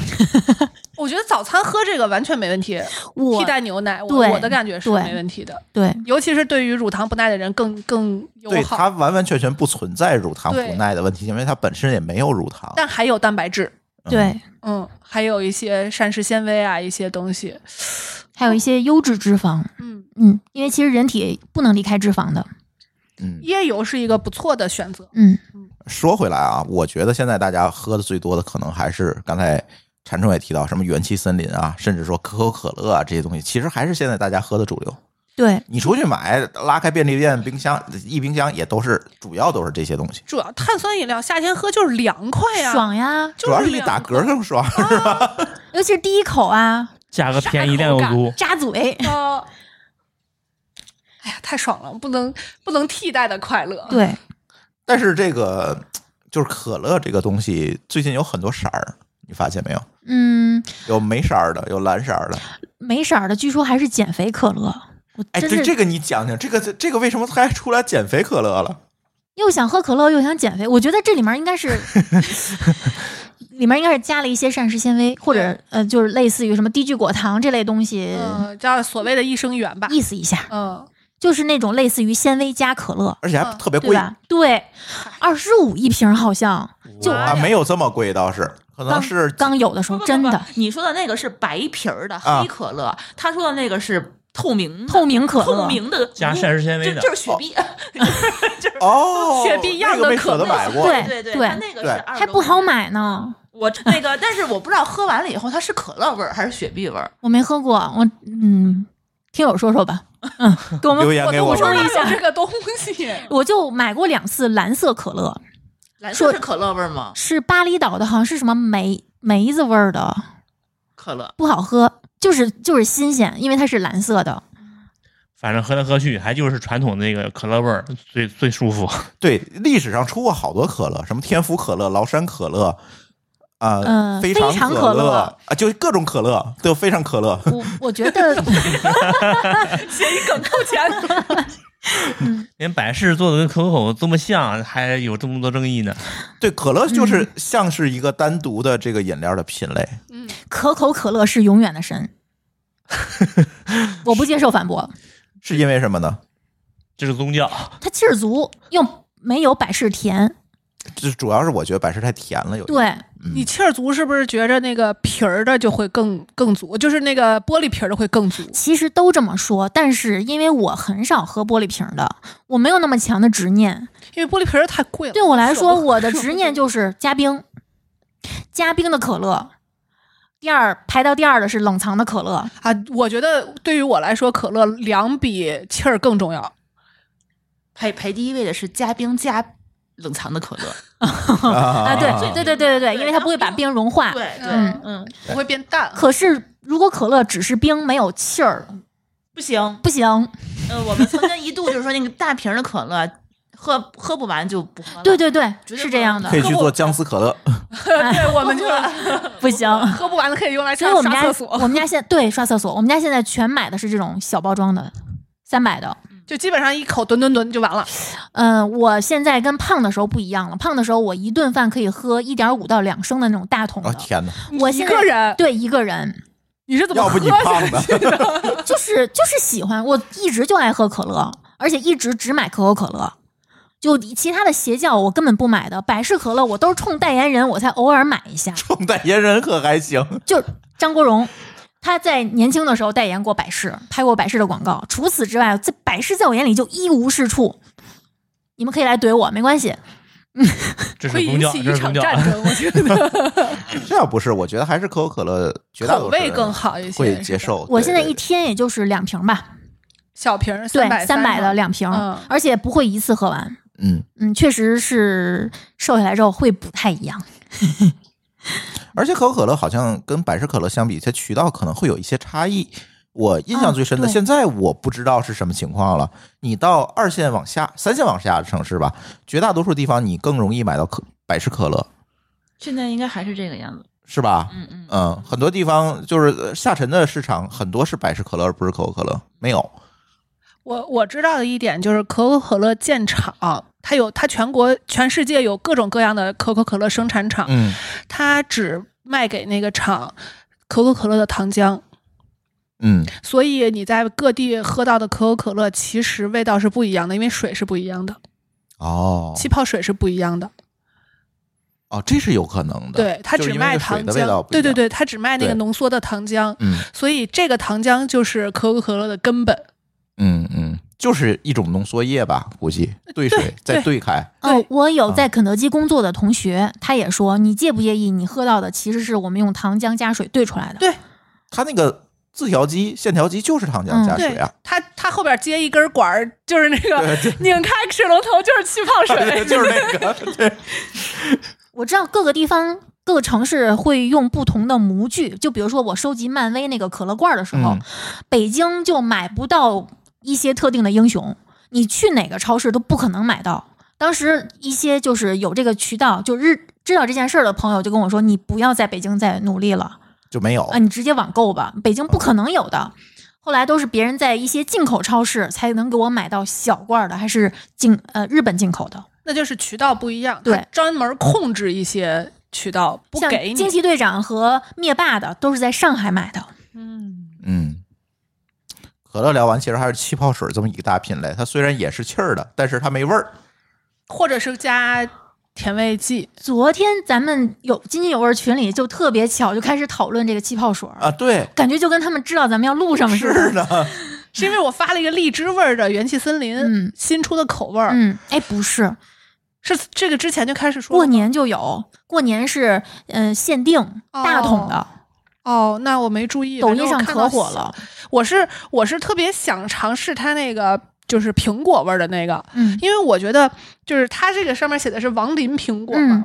[SPEAKER 4] 我觉得早餐喝这个完全没问题，
[SPEAKER 3] 我
[SPEAKER 4] 替代牛奶，我
[SPEAKER 3] 对
[SPEAKER 4] 我的感觉是
[SPEAKER 3] 对
[SPEAKER 4] 没问题的，
[SPEAKER 3] 对
[SPEAKER 4] 尤其是对于乳糖不耐的人更更友
[SPEAKER 2] 对它
[SPEAKER 4] 好，
[SPEAKER 2] 完完全全不存在乳糖
[SPEAKER 4] 对
[SPEAKER 2] 不耐的问题，因为它本身也没有乳糖。
[SPEAKER 4] 但还有蛋白质。
[SPEAKER 2] 嗯
[SPEAKER 3] 对，
[SPEAKER 4] 嗯，还有一些膳食纤维啊，一些东西。
[SPEAKER 3] 还有一些优质脂肪，
[SPEAKER 4] 嗯，
[SPEAKER 3] 嗯，因为其实人体不能离开脂肪的，
[SPEAKER 2] 嗯，
[SPEAKER 4] 椰油是一个不错的选择。
[SPEAKER 3] 嗯
[SPEAKER 2] 说回来啊，我觉得现在大家喝的最多的可能还是刚才禅冲也提到什么元气森林啊，甚至说可口可乐啊这些东西，其实还是现在大家喝的主流。，
[SPEAKER 3] 对，
[SPEAKER 2] 你出去买，拉开便利店冰箱一冰箱也都是，主要都是这些东西。
[SPEAKER 4] 主要碳酸饮料夏天喝就是凉快啊呀、
[SPEAKER 3] 爽呀，
[SPEAKER 4] 就
[SPEAKER 2] 主要
[SPEAKER 4] 是啊
[SPEAKER 2] 是一
[SPEAKER 4] 凉
[SPEAKER 2] 打嗝更爽，
[SPEAKER 3] 尤其是第一口啊，
[SPEAKER 5] 价格便宜，量又足，
[SPEAKER 3] 扎嘴，
[SPEAKER 4] 哦哎呀，太爽了，不能不能替代的快乐。，
[SPEAKER 3] 对，
[SPEAKER 2] 但是这个就是可乐这个东西，最近有很多色儿，你发现没有？
[SPEAKER 3] 嗯，
[SPEAKER 2] 有没色儿的，有蓝色儿的。
[SPEAKER 3] 没色儿的，据说还是减肥可乐，我
[SPEAKER 2] 哎，
[SPEAKER 3] 真
[SPEAKER 2] 对
[SPEAKER 3] 是
[SPEAKER 2] 这个你讲讲，这个这个为什么还出来减肥可乐了？
[SPEAKER 3] 又想喝可乐又想减肥，我觉得这里面 应该是。里面应该是加了一些膳食纤维，或者呃，就是类似于什么低聚果糖这类东西，
[SPEAKER 4] 呃，叫所谓的益生元吧。
[SPEAKER 3] 意思一下，
[SPEAKER 4] 嗯，
[SPEAKER 3] 就是那种类似于纤维加可乐，
[SPEAKER 2] 而且还
[SPEAKER 4] 嗯
[SPEAKER 2] 特别哎
[SPEAKER 3] 对
[SPEAKER 2] 贵
[SPEAKER 3] 吧？对，二十五一瓶好像，就
[SPEAKER 5] 哇
[SPEAKER 2] 啊，没有这么贵倒是，可能
[SPEAKER 3] 刚
[SPEAKER 2] 是
[SPEAKER 3] 刚有的时
[SPEAKER 6] 不
[SPEAKER 3] 候
[SPEAKER 6] 不
[SPEAKER 3] 真
[SPEAKER 6] 不
[SPEAKER 3] 的
[SPEAKER 6] 你说的那个是白皮儿的
[SPEAKER 2] 啊
[SPEAKER 6] 黑可乐，他说的那个是透明的
[SPEAKER 3] 透明可乐，
[SPEAKER 6] 透明的
[SPEAKER 5] 加膳食纤维
[SPEAKER 6] 就
[SPEAKER 5] 的
[SPEAKER 6] 就是雪碧，
[SPEAKER 2] 哦，
[SPEAKER 4] 雪碧样的
[SPEAKER 2] 那个没
[SPEAKER 4] 可
[SPEAKER 2] 舍得
[SPEAKER 4] 乐
[SPEAKER 2] 买过，
[SPEAKER 3] 对
[SPEAKER 6] 对对
[SPEAKER 3] 对
[SPEAKER 6] 它那个是
[SPEAKER 2] 对
[SPEAKER 6] 二十
[SPEAKER 3] 还
[SPEAKER 6] 多
[SPEAKER 3] 不好
[SPEAKER 6] 块钱。
[SPEAKER 3] 买呢。
[SPEAKER 6] 我那个，但是我不知道喝完了以后它是可乐味儿还是雪碧味儿。
[SPEAKER 3] 我没喝过，我嗯，听友说说吧，嗯，给我们
[SPEAKER 2] 留言
[SPEAKER 3] 我
[SPEAKER 2] 给
[SPEAKER 3] 补
[SPEAKER 2] 我
[SPEAKER 3] 充
[SPEAKER 2] 们
[SPEAKER 3] 一下。
[SPEAKER 4] 这个东 西，
[SPEAKER 3] 我就买过两次蓝色可乐，
[SPEAKER 6] 蓝
[SPEAKER 3] 说
[SPEAKER 6] 色是可乐味儿吗？
[SPEAKER 3] 是巴厘岛的，好像是什么梅梅子味儿的，
[SPEAKER 6] 可乐
[SPEAKER 3] 不好喝，就是就是新鲜，因为它是蓝色 的。
[SPEAKER 5] 反正喝来喝去还就是传统那个可乐味儿最最舒服。
[SPEAKER 2] 对，历史上出过好多可乐，什么天府可乐、崂山可乐，啊、
[SPEAKER 3] 嗯
[SPEAKER 2] 非
[SPEAKER 3] 非
[SPEAKER 2] 常
[SPEAKER 3] 常
[SPEAKER 2] 可
[SPEAKER 3] 可乐
[SPEAKER 2] 啊，就各种可乐都有非常可乐。
[SPEAKER 3] 我我觉得
[SPEAKER 5] 连百事做的跟可口这么像，还有这么多争议呢。
[SPEAKER 2] 对，可乐
[SPEAKER 3] 嗯
[SPEAKER 2] 就是像是一个单独的这个饮料的品类。
[SPEAKER 3] 可口可乐是永远的 神，我不接受反驳。
[SPEAKER 2] 是因为什么呢？
[SPEAKER 5] 这是宗教，
[SPEAKER 3] 它气儿足，又没有百事甜，
[SPEAKER 2] 这主要是我觉得百事太甜了，有点
[SPEAKER 3] 对，
[SPEAKER 4] 你气儿足是不是觉着那个皮儿的就会更更足，就是那个玻璃皮儿的会更足？
[SPEAKER 3] 其实都这么说，但是因为我很少喝玻璃瓶的，我没有那么强的执念。
[SPEAKER 4] 因为玻璃皮儿太贵了。
[SPEAKER 3] 对我来说，
[SPEAKER 4] 舍不
[SPEAKER 3] 我的执念就是加冰，加冰的可乐。第二排到第二的是冷藏的可乐，
[SPEAKER 4] 啊，我觉得对于我来说，可乐凉比气儿更重要。
[SPEAKER 6] 排排第一位的是加冰加冷藏的可乐，
[SPEAKER 3] 啊，对对对对对对，
[SPEAKER 6] 对
[SPEAKER 3] 因为它不会把冰融化。
[SPEAKER 6] 对对，
[SPEAKER 3] 嗯
[SPEAKER 6] 嗯，
[SPEAKER 4] 不会变淡。
[SPEAKER 3] 可是如果可乐只是冰没有气儿，
[SPEAKER 6] 不行，
[SPEAKER 3] 不行。
[SPEAKER 4] 嗯
[SPEAKER 6] 呃，我们曾经一度就是说那个大瓶儿的可乐喝喝不完就不喝了，
[SPEAKER 3] 对对对，
[SPEAKER 6] 绝对
[SPEAKER 3] 是
[SPEAKER 6] 不
[SPEAKER 3] 这样的
[SPEAKER 6] 能
[SPEAKER 2] 可，以去做姜丝可 乐。
[SPEAKER 4] 对，我 们就
[SPEAKER 3] 不 行。
[SPEAKER 4] 喝不完的可以用来
[SPEAKER 3] 所以
[SPEAKER 4] 上
[SPEAKER 3] 我们家
[SPEAKER 4] 刷厕所，
[SPEAKER 3] 我们家现对刷厕所，我们家现在全买的是这种小包装的，三百的。
[SPEAKER 4] 就基本上一口吨吨吨就完了。
[SPEAKER 3] 嗯，我现在跟胖的时候不一样了。胖的时候，我一顿饭可以喝一点五到两升的那种大桶的。
[SPEAKER 2] 啊天哪！
[SPEAKER 3] 我
[SPEAKER 4] 一
[SPEAKER 3] 现
[SPEAKER 4] 个
[SPEAKER 3] 在
[SPEAKER 4] 人，
[SPEAKER 3] 对一个人，
[SPEAKER 4] 你是怎么
[SPEAKER 2] 要
[SPEAKER 4] 喝
[SPEAKER 2] 不你
[SPEAKER 4] 下
[SPEAKER 2] 胖的，
[SPEAKER 3] 就是就是喜欢，我一直就爱喝可乐，而且一直只买可口可乐。就其他的邪教我根本不买的，百事可乐我都是冲代言人我才偶尔买一下。
[SPEAKER 2] 冲 代言人可还行。
[SPEAKER 3] 就张国荣，他在年轻的时候代言过百事，拍过百事的广告。除此之外，这百事在我眼里就一无是处。你们可以来怼我，没关系。
[SPEAKER 5] 这是
[SPEAKER 4] 会
[SPEAKER 5] 宗
[SPEAKER 4] 引
[SPEAKER 5] 教，
[SPEAKER 4] 起
[SPEAKER 5] 这
[SPEAKER 4] 一
[SPEAKER 5] 是
[SPEAKER 4] 场
[SPEAKER 5] 宗教。啊
[SPEAKER 4] 战争？我觉得
[SPEAKER 2] 这要不是，我觉得还是可口可乐 绝大
[SPEAKER 4] 口
[SPEAKER 2] 多数
[SPEAKER 4] 味
[SPEAKER 2] 人
[SPEAKER 4] 更好一些，
[SPEAKER 2] 会接
[SPEAKER 4] 是吧。
[SPEAKER 2] 受。
[SPEAKER 3] 我现在
[SPEAKER 2] 对
[SPEAKER 3] 一天也就是两瓶吧，
[SPEAKER 4] 小瓶儿
[SPEAKER 3] 对，
[SPEAKER 4] 百
[SPEAKER 3] 三百的
[SPEAKER 4] 的，
[SPEAKER 3] 两瓶，
[SPEAKER 4] 嗯
[SPEAKER 3] 而且不会一次喝完。
[SPEAKER 2] 嗯，
[SPEAKER 3] 嗯，确实是瘦下来之后会不太一样。
[SPEAKER 2] 而且可口可乐好像跟百事可乐相比，它渠道可能会有一些差异。我印象最深的，
[SPEAKER 3] 啊对
[SPEAKER 2] 现在我不知道是什么情况了。你到二线往下、三线往下的城市吧，绝大多数地方你更容易买到可百事可乐，
[SPEAKER 6] 现在应该还是这个样子，
[SPEAKER 2] 是吧？
[SPEAKER 6] 嗯嗯，
[SPEAKER 2] 嗯，很多地方就是呃下沉的市场，很多是百事可乐，而不是可口可乐。没有，
[SPEAKER 4] 我我知道的一点就是可口可乐建厂，它有它全国全世界有各种各样的可口可乐生产厂，
[SPEAKER 2] 嗯
[SPEAKER 4] 它只卖给那个厂可口可乐的糖浆。
[SPEAKER 2] 嗯，
[SPEAKER 4] 所以你在各地喝到的可口可乐，其实味道是不一样的，因为水是不一样的，
[SPEAKER 2] 哦
[SPEAKER 4] 气泡水是不一样的。
[SPEAKER 2] 哦，这是有可能的。
[SPEAKER 4] 对，它
[SPEAKER 2] 就是
[SPEAKER 4] 只
[SPEAKER 2] 因为这
[SPEAKER 4] 卖
[SPEAKER 2] 水
[SPEAKER 4] 糖
[SPEAKER 2] 的味道
[SPEAKER 4] 浆。
[SPEAKER 2] 不一
[SPEAKER 4] 对
[SPEAKER 2] 样
[SPEAKER 4] 对，对，它只卖那个
[SPEAKER 2] 对
[SPEAKER 4] 浓缩的糖浆。
[SPEAKER 2] 嗯
[SPEAKER 4] 所以这个糖浆就是可口可乐的根本。
[SPEAKER 2] 嗯嗯，就是一种浓缩液吧，估计兑水再兑开。
[SPEAKER 3] 哦
[SPEAKER 4] 呃对，
[SPEAKER 3] 我有在肯德基工作的同学，他也说，你介不介意你喝到的其实是我们用糖浆加水兑出来的？
[SPEAKER 4] 对
[SPEAKER 2] 它那个自调机、线条机就是糖浆
[SPEAKER 3] 嗯
[SPEAKER 2] 加水
[SPEAKER 4] 对
[SPEAKER 2] 啊。，
[SPEAKER 4] 它它后边接一根管儿，就是那个
[SPEAKER 2] 对对
[SPEAKER 4] 拧开水龙头就是气泡水。
[SPEAKER 2] 就是那个，对，
[SPEAKER 3] 我知道各个地方、各个城市会用不同的模具，就比如说我收集漫威那个可乐罐的时候，
[SPEAKER 2] 嗯
[SPEAKER 3] 北京就买不到一些特定的英雄，你去哪个超市都不可能买到。当时一些就是有这个渠道，就日知道这件事儿的朋友就跟我说，你不要在北京再努力了
[SPEAKER 2] 就没有
[SPEAKER 4] 嗯
[SPEAKER 3] 啊，你直接网购吧，北京不可能有的。后来都是别人在一些进口超市才能给我买到小罐儿的，还是进呃日本进口的。
[SPEAKER 4] 那就是渠道不一样，
[SPEAKER 3] 对
[SPEAKER 4] 它专门控制一些渠道不
[SPEAKER 3] 像
[SPEAKER 4] 给
[SPEAKER 3] 惊
[SPEAKER 4] 你。
[SPEAKER 3] 奇队长和灭霸的都是在上海买的。
[SPEAKER 6] 嗯，
[SPEAKER 2] 嗯。可乐聊完，其实还是气泡水这么一个大品类。它虽然也是气儿的，但是它没味儿。
[SPEAKER 4] 或者是加甜味剂，
[SPEAKER 3] 昨天咱们有津津有味儿群里就特别巧，就开始讨论这个气泡水儿
[SPEAKER 2] 啊，，对，
[SPEAKER 3] 感觉就跟他们知道咱们要录上
[SPEAKER 4] 嗯
[SPEAKER 3] 似
[SPEAKER 2] 是
[SPEAKER 3] 的。
[SPEAKER 2] 的，
[SPEAKER 4] 是因为我发了一个荔枝味儿的元气森林、
[SPEAKER 3] 嗯
[SPEAKER 4] 新出的口味儿，
[SPEAKER 3] 嗯，哎，不是，
[SPEAKER 4] 是这个之前就开始说
[SPEAKER 3] 过
[SPEAKER 4] 了吗
[SPEAKER 3] 年就有，过年是嗯、呃限定
[SPEAKER 4] 哦
[SPEAKER 3] 大桶的，
[SPEAKER 4] 哦，那我没注意，
[SPEAKER 3] 抖
[SPEAKER 4] 反正
[SPEAKER 3] 音
[SPEAKER 4] 我
[SPEAKER 3] 上
[SPEAKER 4] 看到
[SPEAKER 3] 可火
[SPEAKER 4] 小
[SPEAKER 3] 了。
[SPEAKER 4] 我是我是特别想尝试它那个就是苹果味儿的那个，
[SPEAKER 3] 嗯
[SPEAKER 4] 因为我觉得就是它这个上面写的是王林苹果嘛，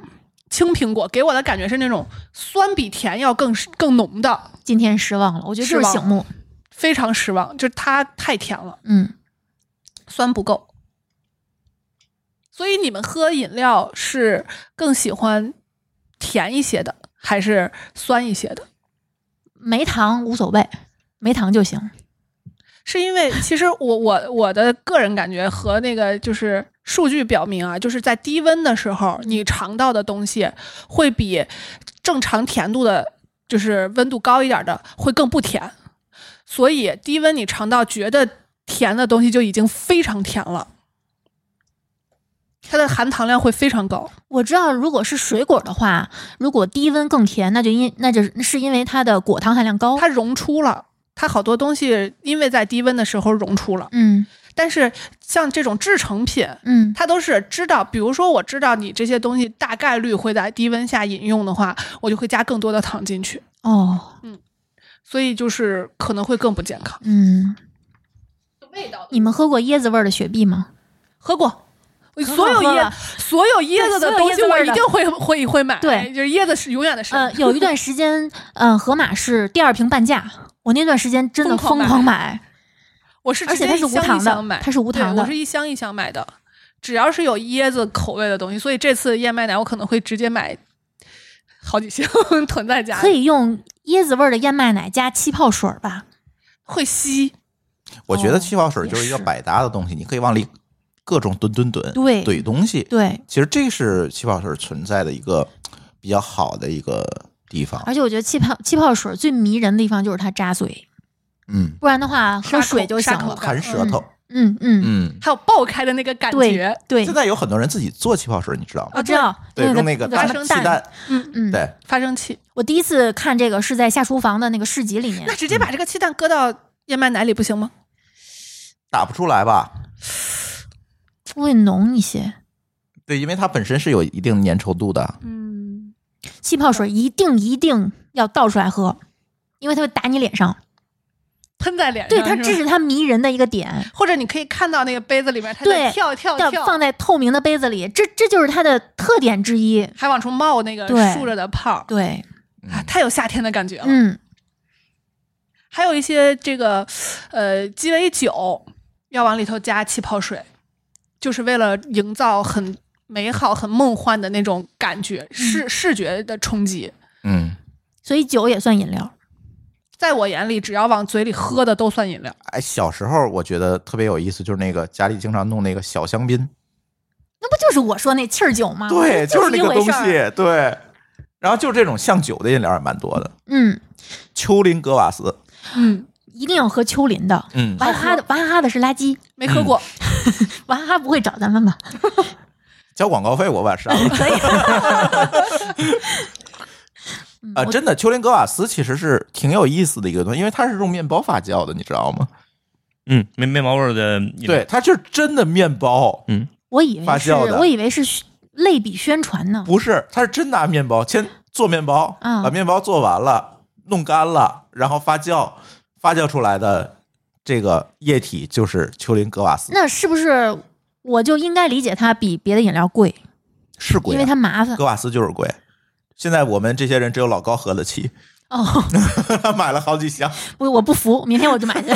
[SPEAKER 4] 青苹果，给我的感觉是那种酸比甜要更更浓的，
[SPEAKER 3] 今天失望了，我觉得就是
[SPEAKER 4] 失望
[SPEAKER 3] 醒目。
[SPEAKER 4] 非常失望，就是它太甜了，
[SPEAKER 3] 嗯，
[SPEAKER 4] 酸不够。所以你们喝饮料是更喜欢甜一些的，还是酸一些的？
[SPEAKER 3] 没糖无所谓，没糖就行。
[SPEAKER 4] 是因为其实我我我的个人感觉和那个就是数据表明啊，就是在低温的时候，你尝到的东西会比正常甜度的，就是温度高一点的会更不甜。所以低温你尝到觉得甜的东西就已经非常甜了，它的含糖量会非常高。
[SPEAKER 3] 我知道，如果是水果的话，如果低温更甜，那就因那就是是因为它的果糖含量高。
[SPEAKER 4] 它溶出了，它好多东西因为在低温的时候溶出了，
[SPEAKER 3] 嗯
[SPEAKER 4] 但是像这种制成品，
[SPEAKER 3] 嗯
[SPEAKER 4] 它都是知道，比如说我知道你这些东西大概率会在低温下饮用的话，我就会加更多的糖进去，
[SPEAKER 3] 哦
[SPEAKER 4] 所以就是可能会更不健康。
[SPEAKER 3] 嗯，
[SPEAKER 4] 味道
[SPEAKER 3] 你们喝过椰子味儿的雪碧吗？
[SPEAKER 4] 喝过。
[SPEAKER 3] 好
[SPEAKER 4] 所有
[SPEAKER 3] 喝
[SPEAKER 4] 椰
[SPEAKER 3] 了
[SPEAKER 4] 所有椰子的东西，
[SPEAKER 3] 对所有椰子味
[SPEAKER 4] 我
[SPEAKER 3] 儿
[SPEAKER 4] 一
[SPEAKER 3] 的
[SPEAKER 4] 定会会会买。
[SPEAKER 3] 对
[SPEAKER 4] 就是椰子是永远的神。
[SPEAKER 3] 呃，有一段时间，呃，盒马是第二瓶半价，我那段时间真的
[SPEAKER 4] 疯
[SPEAKER 3] 疯
[SPEAKER 4] 狂买
[SPEAKER 3] 狂买。
[SPEAKER 4] 我是
[SPEAKER 3] 而且
[SPEAKER 4] 直接
[SPEAKER 3] 它是
[SPEAKER 4] 一
[SPEAKER 3] 无
[SPEAKER 4] 箱一
[SPEAKER 3] 糖的
[SPEAKER 4] 箱买
[SPEAKER 3] 它是无
[SPEAKER 4] 对
[SPEAKER 3] 糖的
[SPEAKER 4] 我是一箱一箱买的，只要是有椰子口味的东西，所以这次燕麦奶我可能会直接买好几箱 囤在家里，
[SPEAKER 3] 可以用椰子味儿的燕麦奶加气泡水儿吧？
[SPEAKER 4] 会吸。
[SPEAKER 2] 我觉得
[SPEAKER 3] 哦
[SPEAKER 2] 气泡水就是一个
[SPEAKER 3] 也是
[SPEAKER 2] 百搭的东西，你可以往里各种怼怼怼，
[SPEAKER 3] 对
[SPEAKER 2] 怼东西。
[SPEAKER 3] 对，
[SPEAKER 2] 其实这是气泡水存在的一个比较好的一个地方。
[SPEAKER 3] 而且我觉得气泡气泡水最迷人的地方就是它扎嘴，
[SPEAKER 2] 嗯，
[SPEAKER 3] 不然的话喝
[SPEAKER 4] 沙口
[SPEAKER 3] 水就
[SPEAKER 4] 沙
[SPEAKER 3] 行
[SPEAKER 4] 口
[SPEAKER 3] 了。
[SPEAKER 2] 含舌头。
[SPEAKER 3] 嗯嗯，
[SPEAKER 2] 嗯，
[SPEAKER 4] 还有爆开的那个感觉哦
[SPEAKER 3] 对，对啊
[SPEAKER 2] 现，在有很多人自己做气泡水，你知道吗？
[SPEAKER 3] 我知道
[SPEAKER 2] 对，用
[SPEAKER 3] 那
[SPEAKER 2] 个
[SPEAKER 3] 个那
[SPEAKER 2] 大
[SPEAKER 3] 个
[SPEAKER 4] 花
[SPEAKER 3] 什么
[SPEAKER 2] 气蛋，
[SPEAKER 3] 嗯，
[SPEAKER 2] 对，
[SPEAKER 4] 发生器，
[SPEAKER 3] 我第一次看这个是在下厨房的那个市集里面
[SPEAKER 4] 那，直接把这个鸡蛋搁到燕麦奶里不行吗？
[SPEAKER 2] 打不出来吧？
[SPEAKER 3] 会浓一些。
[SPEAKER 2] 对，因为它本身是有一定粘稠度的。
[SPEAKER 4] 嗯，
[SPEAKER 3] 气泡水一定一定要倒出来喝，因为它会打你脸上。
[SPEAKER 4] 喷在
[SPEAKER 2] 哎
[SPEAKER 4] 脸上，
[SPEAKER 3] 对，它这
[SPEAKER 4] 是吧
[SPEAKER 3] 是它迷人的一个点。
[SPEAKER 4] 或者你可以看到那个杯子里面它在
[SPEAKER 3] 对
[SPEAKER 4] 跳跳
[SPEAKER 3] 要
[SPEAKER 4] 跳，
[SPEAKER 3] 放在透明的杯子里，这这就是它的特点之一。
[SPEAKER 4] 还往出冒那个
[SPEAKER 3] 对
[SPEAKER 4] 竖着的泡儿，
[SPEAKER 3] 对，
[SPEAKER 4] 啊太有夏天的感觉了。
[SPEAKER 3] 嗯，
[SPEAKER 4] 还有一些这个呃鸡尾酒要往里头加气泡水，就是为了营造很美好、很梦幻的那种感觉，
[SPEAKER 3] 嗯
[SPEAKER 4] 视视觉的冲击。
[SPEAKER 2] 嗯，
[SPEAKER 3] 所以酒也算饮料。
[SPEAKER 4] 在我眼里，只要往嘴里喝的都算饮料。
[SPEAKER 2] 哎，小时候我觉得特别有意思，就是那个家里经常弄那个小香槟，
[SPEAKER 3] 那不就是我说那气儿酒吗？
[SPEAKER 2] 对，
[SPEAKER 3] 就是
[SPEAKER 2] 那个
[SPEAKER 3] 啊一
[SPEAKER 2] 东
[SPEAKER 3] 回事儿。
[SPEAKER 2] 西，对。然后就这种像酒的饮料也蛮多的，
[SPEAKER 3] 嗯，
[SPEAKER 2] 丘陵格瓦斯，
[SPEAKER 4] 嗯，
[SPEAKER 3] 一定要喝丘陵的。
[SPEAKER 2] 嗯，
[SPEAKER 3] 娃哈哈的娃哈哈的是垃圾，
[SPEAKER 4] 没喝过，
[SPEAKER 3] 娃哈哈不会找咱们吧？
[SPEAKER 2] 交广告费我把它删 了
[SPEAKER 3] 嗯
[SPEAKER 2] 啊！
[SPEAKER 3] 我
[SPEAKER 2] 真的，丘陵格瓦斯其实是挺有意思的一个东西，因为它是用面包发酵的，你知道吗？
[SPEAKER 5] 嗯，没面包味儿的饮料
[SPEAKER 2] 对，，它就是真的面包，
[SPEAKER 3] 我以
[SPEAKER 2] 发
[SPEAKER 3] 为是，
[SPEAKER 2] 酵的
[SPEAKER 3] 我以为是宣类比宣传呢。
[SPEAKER 2] 不是，它是真拿面包先做面包，
[SPEAKER 3] 嗯
[SPEAKER 2] 把面包做完了，弄干了，然后发酵，发酵出来的这个液体就是丘陵格瓦斯，
[SPEAKER 3] 那是不是我就应该理解它比别的饮料贵，
[SPEAKER 2] 是贵、
[SPEAKER 3] 因
[SPEAKER 2] 啊，
[SPEAKER 3] 为它麻烦
[SPEAKER 2] 格瓦斯就是贵。现在我们这些人只有老高喝得起，
[SPEAKER 3] 哦？
[SPEAKER 2] 买了好几箱。
[SPEAKER 3] 不，我不服，明天我就买去。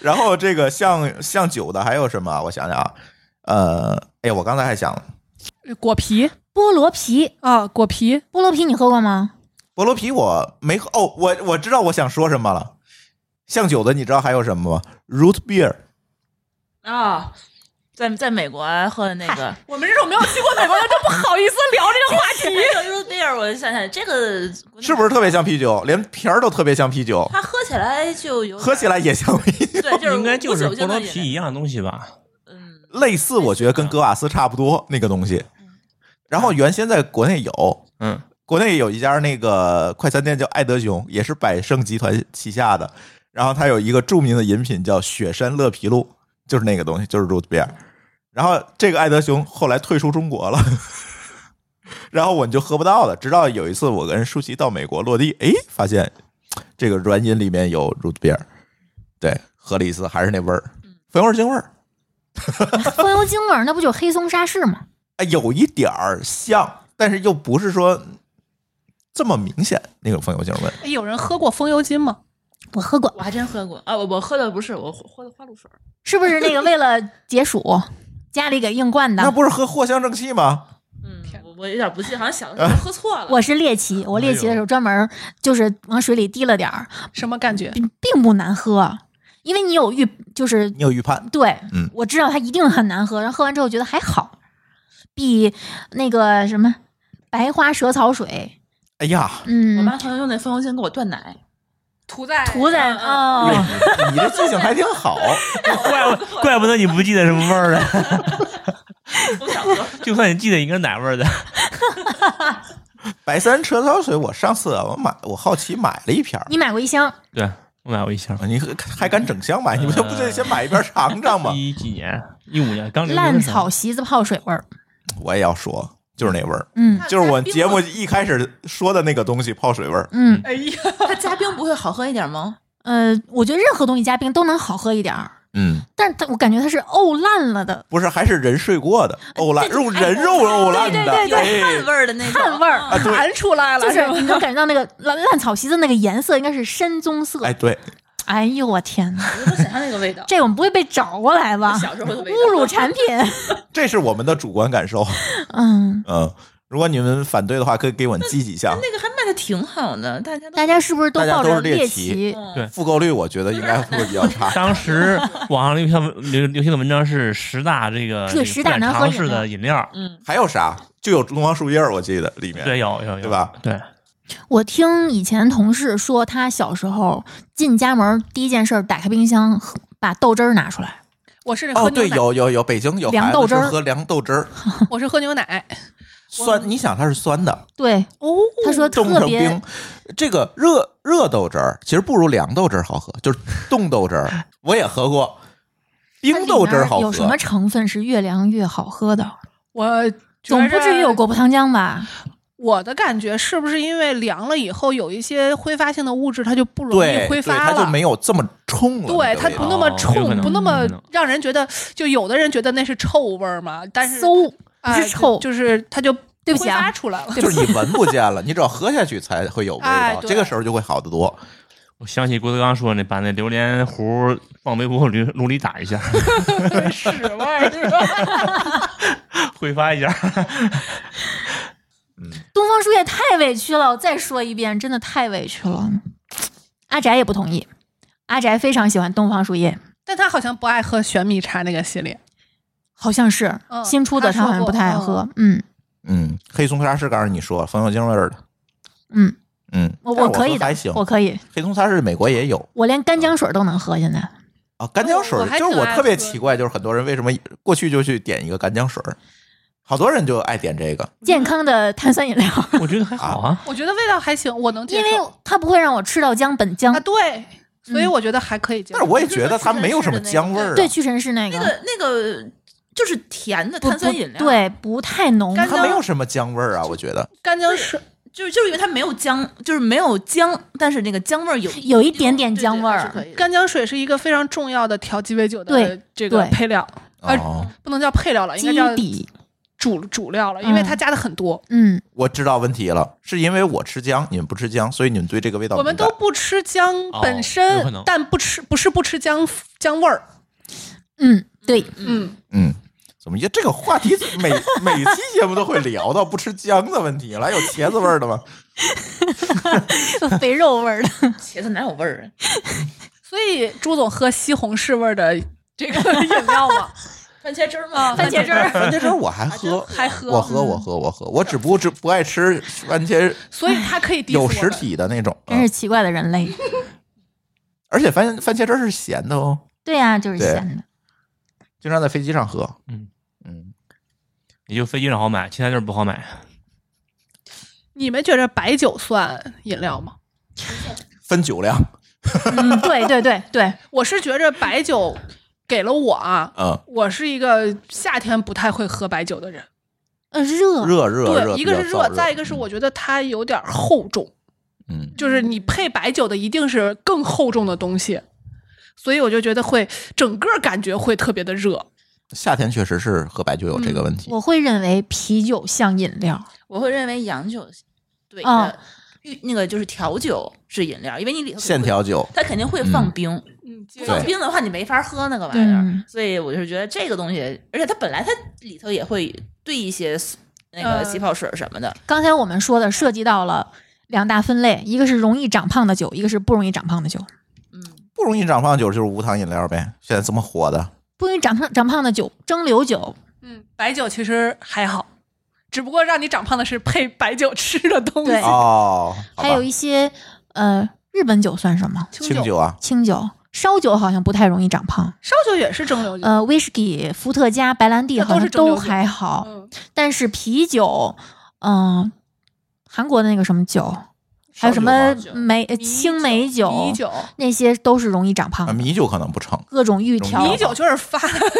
[SPEAKER 2] 然后这个像像酒的还有什么？我想想啊，呃，哎，我刚才还想
[SPEAKER 4] 呃果皮
[SPEAKER 3] 菠萝皮，
[SPEAKER 4] 啊，果皮
[SPEAKER 3] 菠萝皮你喝过吗？
[SPEAKER 2] 菠萝啤我没喝哦，我我知道我想说什么了。像酒的你知道还有什么吗？Root beer，
[SPEAKER 6] 啊。在在美国啊喝的那个，
[SPEAKER 4] 我们这种没有去过美国的都不好意思聊这个话题。
[SPEAKER 6] 那个 root beer，我就想想这个
[SPEAKER 2] 是不是？特别像啤酒？连瓶儿都特别像啤酒，
[SPEAKER 6] 它喝起来就有点
[SPEAKER 2] 喝起来也像啤酒，
[SPEAKER 6] 对，就是
[SPEAKER 5] 应该就是
[SPEAKER 6] 无酒
[SPEAKER 5] 菠
[SPEAKER 6] 精的
[SPEAKER 5] 萝
[SPEAKER 6] 饮料
[SPEAKER 5] 啤一样的东西吧？
[SPEAKER 6] 嗯，
[SPEAKER 2] 类似，我觉得跟格瓦斯差不多那个东西。然后原先在国内有，
[SPEAKER 5] 嗯，
[SPEAKER 2] 国内有一家那个快餐店叫爱德熊，也是百盛集团旗下的。然后它有一个著名的饮品叫雪山乐啤露，就是那个东西，就是 root beer。然后这个爱德熊后来退出中国了， 然后我们就喝不到了。直到有一次我跟舒淇到美国落地，哎，发现这个软饮里面有 root beer，对，喝了一次还是那味儿，风油精味儿，
[SPEAKER 3] 风油精味儿，那不就是黑松沙士吗？
[SPEAKER 2] 哎，有一点儿像，但是又不是说这么明显那种风油精味儿。
[SPEAKER 4] 哎，有人喝过风油精吗？
[SPEAKER 3] 我喝过，
[SPEAKER 6] 我还真喝过啊，我我喝的不是，我喝的花露水儿。
[SPEAKER 3] 是不是那个为了解暑， 家里给硬灌
[SPEAKER 2] 那
[SPEAKER 3] 的？
[SPEAKER 2] 不是喝藿香正气吗？
[SPEAKER 6] 嗯，我我有点不记得，好 像小的时候喝错了。
[SPEAKER 3] 我是猎奇，我猎奇的时候专门就是往水里滴了点儿，
[SPEAKER 4] 什么感觉？
[SPEAKER 3] 并并不难喝，因为你有预，就是
[SPEAKER 2] 你有预判？
[SPEAKER 3] 对，
[SPEAKER 2] 嗯
[SPEAKER 3] 我知道它一定很难喝，然后喝完之后觉得还好，比那个什么白花蛇草水，
[SPEAKER 2] 哎呀，
[SPEAKER 3] 嗯，
[SPEAKER 6] 我妈曾经用那风油精给我断奶，
[SPEAKER 4] 涂在
[SPEAKER 3] 涂在
[SPEAKER 6] 嗯嗯
[SPEAKER 3] 啊、哦，
[SPEAKER 2] 你这记性还挺好。
[SPEAKER 5] 怪不怪不得你不记得什么味儿了，
[SPEAKER 6] 我想喝。
[SPEAKER 5] 就算你记得，应该是哪味儿的？
[SPEAKER 2] 白山车草水，我上次啊我买，我好奇买了一瓶儿。
[SPEAKER 3] 你买过一箱，
[SPEAKER 5] 对我买过一箱，
[SPEAKER 2] 你还敢整箱买？你不就不得先买一瓶儿尝尝吗？
[SPEAKER 5] 一几年，一五年刚流行的
[SPEAKER 3] 烂
[SPEAKER 5] 时候
[SPEAKER 3] 草席子泡水味儿，
[SPEAKER 2] 我也要说，就是那味儿，
[SPEAKER 3] 嗯
[SPEAKER 2] 就是我节目一开始说的那个东西，泡水味儿。
[SPEAKER 3] 嗯
[SPEAKER 4] 哎呀，
[SPEAKER 6] 它加冰不会好喝一点吗？
[SPEAKER 3] 呃，我觉得任何东西加冰都能好喝一点儿，
[SPEAKER 2] 嗯，
[SPEAKER 3] 但是它我感觉它是沤烂了的
[SPEAKER 2] 不是，还是人睡过的欧烂，肉人肉欧烂的，
[SPEAKER 3] 对对
[SPEAKER 2] 哎
[SPEAKER 6] 汗味儿的那种
[SPEAKER 3] 汗味儿
[SPEAKER 6] 嗯
[SPEAKER 2] 啊， 对，
[SPEAKER 4] 弹出来了，哎
[SPEAKER 3] 就是
[SPEAKER 4] 吧
[SPEAKER 3] 你能感觉到那个烂烂草席子那个颜色应该是深棕色。
[SPEAKER 2] 哎对，
[SPEAKER 3] 哎呦我天哪，
[SPEAKER 6] 我能想象那个味道。
[SPEAKER 3] 这我们不会被找过来吧？
[SPEAKER 6] 小时候的味道
[SPEAKER 3] 侮辱产品，
[SPEAKER 2] 这是我们的主观感受。
[SPEAKER 3] 嗯，
[SPEAKER 2] 嗯，如果你们反对的话，可以给我们积极项。
[SPEAKER 6] 那个还卖的挺好的，大家都
[SPEAKER 3] 大家是不是都
[SPEAKER 2] 大家
[SPEAKER 3] 抱
[SPEAKER 2] 都
[SPEAKER 3] 着
[SPEAKER 2] 是猎
[SPEAKER 3] 猎
[SPEAKER 2] 奇
[SPEAKER 3] 奇？
[SPEAKER 6] 嗯
[SPEAKER 5] 对
[SPEAKER 2] 复购率我觉得应该会比较差。
[SPEAKER 5] 当时网上流行流流行的文章是十大这个
[SPEAKER 3] 对
[SPEAKER 5] 这个
[SPEAKER 3] 十大
[SPEAKER 5] 不敢
[SPEAKER 3] 难喝
[SPEAKER 5] 尝
[SPEAKER 3] 饮
[SPEAKER 5] 试
[SPEAKER 3] 料
[SPEAKER 5] 的饮料，
[SPEAKER 6] 嗯，
[SPEAKER 2] 还有啥？就有东方树叶儿，我记得里面。
[SPEAKER 5] 对，有有有，
[SPEAKER 2] 对吧？
[SPEAKER 5] 对，
[SPEAKER 3] 我听以前同事说，他小时候进家门第一件事儿打开冰箱，喝把豆汁儿拿出来。
[SPEAKER 4] 我是喝
[SPEAKER 2] 哦，
[SPEAKER 4] 牛
[SPEAKER 2] 对，
[SPEAKER 4] 奶，
[SPEAKER 2] 有有有，北京有
[SPEAKER 3] 凉
[SPEAKER 2] 孩子
[SPEAKER 3] 豆汁
[SPEAKER 2] 是
[SPEAKER 3] 儿
[SPEAKER 2] 喝凉豆汁儿，
[SPEAKER 4] 我是喝牛奶。
[SPEAKER 2] 酸。你想它是酸的，
[SPEAKER 3] 对，
[SPEAKER 4] 哦，
[SPEAKER 3] 他说
[SPEAKER 2] 冻
[SPEAKER 3] 特
[SPEAKER 2] 成
[SPEAKER 3] 别
[SPEAKER 2] 冰。这个热热豆汁儿其实不如凉豆汁儿好喝，就是冻豆汁儿，我也喝过，
[SPEAKER 3] 它
[SPEAKER 2] 冰
[SPEAKER 3] 里
[SPEAKER 2] 豆汁儿
[SPEAKER 3] 面
[SPEAKER 2] 好喝。
[SPEAKER 3] 有什么成分是越凉越好喝的？
[SPEAKER 4] 我觉
[SPEAKER 3] 总
[SPEAKER 4] 着
[SPEAKER 3] 不至于有果葡糖浆吧？
[SPEAKER 4] 我的感觉是不是因为凉了以后有一些挥发性的物质，它就不容易
[SPEAKER 2] 对
[SPEAKER 4] 挥
[SPEAKER 2] 对，
[SPEAKER 4] 发
[SPEAKER 2] 它就
[SPEAKER 4] 了？
[SPEAKER 2] 没有这么冲了。
[SPEAKER 4] 对，
[SPEAKER 2] 那个
[SPEAKER 4] 它
[SPEAKER 2] 味
[SPEAKER 4] 不
[SPEAKER 2] 道
[SPEAKER 4] 那么
[SPEAKER 5] 哦有可
[SPEAKER 4] 冲，
[SPEAKER 5] 能
[SPEAKER 4] 不那么
[SPEAKER 5] 有可能
[SPEAKER 4] 让人觉得，就有的人觉得那是臭味儿嘛，但是
[SPEAKER 3] 馊不
[SPEAKER 4] 哎
[SPEAKER 3] 是臭，
[SPEAKER 4] 就是它就
[SPEAKER 3] 对不起啊
[SPEAKER 4] 挥发出来了。
[SPEAKER 2] 就是你闻不见了，你只要喝下去才会有味
[SPEAKER 4] 哎
[SPEAKER 2] 道，
[SPEAKER 4] 对
[SPEAKER 2] 这个时候就会好得多。
[SPEAKER 5] 我想起郭德纲说那把那榴莲核放微波炉炉里打一 下，
[SPEAKER 6] 屎味儿对吧？
[SPEAKER 5] 挥发一下。
[SPEAKER 3] 东方树叶太委屈了，我再说一遍，真的太委屈了。阿宅也不同意，阿宅非常喜欢东方树叶，
[SPEAKER 4] 但他好像不爱喝玄米茶那个系列，
[SPEAKER 3] 好像是、
[SPEAKER 4] 嗯
[SPEAKER 3] 新出的，
[SPEAKER 4] 他
[SPEAKER 3] 他
[SPEAKER 4] 说
[SPEAKER 3] 好像不太爱喝。嗯
[SPEAKER 2] 嗯，黑松沙是刚才你说风油精味儿的，
[SPEAKER 3] 嗯，
[SPEAKER 2] 嗯，
[SPEAKER 3] 我
[SPEAKER 2] 但
[SPEAKER 3] 我
[SPEAKER 2] 是
[SPEAKER 3] 可以
[SPEAKER 2] 说
[SPEAKER 3] 的
[SPEAKER 2] 还行，。
[SPEAKER 3] 我可以，
[SPEAKER 2] 黑松沙是美国也有
[SPEAKER 3] 我连干姜水都能喝。现在
[SPEAKER 2] 啊，干姜水
[SPEAKER 4] 哦我
[SPEAKER 2] 儿
[SPEAKER 4] 我还
[SPEAKER 2] 就是
[SPEAKER 4] 挺
[SPEAKER 2] 我
[SPEAKER 4] 爱
[SPEAKER 2] 特别
[SPEAKER 4] 喝
[SPEAKER 2] 奇怪，就是很多人为什么过去就去点一个干姜水儿，好多人就爱点这个。
[SPEAKER 3] 健康的碳酸饮料，
[SPEAKER 5] 我觉得还好啊，
[SPEAKER 4] 我觉得味道还行，我能接
[SPEAKER 3] 因
[SPEAKER 4] 受。
[SPEAKER 3] 为它不会让我嗯吃到姜本姜。
[SPEAKER 4] 啊，对，所以我觉得还可以接
[SPEAKER 2] 但
[SPEAKER 4] 受。
[SPEAKER 2] 是我也觉得它没有什么姜味儿啊。
[SPEAKER 3] 对，屈臣氏那个
[SPEAKER 6] 那个那个就是甜的
[SPEAKER 3] 不
[SPEAKER 6] 碳
[SPEAKER 3] 不
[SPEAKER 6] 酸饮料，，
[SPEAKER 3] 对不太浓，
[SPEAKER 4] 干
[SPEAKER 2] 它没有什么姜味儿啊，我觉得。
[SPEAKER 4] 干姜水，
[SPEAKER 6] 就是就是因为它没有姜，就是没有姜，但是那个姜味儿有
[SPEAKER 3] 有一点点姜味
[SPEAKER 6] 对对还是
[SPEAKER 3] 儿。
[SPEAKER 6] 可以的
[SPEAKER 4] 干姜水是一个非常重要的调鸡尾酒的
[SPEAKER 3] 对
[SPEAKER 4] 这个
[SPEAKER 3] 对
[SPEAKER 4] 配料，啊
[SPEAKER 2] 哦，
[SPEAKER 4] 不能叫配料了，应
[SPEAKER 3] 基
[SPEAKER 4] 该叫
[SPEAKER 3] 底，
[SPEAKER 4] 主主料了，因为
[SPEAKER 3] 嗯
[SPEAKER 4] 它加的很多。
[SPEAKER 3] 嗯，
[SPEAKER 2] 我知道问题了，是因为我吃姜，你们不吃姜，所以你们对这个味道
[SPEAKER 4] 我们
[SPEAKER 2] 敏感
[SPEAKER 4] 都不吃姜
[SPEAKER 5] 哦
[SPEAKER 4] 本
[SPEAKER 5] 有可
[SPEAKER 4] 身
[SPEAKER 5] 能，
[SPEAKER 4] 但不吃不是不吃姜姜味儿。
[SPEAKER 3] 嗯，对，
[SPEAKER 4] 嗯，
[SPEAKER 2] 嗯，怎么也这个话题每 每期节目都会聊到不吃姜的问题了？有茄子味儿的 吗？
[SPEAKER 3] 肥肉味儿的。
[SPEAKER 6] 茄子哪有味 儿啊？
[SPEAKER 4] 所以朱总喝西红柿味儿的这个饮料嘛，
[SPEAKER 6] 啊番茄汁儿 吗？
[SPEAKER 3] 番茄汁儿
[SPEAKER 2] 番茄汁儿我还喝，
[SPEAKER 4] 还喝
[SPEAKER 2] 我喝我喝我喝，我只不过只不爱吃番 茄
[SPEAKER 4] 所以它可以 diss
[SPEAKER 2] 嗯有
[SPEAKER 4] 我
[SPEAKER 2] 实
[SPEAKER 4] 们。
[SPEAKER 2] 体的那种，
[SPEAKER 3] 真是
[SPEAKER 2] 嗯
[SPEAKER 3] 奇怪的人类。
[SPEAKER 2] 而且番番茄汁儿是咸的哦，
[SPEAKER 3] 对呀、就是
[SPEAKER 2] 对
[SPEAKER 3] 咸的。
[SPEAKER 2] 经常在飞机上喝。
[SPEAKER 5] 嗯
[SPEAKER 2] 嗯，
[SPEAKER 5] 也就飞机上好买，其他地儿不好买。
[SPEAKER 4] 你们觉着白酒算饮料吗？
[SPEAKER 2] 分酒量，
[SPEAKER 3] 嗯，对对对对，
[SPEAKER 4] 我是觉着白酒给了我啊，
[SPEAKER 2] 嗯，
[SPEAKER 4] 我是一个夏天不太会喝白酒的人。
[SPEAKER 3] 呃，热
[SPEAKER 2] 热热热，
[SPEAKER 4] 嗯对，一个是
[SPEAKER 2] 比较燥
[SPEAKER 4] 热，再一个是我觉得它有点厚重，
[SPEAKER 2] 嗯，
[SPEAKER 4] 就是你配白酒的一定是更厚重的东西。所以我就觉得会整个感觉会特别的热。
[SPEAKER 2] 夏天确实是喝白酒有这
[SPEAKER 4] 嗯
[SPEAKER 2] 个问题。
[SPEAKER 3] 我会认为啤酒像饮料，
[SPEAKER 6] 我会认为洋酒对
[SPEAKER 3] 哦
[SPEAKER 6] 的玉那个就是调酒是饮料，因为你里头
[SPEAKER 2] 现调酒，
[SPEAKER 6] 它肯定会放冰，
[SPEAKER 4] 嗯，
[SPEAKER 6] 不放冰的话你没法喝那个玩
[SPEAKER 3] 对
[SPEAKER 6] 意
[SPEAKER 3] 嗯
[SPEAKER 6] 儿，所以我就是觉得这个东西，而且它本来它里头也会兑一些那个
[SPEAKER 3] 呃
[SPEAKER 4] 嗯
[SPEAKER 6] 洗泡水什么的，
[SPEAKER 3] 刚才我们说的涉及到了两大分类，一个是容易长胖的酒，一个是不容易长胖的酒。
[SPEAKER 6] 嗯，
[SPEAKER 2] 不容易长胖的酒就是无糖饮料呗，现在这么火的。
[SPEAKER 3] 不容易长胖长胖的酒，蒸馏酒
[SPEAKER 4] 嗯，白酒其实还好，只不过让你长胖的是配白酒吃的东西
[SPEAKER 3] 对。
[SPEAKER 2] 哦，好吧
[SPEAKER 3] 还有一些呃，日本酒算什么？
[SPEAKER 2] 清酒啊，
[SPEAKER 3] 清酒、烧酒好像不太容易长胖。
[SPEAKER 4] 烧酒也是蒸
[SPEAKER 2] 哦
[SPEAKER 4] 馏酒。
[SPEAKER 3] 呃，威士忌、伏特加、白兰地
[SPEAKER 4] 嗯那
[SPEAKER 3] 好
[SPEAKER 4] 都
[SPEAKER 3] 像
[SPEAKER 4] 是蒸馏
[SPEAKER 3] 都
[SPEAKER 4] 酒
[SPEAKER 3] 还好，
[SPEAKER 4] 嗯，
[SPEAKER 3] 但是啤酒，嗯、韩国的那个什么酒，还有什
[SPEAKER 2] 烧
[SPEAKER 3] 么
[SPEAKER 2] 酒
[SPEAKER 6] 酒
[SPEAKER 3] 梅呃
[SPEAKER 4] 米
[SPEAKER 3] 青梅酒，
[SPEAKER 4] 米酒，
[SPEAKER 3] 那些都是容易长胖
[SPEAKER 2] 啊
[SPEAKER 3] 的，
[SPEAKER 2] 米酒可能不成。
[SPEAKER 3] 各种玉
[SPEAKER 2] 好
[SPEAKER 3] 条
[SPEAKER 2] 容
[SPEAKER 4] 米
[SPEAKER 2] 易、
[SPEAKER 4] 酒就是 发。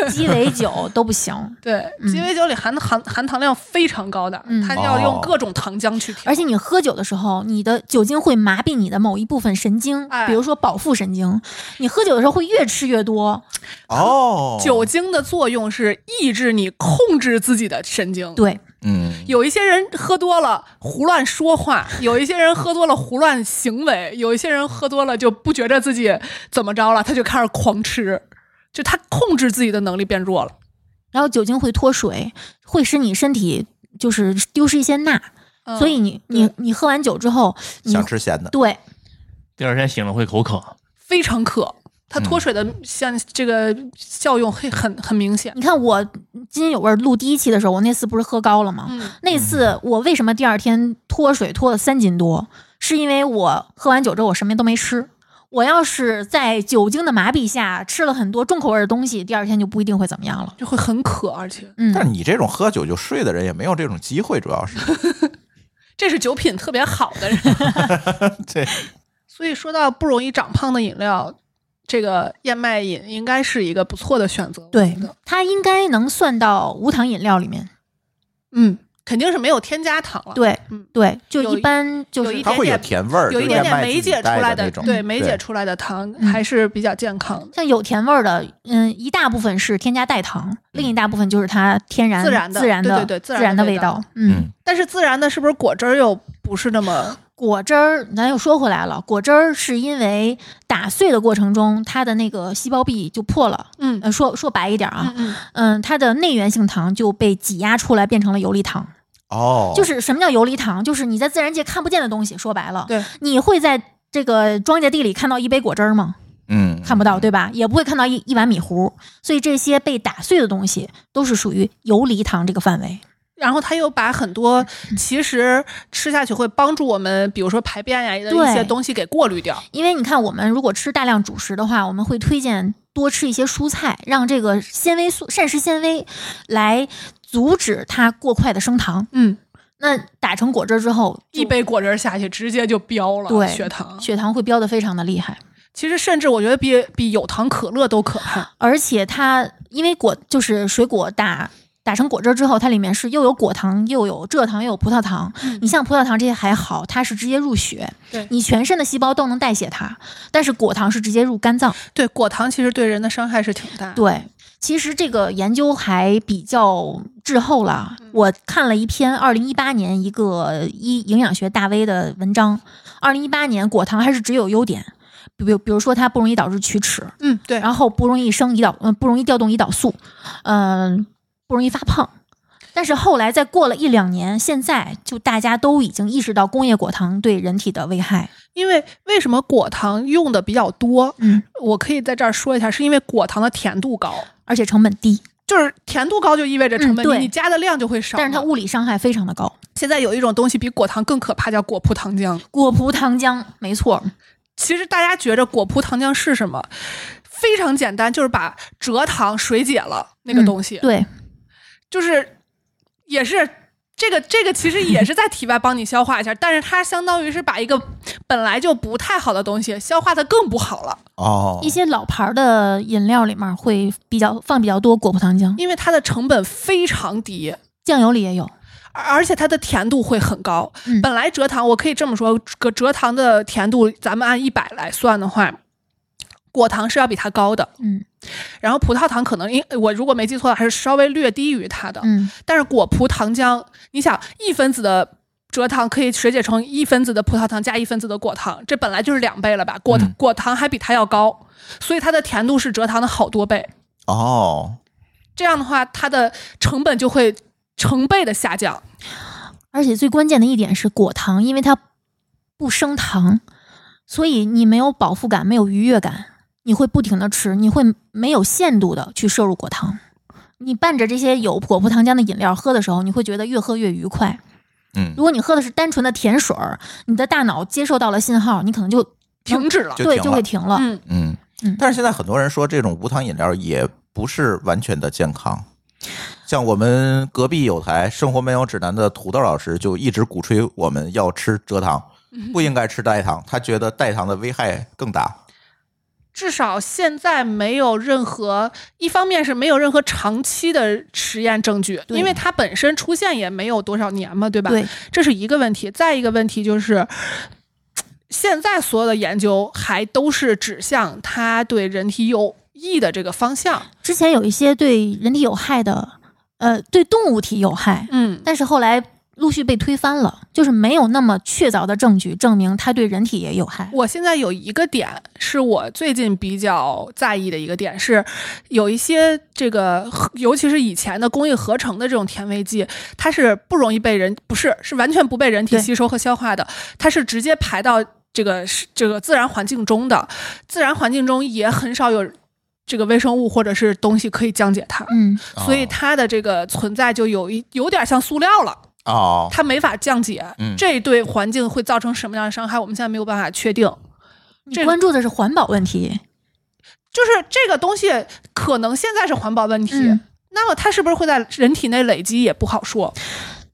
[SPEAKER 3] 鸡尾 酒都不行
[SPEAKER 4] 对，
[SPEAKER 3] 嗯
[SPEAKER 4] 鸡尾酒里含含含糖量非常高的，
[SPEAKER 3] 嗯
[SPEAKER 4] 它要用
[SPEAKER 2] 哦
[SPEAKER 4] 各种糖浆去调，
[SPEAKER 3] 而且你喝酒的时候，你的酒精会麻痹你的某一部分神经，
[SPEAKER 4] 哎
[SPEAKER 3] 比如说饱腹神经。你喝酒的时候会越吃越多，
[SPEAKER 2] 哦，
[SPEAKER 4] 啊酒，精的作用是抑制你控制自己的神经。
[SPEAKER 3] 对，
[SPEAKER 2] 嗯，
[SPEAKER 4] 有一些人喝多了胡乱说话，有一些人喝多了胡乱行为，有一些人喝多了就不觉着自己怎么着了，他就开始狂吃，就他控制自己的能力变弱了。
[SPEAKER 3] 然后酒精会脱水，会使你身体就是丢失一些钠，
[SPEAKER 4] 嗯
[SPEAKER 3] 所以你你你喝完酒之后，你
[SPEAKER 2] 想吃咸的，
[SPEAKER 3] 对
[SPEAKER 5] 第二天醒了会口渴，
[SPEAKER 2] 啊
[SPEAKER 4] 非常渴，它脱水的像这个效用会很很明显。
[SPEAKER 3] 你看我津津有味儿录第一期的时候，我那次不是喝高了吗？
[SPEAKER 4] 嗯，
[SPEAKER 3] 那次我为什么第二天脱水脱了三斤多？是因为我喝完酒之后我什么都没吃。我要是在酒精的麻痹下吃了很多重口味的东西，第二天就不一定会怎么样了。
[SPEAKER 4] 就会很渴，而且
[SPEAKER 2] 但
[SPEAKER 3] 嗯，
[SPEAKER 2] 是你这种喝酒就睡的人也没有这种机会，主要是
[SPEAKER 4] 这是酒品特别好的人。
[SPEAKER 2] 对，
[SPEAKER 4] 所以说到不容易长胖的饮料，这个燕麦饮应该是一个不错的选择。我
[SPEAKER 3] 对
[SPEAKER 4] 觉得，
[SPEAKER 3] 它应该能算到无糖饮料里面。
[SPEAKER 4] 嗯，肯定是没有添加糖了。，
[SPEAKER 3] 对
[SPEAKER 4] 嗯，
[SPEAKER 3] 对，就
[SPEAKER 4] 有
[SPEAKER 3] 一般就
[SPEAKER 4] 有
[SPEAKER 3] 是
[SPEAKER 4] 一
[SPEAKER 2] 它会有甜味儿，
[SPEAKER 4] 有一
[SPEAKER 2] 就燕
[SPEAKER 4] 点点
[SPEAKER 2] 麦自
[SPEAKER 4] 酶
[SPEAKER 2] 己
[SPEAKER 4] 解出
[SPEAKER 2] 带
[SPEAKER 4] 来
[SPEAKER 2] 的那种，
[SPEAKER 4] 对酶解出来的糖
[SPEAKER 3] 嗯
[SPEAKER 4] 还是比较健康的。
[SPEAKER 3] 像有甜味儿的，嗯，一大部分是添加代糖，另一大部分就是它天然
[SPEAKER 4] 嗯自然的
[SPEAKER 3] 自然的
[SPEAKER 4] 对对对
[SPEAKER 3] 自
[SPEAKER 4] 自
[SPEAKER 3] 然
[SPEAKER 4] 然
[SPEAKER 3] 的
[SPEAKER 4] 的
[SPEAKER 3] 味
[SPEAKER 4] 味道
[SPEAKER 3] 道。嗯，
[SPEAKER 2] 嗯，
[SPEAKER 4] 但是自然的是不是果汁儿又不是那么
[SPEAKER 3] 果汁儿，咱又说回来了，果汁儿是因为打碎的过程中，它的那个细胞壁就破了。
[SPEAKER 4] 嗯
[SPEAKER 3] 呃，说说白一点啊，
[SPEAKER 4] 嗯
[SPEAKER 3] 嗯，它的内源性糖就被挤压出来，变成了游离糖。
[SPEAKER 2] 哦，
[SPEAKER 3] 就是什么叫游离糖？就是你在自然界看不见的东西。说白了，
[SPEAKER 4] 对，
[SPEAKER 3] 你会在这个庄稼地里看到一杯果汁儿吗？
[SPEAKER 2] 嗯，
[SPEAKER 3] 看不到，对吧？也不会看到一一碗米糊。所以这些被打碎的东西都是属于游离糖这个范围。
[SPEAKER 4] 然后他又把很多
[SPEAKER 3] 嗯
[SPEAKER 4] 其实吃下去会帮助我们，比如说排便呀的
[SPEAKER 3] 对
[SPEAKER 4] 一些东西给过滤掉。
[SPEAKER 3] 因为你看，我们如果吃大量主食的话，我们会推荐多吃一些蔬菜，让这个纤维素、膳食纤维来阻止它过快的升糖。
[SPEAKER 4] 嗯，
[SPEAKER 3] 那打成果汁儿之后，
[SPEAKER 4] 一杯果汁儿下去直接就飙了，
[SPEAKER 3] 对
[SPEAKER 4] 血糖。
[SPEAKER 3] 血糖会飙得非常的厉害，
[SPEAKER 4] 其实甚至我觉得比比有糖可乐都可怕。
[SPEAKER 3] 而且它因为果就是水果打打成果汁儿之后，它里面是又有果糖，又有蔗糖，又有葡萄糖。你像葡萄糖这些还好，它是直接入血，
[SPEAKER 4] 嗯对
[SPEAKER 3] 你全身的细胞都能代谢它，但是果糖是直接入肝脏。
[SPEAKER 4] 对果糖其实对人的伤害是挺大的。
[SPEAKER 3] 对，其实这个研究还比较滞后了。
[SPEAKER 4] 嗯
[SPEAKER 3] 我看了一篇二零一八年一个一营养学大 V 的文章，二零一八年果糖还是只有优点，比如比如说它不容易导致龋齿，
[SPEAKER 4] 嗯，对。
[SPEAKER 3] 然后不容易生胰岛，嗯、不容易调动胰岛素，嗯、不容易发胖。但是后来再过了一两年，现在就大家都已经意识到工业果糖对人体的危害。
[SPEAKER 4] 因为为什么果糖用的比较多？
[SPEAKER 3] 嗯，
[SPEAKER 4] 我可以在这儿说一下，是因为果糖的甜度高，
[SPEAKER 3] 而且成本低，
[SPEAKER 4] 就是甜度高就意味着成
[SPEAKER 3] 嗯
[SPEAKER 4] 本低，
[SPEAKER 3] 对
[SPEAKER 4] 你加的量就会少嘛。
[SPEAKER 3] 但是它物理伤害非常的高。
[SPEAKER 4] 现在有一种东西比果糖更可怕，叫果葡糖浆。
[SPEAKER 3] 果葡糖浆，没错，
[SPEAKER 4] 其实大家觉着果葡糖浆是什么？非常简单，就是把蔗糖水解了
[SPEAKER 3] 嗯
[SPEAKER 4] 那个东西，
[SPEAKER 3] 对，
[SPEAKER 4] 就是也是这个这个其实也是在体外帮你消化一下，但是它相当于是把一个本来就不太好的东西消化的更不好了，
[SPEAKER 2] 哦
[SPEAKER 3] 一，些老牌儿的饮料里面会比较放比较多果葡糖浆，
[SPEAKER 4] 因为它的成本非常低，
[SPEAKER 3] 酱油里也有。
[SPEAKER 4] 而而且它的甜度会很高。
[SPEAKER 3] 嗯
[SPEAKER 4] 本来蔗糖，我可以这么说，蔗蔗糖的甜度，咱们按一百来算的话，果糖是要比它高的，
[SPEAKER 3] 嗯
[SPEAKER 4] 然后葡萄糖可能因我如果没记错还是稍微略低于它的，
[SPEAKER 3] 嗯
[SPEAKER 4] 但是果葡糖浆，你想一分子的蔗糖可以水解成一分子的葡萄糖加一分子的果糖，这本来就是两倍了吧？果糖、
[SPEAKER 2] 嗯
[SPEAKER 4] 果糖还比它要高，所以它的甜度是蔗糖的好多倍。
[SPEAKER 2] 哦，
[SPEAKER 4] 这样的话，它的成本就会成倍的下降。
[SPEAKER 3] 而且最关键的一点是果糖，因为它不升糖，所以你没有饱腹感，没有愉悦感，你会不停的吃，你会没有限度的去摄入果糖。你伴着这些有果葡糖浆的饮料喝的时候，你会觉得越喝越愉快。
[SPEAKER 2] 嗯
[SPEAKER 3] 如，果你喝的是单纯的甜水儿，你的大脑接受到了信号，你可能就
[SPEAKER 4] 停止了
[SPEAKER 2] 就
[SPEAKER 3] 对
[SPEAKER 2] 停
[SPEAKER 3] 就
[SPEAKER 2] 了
[SPEAKER 3] 会停了。
[SPEAKER 4] 嗯，
[SPEAKER 2] 嗯
[SPEAKER 3] 嗯，
[SPEAKER 2] 但是现在很多人说这种无糖饮料也不是完全的健康。像我们隔壁有台《生活没有指南》的土豆老师就一直鼓吹我们要吃蔗糖，不应该吃代糖，他觉得代糖的危害更大。
[SPEAKER 4] 至少现在没有任何，一方面是没有任何长期的实验证据，
[SPEAKER 3] 对
[SPEAKER 4] 因为它本身出现也没有多少年嘛，对吧？
[SPEAKER 3] 对，
[SPEAKER 4] 这是一个问题。再一个问题就是，现在所有的研究还都是指向它对人体有益的这个方向。
[SPEAKER 3] 之前有一些对人体有害的，呃，对动物体有害，
[SPEAKER 4] 嗯，
[SPEAKER 3] 但是后来陆续被推翻了，就是没有那么确凿的证据证明它对人体也有害。
[SPEAKER 4] 我现在有一个点是我最近比较在意的一个点是，有一些这个，尤其是以前的工业合成的这种甜味剂，它是不容易被人不是是完全不被人体
[SPEAKER 3] 对
[SPEAKER 4] 吸收和消化的，它是直接排到这个是这个自然环境中的，自然环境中也很少有这个微生物或者是东西可以降解它，
[SPEAKER 3] 嗯，
[SPEAKER 4] 所
[SPEAKER 2] 哦
[SPEAKER 4] 以它的这个存在就有一有点像塑料了。
[SPEAKER 2] 哦，
[SPEAKER 4] 它没法降解，
[SPEAKER 2] 嗯
[SPEAKER 4] 这对环境会造成什么样的伤害，我们现在没有办法确定。
[SPEAKER 3] 你
[SPEAKER 4] 这
[SPEAKER 3] 关注的是环保问题，
[SPEAKER 4] 就是这个东西可能现在是环保问题，
[SPEAKER 3] 嗯
[SPEAKER 4] 那么它是不是会在人体内累积也不好说。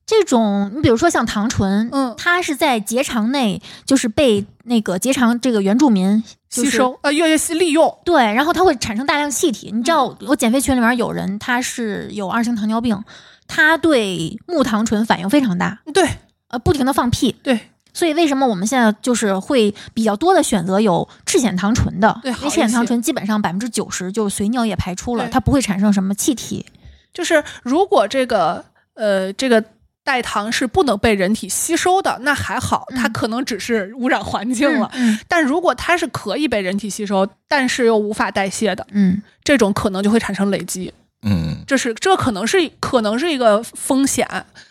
[SPEAKER 3] 这种你比如说像糖醇，
[SPEAKER 4] 嗯
[SPEAKER 3] 它是在结肠内就是被那个结肠这个原住民、就是
[SPEAKER 4] 吸收呃，越越吸利用，
[SPEAKER 3] 对，然后它会产生大量气体。你知
[SPEAKER 4] 嗯
[SPEAKER 3] 道，我减肥群里面有人他是有二型糖尿病，他对木糖醇反应非常大，
[SPEAKER 4] 对
[SPEAKER 3] 呃，不停的放屁。
[SPEAKER 4] 对，
[SPEAKER 3] 所以为什么我们现在就是会比较多的选择有赤藓糖醇的？
[SPEAKER 4] 对
[SPEAKER 3] 因
[SPEAKER 4] 好
[SPEAKER 3] 为
[SPEAKER 4] 一
[SPEAKER 3] 赤藓糖
[SPEAKER 4] 些
[SPEAKER 3] 醇基本上百分之九十就是随尿液排出了，
[SPEAKER 4] 对嗯
[SPEAKER 3] 它不会产生什么气体。
[SPEAKER 4] 就是如果这个呃这个代糖是不能被人体吸收的，那还好，
[SPEAKER 3] 嗯
[SPEAKER 4] 它可能只是污染环境了。
[SPEAKER 3] 嗯
[SPEAKER 4] 但如果它是可以被人体吸收，但是又无法代谢的，
[SPEAKER 3] 嗯，
[SPEAKER 4] 这种可能就会产生累积。
[SPEAKER 2] 嗯，
[SPEAKER 4] 这是这可能是可能是一个风险，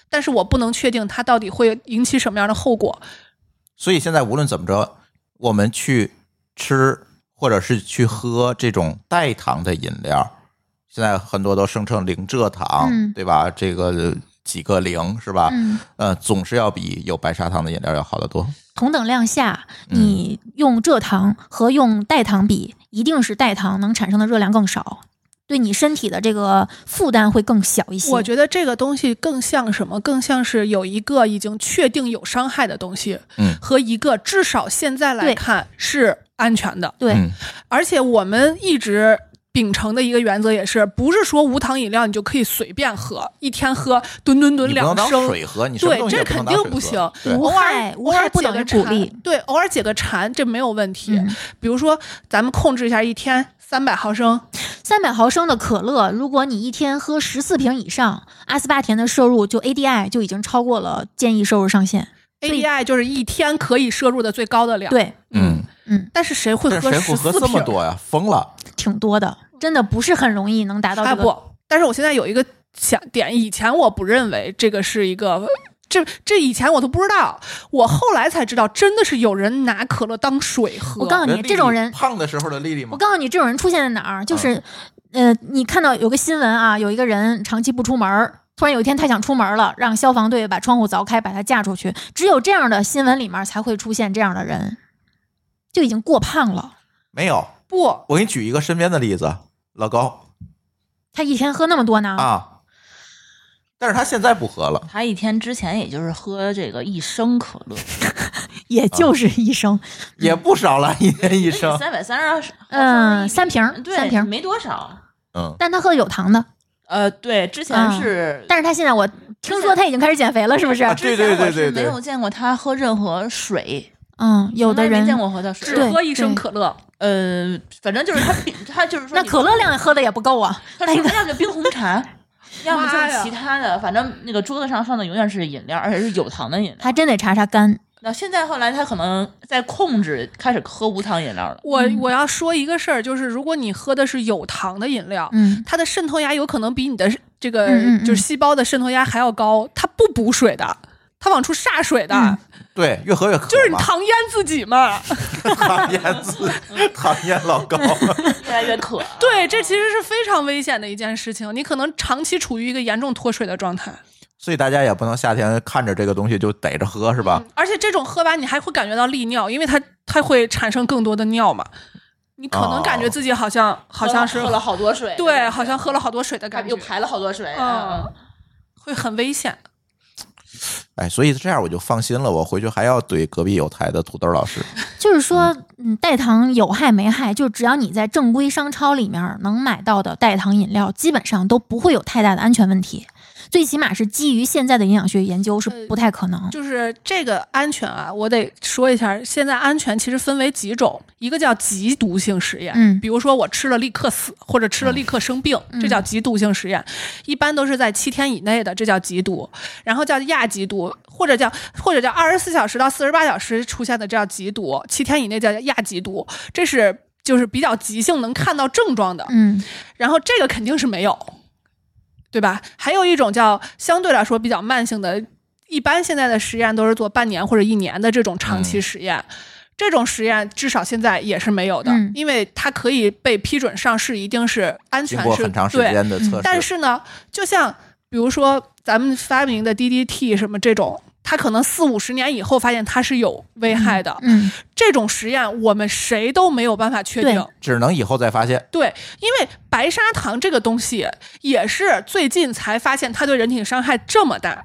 [SPEAKER 4] 但是我不能确定它到底会引起什么样的后果。
[SPEAKER 2] 所以现在无论怎么着，我们去吃或者是去喝这种代糖的饮料，现在很多都声称零蔗糖，
[SPEAKER 3] 嗯
[SPEAKER 2] 对吧？这个几个零是吧？
[SPEAKER 3] 嗯
[SPEAKER 2] 呃，总是要比有白砂糖的饮料要好得多。
[SPEAKER 3] 同等量下，
[SPEAKER 2] 嗯
[SPEAKER 3] 你用蔗糖和用代糖比，一定是代糖能产生的热量更少，对你身体的这个负担会更小一些。
[SPEAKER 4] 我觉得这个东西更像什么？更像是有一个已经确定有伤害的东西，
[SPEAKER 2] 嗯
[SPEAKER 4] 和一个至少现在来
[SPEAKER 3] 对
[SPEAKER 4] 看是安全的。
[SPEAKER 3] 对，
[SPEAKER 2] 嗯
[SPEAKER 4] 而且我们一直秉承的一个原则也是，不是说无糖饮料你就可以随便喝，一天喝吨吨吨
[SPEAKER 2] 你不能
[SPEAKER 4] 两
[SPEAKER 2] 当
[SPEAKER 4] 升。
[SPEAKER 2] 水喝，你什么
[SPEAKER 4] 对，
[SPEAKER 2] 东西
[SPEAKER 4] 这
[SPEAKER 2] 也不
[SPEAKER 4] 肯
[SPEAKER 2] 能当
[SPEAKER 4] 定
[SPEAKER 2] 水喝
[SPEAKER 4] 不行。
[SPEAKER 2] 对
[SPEAKER 3] 无
[SPEAKER 4] 偶尔
[SPEAKER 3] 害无
[SPEAKER 4] 偶尔
[SPEAKER 3] 害不
[SPEAKER 4] 解
[SPEAKER 3] 等
[SPEAKER 4] 个
[SPEAKER 3] 于鼓
[SPEAKER 4] 馋
[SPEAKER 3] 励，
[SPEAKER 4] 对，偶尔解个馋，这没有问题。
[SPEAKER 3] 嗯
[SPEAKER 4] 比如说，咱们控制一下，一天三百毫升，
[SPEAKER 3] 三百毫升的可乐，如果你一天喝十四瓶以上，阿斯巴甜的摄入就 ADI 就已经超过了建议摄入上限。以
[SPEAKER 4] ADI 就是啊一天可以摄入的最高的量。，
[SPEAKER 3] 对，
[SPEAKER 2] 嗯，
[SPEAKER 4] 但是谁会
[SPEAKER 2] 但是
[SPEAKER 4] 喝
[SPEAKER 2] 谁
[SPEAKER 4] 十
[SPEAKER 2] 会喝
[SPEAKER 4] 四
[SPEAKER 2] 这
[SPEAKER 4] 瓶
[SPEAKER 2] 么
[SPEAKER 4] 儿？
[SPEAKER 2] 多呀？疯了！
[SPEAKER 3] 挺多的，真的不是很容易能达到
[SPEAKER 4] 啊
[SPEAKER 3] 这个。
[SPEAKER 4] 不，但是我现在有一个想点，以前我不认为这个是一个。 这这以前我都不知道，我后来才知道，真的是有人拿可乐当水喝。
[SPEAKER 3] 我告诉你
[SPEAKER 2] 跟丽丽
[SPEAKER 3] 这种人
[SPEAKER 2] 胖的时候的丽丽
[SPEAKER 3] 我
[SPEAKER 2] 吗？
[SPEAKER 3] 告诉你，这种人出现在哪儿？就是，呃，你看到有个新闻啊，有一个人长期不出门儿，突然有一天他想出门了，让消防队把窗户凿开，把他架出去。只有这样的新闻里面才会出现这样的人，就已经过胖了。
[SPEAKER 2] 没有，
[SPEAKER 4] 不，
[SPEAKER 2] 我给你举一个身边的例子，老高
[SPEAKER 3] 他一天喝那么多呢？
[SPEAKER 2] 啊，但是他现在不喝了。
[SPEAKER 6] 他一天之前也就是喝这个一升可乐，
[SPEAKER 3] 也就是一生，
[SPEAKER 2] 也不少了，一天一升。
[SPEAKER 6] 三百三十，
[SPEAKER 3] 嗯，三瓶儿，
[SPEAKER 6] 对，
[SPEAKER 3] 三瓶儿。
[SPEAKER 6] 没多少。
[SPEAKER 2] 嗯，
[SPEAKER 3] 但他喝的有糖的，
[SPEAKER 6] 呃，对，之前
[SPEAKER 3] 嗯
[SPEAKER 6] 是，
[SPEAKER 3] 但是他现在我听说他已经开始减肥了，是不是？
[SPEAKER 2] 啊对
[SPEAKER 6] 之
[SPEAKER 2] 对
[SPEAKER 6] 前我
[SPEAKER 2] 对对
[SPEAKER 6] 是没
[SPEAKER 2] 对
[SPEAKER 6] 有见过他喝任何水，
[SPEAKER 3] 嗯，有
[SPEAKER 6] 从
[SPEAKER 3] 的
[SPEAKER 6] 来没
[SPEAKER 3] 人
[SPEAKER 6] 见过喝的水。
[SPEAKER 4] 只
[SPEAKER 3] 对
[SPEAKER 4] 喝一
[SPEAKER 3] 对
[SPEAKER 4] 升可乐，
[SPEAKER 6] 呃，反正就是他比，他就是说
[SPEAKER 3] 那
[SPEAKER 6] 你
[SPEAKER 3] 可乐量喝的也不够啊。
[SPEAKER 6] 他说要么冰红 茶，要么
[SPEAKER 4] 妈
[SPEAKER 6] 就是
[SPEAKER 4] 呀
[SPEAKER 6] 其他的，反正那个桌子上放的永远是饮料，而且是有糖的饮料。
[SPEAKER 3] 还真得查查肝。
[SPEAKER 6] 那现在后来他可能在控制，开始喝无糖饮料了。
[SPEAKER 4] 我我要说一个事儿，就是如果你喝的是有糖的饮料，
[SPEAKER 3] 嗯，
[SPEAKER 4] 它的渗透压有可能比你的这个
[SPEAKER 3] 嗯嗯嗯
[SPEAKER 4] 就是细胞的渗透压还要高，它不补水的，它往出歃水的，
[SPEAKER 3] 嗯
[SPEAKER 2] 对，越喝越渴嘛，
[SPEAKER 4] 就是你糖腌自己嘛。
[SPEAKER 2] 唐嫣自唐嫣老高，
[SPEAKER 6] 越来越渴啊。
[SPEAKER 4] 对，这其实是非常危险的一件事情，你可能长期处于一个严重脱水的状态，
[SPEAKER 2] 所以大家也不能夏天看着这个东西就逮着喝，是吧？
[SPEAKER 4] 而且这种喝完你还会感觉到利尿，因为它它会产生更多的尿嘛，你可能感觉自己好像、好像是
[SPEAKER 6] 喝了好多水，
[SPEAKER 4] 对，好像喝了好多水的感觉，
[SPEAKER 6] 又排了好多水。
[SPEAKER 4] 嗯
[SPEAKER 6] 嗯，
[SPEAKER 4] 会很危险。
[SPEAKER 2] 哎，所以这样我就放心了，我回去还要怼隔壁有台的土豆老师。
[SPEAKER 3] 就是说，嗯，代糖有害没害，就只要你在正规商超里面能买到的代糖饮料，基本上都不会有太大的安全问题。最起码是基于现在的营养学研究是不太可能。
[SPEAKER 4] 就是这个安全啊，我得说一下，现在安全其实分为几种，一个叫极毒性实验，
[SPEAKER 3] 嗯
[SPEAKER 4] 比如说我吃了立刻死，或者吃了立刻生病，这叫极毒性实验，一般都是在七天以内的，这叫极毒，然后叫亚极毒，或者叫或者叫二十四小时到四十八小时出现的，这叫极毒，七天以内叫亚极毒，这是就是比较急性能看到症状的，
[SPEAKER 3] 嗯
[SPEAKER 4] 然后这个肯定是没有，对吧？还有一种叫相对来说比较慢性的，一般现在的实验都是做半年或者一年的这种长
[SPEAKER 2] 嗯
[SPEAKER 4] 期实验。这种实验至少现在也是没有的，
[SPEAKER 3] 嗯
[SPEAKER 4] 因为它可以被批准上市，一定是安全
[SPEAKER 2] 经过
[SPEAKER 4] 是
[SPEAKER 2] 很长时
[SPEAKER 4] 对。嗯
[SPEAKER 2] 间的测试，
[SPEAKER 4] 但是呢，就像比如说咱们发明的 DDT 什么这种，它可能四五十年以后发现它是有危害的，
[SPEAKER 3] 嗯，
[SPEAKER 4] 这种实验我们谁都没有办法确
[SPEAKER 3] 对
[SPEAKER 4] 定。
[SPEAKER 2] 只能以后再发现。
[SPEAKER 4] 对，因为白砂糖这个东西也是最近才发现它对人体伤害这么大。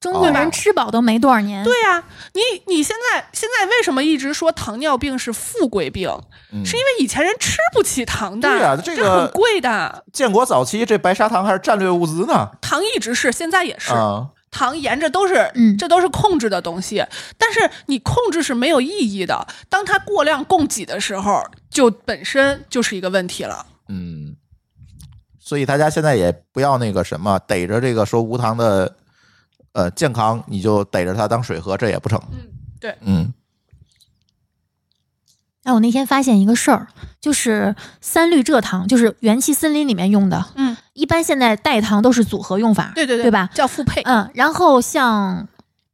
[SPEAKER 3] 中国人吃饱都没多少年。
[SPEAKER 4] 对呀、你你现在现在为什么一直说糖尿病是富贵病？
[SPEAKER 2] 嗯
[SPEAKER 4] 是因为以前人吃不起糖的，
[SPEAKER 2] 对呀这
[SPEAKER 4] 这
[SPEAKER 2] 个
[SPEAKER 4] 很贵的。
[SPEAKER 2] 建国早期这白砂糖还是战略物资呢，
[SPEAKER 4] 糖一直是，现在也是，
[SPEAKER 2] 啊，
[SPEAKER 4] 糖沿着都是，
[SPEAKER 3] 嗯
[SPEAKER 4] 这都是控制的东西。但是你控制是没有意义的，当它过量供给的时候，就本身就是一个问题了。
[SPEAKER 2] 嗯，所以大家现在也不要那个什么逮着这个说无糖的，呃，健康你就逮着它当水喝，这也不成。
[SPEAKER 4] 嗯对
[SPEAKER 2] 嗯，
[SPEAKER 3] 哎，我那天发现一个事儿，就是三氯蔗糖，就是元气森林里面用的。
[SPEAKER 4] 嗯，
[SPEAKER 3] 一般现在代糖都是组合用法。
[SPEAKER 4] 对对
[SPEAKER 3] 对，
[SPEAKER 4] 对，
[SPEAKER 3] 吧？
[SPEAKER 4] 叫复配。
[SPEAKER 3] 嗯，然后像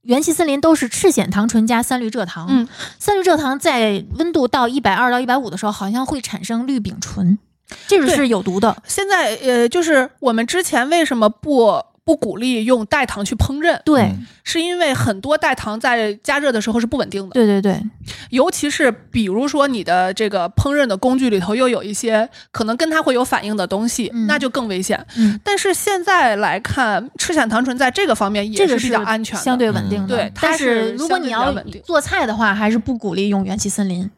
[SPEAKER 3] 元气森林都是赤藓糖醇加三氯蔗糖。
[SPEAKER 4] 嗯，
[SPEAKER 3] 三氯蔗糖在温度到一百二到一百五的时候，好像会产生氯丙醇，这个
[SPEAKER 4] 对
[SPEAKER 3] 是有毒的。
[SPEAKER 4] 现在呃，就是我们之前为什么不不鼓励用代糖去烹饪，
[SPEAKER 3] 对、
[SPEAKER 2] 嗯
[SPEAKER 4] 是因为很多代糖在加热的时候是不稳定的，
[SPEAKER 3] 对对对，
[SPEAKER 4] 尤其是比如说你的这个烹饪的工具里头又有一些可能跟它会有反应的东西，
[SPEAKER 3] 嗯
[SPEAKER 4] 那就更危险。
[SPEAKER 3] 嗯，
[SPEAKER 4] 但是现在来看，赤藓糖醇在这个方面也
[SPEAKER 3] 这个
[SPEAKER 4] 比较安全的， 嗯
[SPEAKER 3] 相对稳定的。
[SPEAKER 4] 对它
[SPEAKER 3] 但
[SPEAKER 4] 是
[SPEAKER 3] 如果
[SPEAKER 4] 相对
[SPEAKER 3] 你
[SPEAKER 4] 比较
[SPEAKER 3] 要
[SPEAKER 4] 稳定
[SPEAKER 3] 做菜的话，还是不鼓励用元气森 林，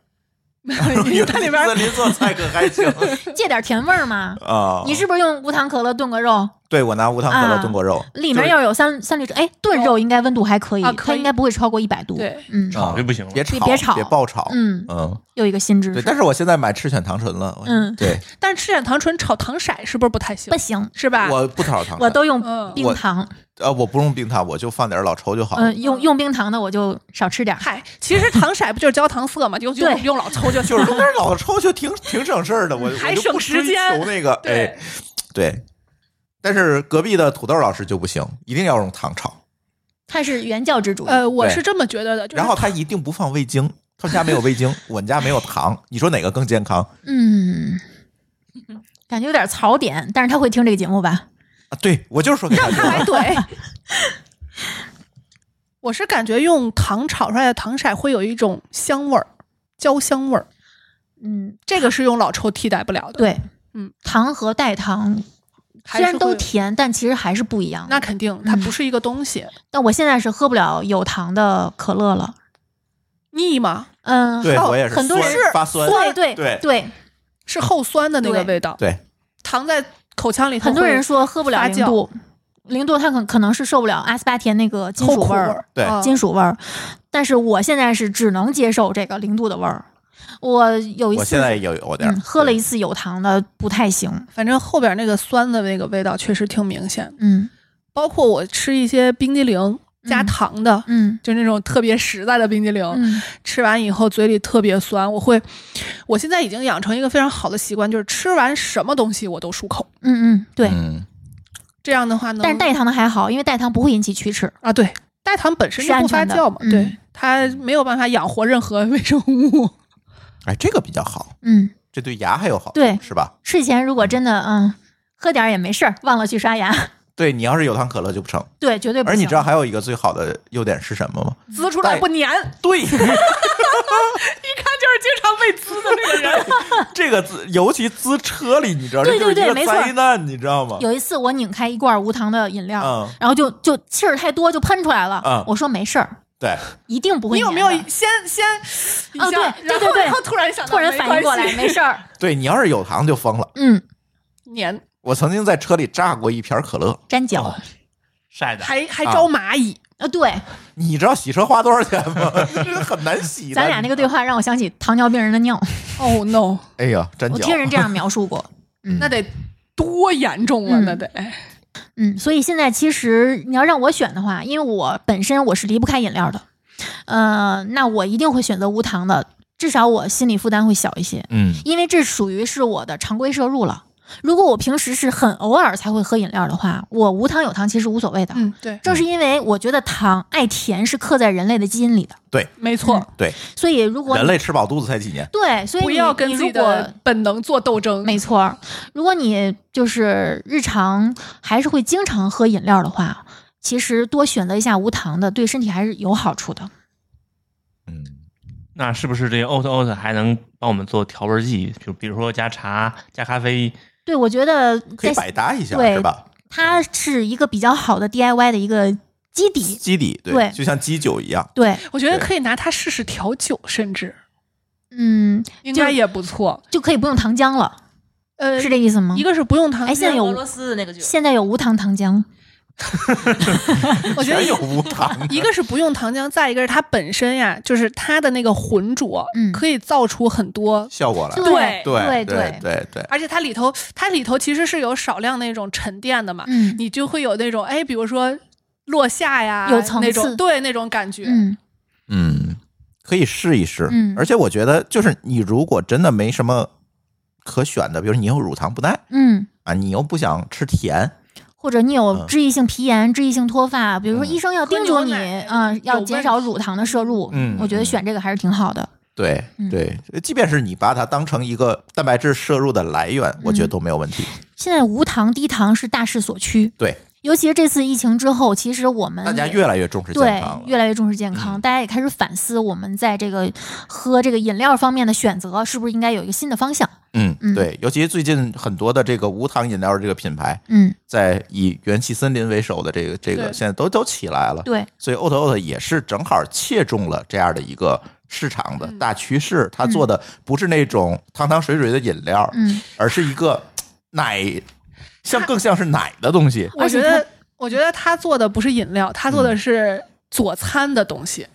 [SPEAKER 4] 因为它 里边儿
[SPEAKER 2] 森林做菜可还 行
[SPEAKER 3] 借点甜味儿嘛。
[SPEAKER 4] 哦
[SPEAKER 2] 啊。
[SPEAKER 3] 你是不是用无糖可乐炖个肉？
[SPEAKER 2] 对我拿无糖可乐
[SPEAKER 3] 啊
[SPEAKER 2] 炖过肉，
[SPEAKER 3] 里面要有三三氯蔗，哎，炖肉应该温度还可以，
[SPEAKER 4] 哦啊可以
[SPEAKER 3] 它应该不会超过一百度。
[SPEAKER 4] 对，
[SPEAKER 3] 嗯
[SPEAKER 5] 炒就不行了。
[SPEAKER 2] 别
[SPEAKER 3] 别
[SPEAKER 2] 炒，
[SPEAKER 3] 别炒
[SPEAKER 2] 别爆炒。
[SPEAKER 3] 嗯，
[SPEAKER 2] 嗯，
[SPEAKER 3] 又一个新知
[SPEAKER 2] 对。
[SPEAKER 3] 识，
[SPEAKER 2] 但是我现在买赤藓糖醇了，我
[SPEAKER 3] 嗯
[SPEAKER 2] 对，
[SPEAKER 4] 但是赤藓糖醇炒糖色是不是不太行
[SPEAKER 3] 不？行，
[SPEAKER 4] 是吧？
[SPEAKER 2] 我不炒糖醇，
[SPEAKER 3] 我都用
[SPEAKER 4] 嗯
[SPEAKER 3] 冰
[SPEAKER 2] 我
[SPEAKER 3] 糖。
[SPEAKER 2] 呃，我不用冰糖，我就放点老抽就好了。
[SPEAKER 3] 嗯，用用冰糖的我就少吃点儿。
[SPEAKER 4] 嗨，其实糖色不就是焦糖色嘛，就就
[SPEAKER 3] 对
[SPEAKER 4] 用老抽就行
[SPEAKER 2] 就是中间老抽就挺挺省事儿的，我我
[SPEAKER 4] 还
[SPEAKER 2] 就不
[SPEAKER 4] 省时间
[SPEAKER 2] 追求那个，
[SPEAKER 4] 对
[SPEAKER 2] 哎，对。但是隔壁的土豆老师就不行，一定要用糖炒，
[SPEAKER 3] 他是原教旨主义。
[SPEAKER 4] 呃，我
[SPEAKER 2] 对
[SPEAKER 4] 是这么觉得的，就是
[SPEAKER 2] 然后他一定不放味精，他们家没有味精，我们家没有糖，你说哪个更健康
[SPEAKER 3] 嗯，感觉有点槽点，但是他会听这个节目吧？
[SPEAKER 2] 啊？对我就是说给他
[SPEAKER 4] 让他 来怼。我是感觉用糖炒出来的糖色会有一种香味儿，焦香味儿，
[SPEAKER 3] 嗯，
[SPEAKER 4] 这个是用老抽替代不了的。，
[SPEAKER 3] 对，
[SPEAKER 4] 嗯，
[SPEAKER 3] 糖和代糖
[SPEAKER 4] 还
[SPEAKER 3] 虽
[SPEAKER 4] 是
[SPEAKER 3] 然都嗯
[SPEAKER 4] 会有
[SPEAKER 3] 甜，但其实还是不一样。
[SPEAKER 4] 那肯定它不是一个东西。
[SPEAKER 3] 但我现在是喝不了有糖的可乐了。
[SPEAKER 4] 腻吗？
[SPEAKER 3] 嗯，
[SPEAKER 2] 对
[SPEAKER 3] 好
[SPEAKER 2] 我也是
[SPEAKER 3] 很多人
[SPEAKER 2] 酸发酸，
[SPEAKER 3] 对对
[SPEAKER 2] 对
[SPEAKER 3] 对，
[SPEAKER 4] 是后酸的那个
[SPEAKER 3] 对
[SPEAKER 4] 味道。
[SPEAKER 2] 对，
[SPEAKER 4] 糖在口腔里头会，
[SPEAKER 3] 很多人说喝不了
[SPEAKER 4] 发
[SPEAKER 3] 零度，零度他可可能是受不了阿斯巴甜那个金
[SPEAKER 4] 齁
[SPEAKER 3] 属
[SPEAKER 4] 苦
[SPEAKER 3] 味
[SPEAKER 4] 味
[SPEAKER 3] 儿，
[SPEAKER 4] 儿，
[SPEAKER 2] 对
[SPEAKER 4] 啊
[SPEAKER 3] 金属味儿。但是我现在是只能接受这个零度的味儿，我有一次
[SPEAKER 2] 我现在有有点儿、
[SPEAKER 3] 嗯喝了一次有糖的，不太行。
[SPEAKER 4] 反正后边那个酸的那个味道确实挺明显的。
[SPEAKER 3] 嗯
[SPEAKER 4] 包括我吃一些冰激凌加
[SPEAKER 3] 嗯
[SPEAKER 4] 糖的，
[SPEAKER 3] 嗯
[SPEAKER 4] 就那种特别实在的冰激凌，
[SPEAKER 3] 嗯
[SPEAKER 4] 吃完以后嘴里特别酸。我会，我现在已经养成一个非常好的习惯，就是吃完什么东西我都漱口。
[SPEAKER 3] 嗯嗯，对。
[SPEAKER 2] 嗯，
[SPEAKER 4] 这样的话呢，
[SPEAKER 3] 但是代糖的还好，因为代糖不会引起龋齿。
[SPEAKER 4] 啊对，代糖本身
[SPEAKER 3] 是
[SPEAKER 4] 就不
[SPEAKER 3] 安
[SPEAKER 4] 发
[SPEAKER 3] 全的
[SPEAKER 4] 酵嘛，
[SPEAKER 3] 嗯
[SPEAKER 4] 对，它没有办法养活任何微生 物。
[SPEAKER 2] 哎，这个比较好，
[SPEAKER 3] 嗯，
[SPEAKER 2] 这对牙还有好处，
[SPEAKER 3] 对
[SPEAKER 2] 是吧？
[SPEAKER 3] 睡前如果真的嗯喝点儿也没事儿，忘了去刷牙，
[SPEAKER 2] 对你要是有糖可乐就不成。
[SPEAKER 3] 对，绝对不
[SPEAKER 2] 而
[SPEAKER 3] 行。
[SPEAKER 2] 你知道还有一个最好的优点是什么吗？
[SPEAKER 4] 滋出来
[SPEAKER 2] 代
[SPEAKER 4] 不 粘，
[SPEAKER 2] 对，
[SPEAKER 6] 看就是经常被滋的那个人。
[SPEAKER 2] 这个滋，尤其滋车里，你知道，
[SPEAKER 3] 对
[SPEAKER 2] 这就是
[SPEAKER 3] 对对
[SPEAKER 2] 一个
[SPEAKER 3] 没错
[SPEAKER 2] 灾难，你知道吗？
[SPEAKER 3] 有一次我拧开一罐无糖的饮料，
[SPEAKER 2] 嗯
[SPEAKER 3] 然后就就气儿太多就喷出来了。
[SPEAKER 2] 嗯
[SPEAKER 3] 我说没事儿，
[SPEAKER 2] 对，
[SPEAKER 3] 一定不会
[SPEAKER 4] 你
[SPEAKER 3] 粘的。
[SPEAKER 4] 有没有先先一下，
[SPEAKER 3] 哦对
[SPEAKER 4] 然
[SPEAKER 3] 对对
[SPEAKER 4] 后
[SPEAKER 3] 对
[SPEAKER 4] 然后突然想 到，
[SPEAKER 3] 突然反应过来
[SPEAKER 4] 没关系
[SPEAKER 3] 没事 儿？
[SPEAKER 2] 对你要是有糖就疯了。
[SPEAKER 3] 嗯，
[SPEAKER 4] 粘，
[SPEAKER 6] 啊
[SPEAKER 2] 我曾经在车里炸过一瓶可乐，
[SPEAKER 3] 粘脚
[SPEAKER 5] 哦晒的，
[SPEAKER 4] 还还招蚂蚁。
[SPEAKER 3] 啊，对，
[SPEAKER 2] 你知道洗车花多少钱吗？ 这个很难洗的。
[SPEAKER 3] 咱俩那个对话让我想起糖尿病人的尿，
[SPEAKER 4] Oh no，
[SPEAKER 2] 哎呀，真
[SPEAKER 3] 我
[SPEAKER 2] 脚
[SPEAKER 3] 听人 这样描述过。嗯
[SPEAKER 4] 那得多严重啊！
[SPEAKER 3] 嗯
[SPEAKER 4] 那得
[SPEAKER 3] 嗯，所以现在其实你要让我选的话，因为我本身我是离不开饮料的，呃，那我一定会选择无糖的，至少我心理负担会小一些，
[SPEAKER 2] 嗯
[SPEAKER 3] 因为这属于是我的常规摄入了。如果我平时是很偶尔才会喝饮料的话，我无糖有糖其实无所谓的。
[SPEAKER 4] 嗯，对，
[SPEAKER 3] 正是因为我觉得糖爱甜是刻在人类的基因里的，
[SPEAKER 4] 没错。
[SPEAKER 3] 所以如果
[SPEAKER 2] 人
[SPEAKER 3] 你
[SPEAKER 2] 类吃饱肚子才几年？
[SPEAKER 3] 对，所以
[SPEAKER 4] 不
[SPEAKER 3] 嗯你
[SPEAKER 4] 要跟
[SPEAKER 3] 你
[SPEAKER 4] 自己
[SPEAKER 3] 如果
[SPEAKER 4] 的本能做斗争。
[SPEAKER 3] 没错儿，如果你就是日常还是会经常喝饮料的话，其实多选择一下无糖的，对身体还是有好处的。
[SPEAKER 2] 嗯，
[SPEAKER 5] 那是不是这个 oat oat 还能帮我们做调味剂？就比如说加茶、加咖啡，
[SPEAKER 3] 对，我觉得
[SPEAKER 2] 可以
[SPEAKER 3] 在
[SPEAKER 2] 百搭一下，
[SPEAKER 3] 对
[SPEAKER 2] 是吧？
[SPEAKER 3] 它是一个比较好的 DIY 的一个基底。
[SPEAKER 2] 基底对，
[SPEAKER 3] 对
[SPEAKER 2] 就像基酒一样。
[SPEAKER 3] 对，
[SPEAKER 4] 我觉得
[SPEAKER 2] 对
[SPEAKER 4] 可以拿它试试调酒，甚至
[SPEAKER 3] 嗯，
[SPEAKER 4] 应该也不错。
[SPEAKER 3] 就可以不用糖浆了，
[SPEAKER 4] 呃，
[SPEAKER 3] 是这意思吗
[SPEAKER 4] 一？个是不用糖
[SPEAKER 3] 哎现在
[SPEAKER 4] 浆，
[SPEAKER 3] 有
[SPEAKER 6] 俄罗斯的那个酒，
[SPEAKER 3] 现在有无糖糖浆，
[SPEAKER 4] 我觉得
[SPEAKER 2] 全有
[SPEAKER 4] 一
[SPEAKER 2] 无糖
[SPEAKER 4] 一个是不用糖浆，再一个是它本身呀，就是它的那个浑浊，
[SPEAKER 3] 嗯
[SPEAKER 4] 可以造出很多，
[SPEAKER 2] 效果来，
[SPEAKER 3] 对
[SPEAKER 2] 对
[SPEAKER 3] 对
[SPEAKER 2] 对对对，
[SPEAKER 4] 而且它里头它里头其实是有少量那种沉淀的嘛，
[SPEAKER 3] 嗯
[SPEAKER 4] 你就会有那种哎，比如说落下呀，
[SPEAKER 3] 有层次
[SPEAKER 4] 那种对那种感觉。
[SPEAKER 3] 嗯
[SPEAKER 2] 嗯，可以试一试。
[SPEAKER 3] 嗯
[SPEAKER 2] 而且我觉得，就是你如果真的没什么可选的，比如你有乳糖不耐
[SPEAKER 3] 嗯，
[SPEAKER 2] 啊，你又不想吃甜，
[SPEAKER 3] 或者你有
[SPEAKER 2] 嗯
[SPEAKER 3] 脂溢性皮炎、脂溢性脱发，比如说
[SPEAKER 2] 嗯
[SPEAKER 3] 医生要
[SPEAKER 4] 喝
[SPEAKER 3] 叮
[SPEAKER 4] 牛
[SPEAKER 3] 嘱你，
[SPEAKER 4] 奶
[SPEAKER 3] 嗯，要
[SPEAKER 4] 有
[SPEAKER 3] 减
[SPEAKER 4] 问
[SPEAKER 3] 少
[SPEAKER 4] 题
[SPEAKER 3] 乳糖的摄入。
[SPEAKER 2] 嗯
[SPEAKER 3] 我觉得
[SPEAKER 2] 嗯
[SPEAKER 3] 选这个还是挺好的。
[SPEAKER 2] 对
[SPEAKER 3] 嗯
[SPEAKER 2] 对，即便是你把它当成一个蛋白质摄入的来源，我觉得都没有问题。
[SPEAKER 3] 现在无糖低糖是大势所趋，
[SPEAKER 2] 对，
[SPEAKER 3] 尤其是这次疫情之后，其实我们
[SPEAKER 2] 大家
[SPEAKER 3] 也
[SPEAKER 2] 越来越重视健
[SPEAKER 3] 哎对
[SPEAKER 2] 康了。嗯
[SPEAKER 3] 越来越重视健康，大家也开始反思我们在这个喝这个饮料方面的选择是不是应该有一个新的方向。
[SPEAKER 2] 嗯，
[SPEAKER 3] 嗯
[SPEAKER 2] 对，尤其最近很多的这个无糖饮料这个品牌，
[SPEAKER 3] 嗯，
[SPEAKER 2] 在以元气森林为首的这个这个，
[SPEAKER 4] 对
[SPEAKER 2] 现在都都起来了。
[SPEAKER 3] 对，
[SPEAKER 2] 所以 o t o t 也是正好切中了这样的一个市场的大趋势。它做的不是那种汤汤水水的饮料，
[SPEAKER 3] 嗯，
[SPEAKER 2] 而是一个奶，像更像是奶的东西。
[SPEAKER 4] 我
[SPEAKER 3] 而且
[SPEAKER 4] 觉
[SPEAKER 3] 它
[SPEAKER 4] 得，我觉得他做的不是饮料，他做的是佐餐的东西，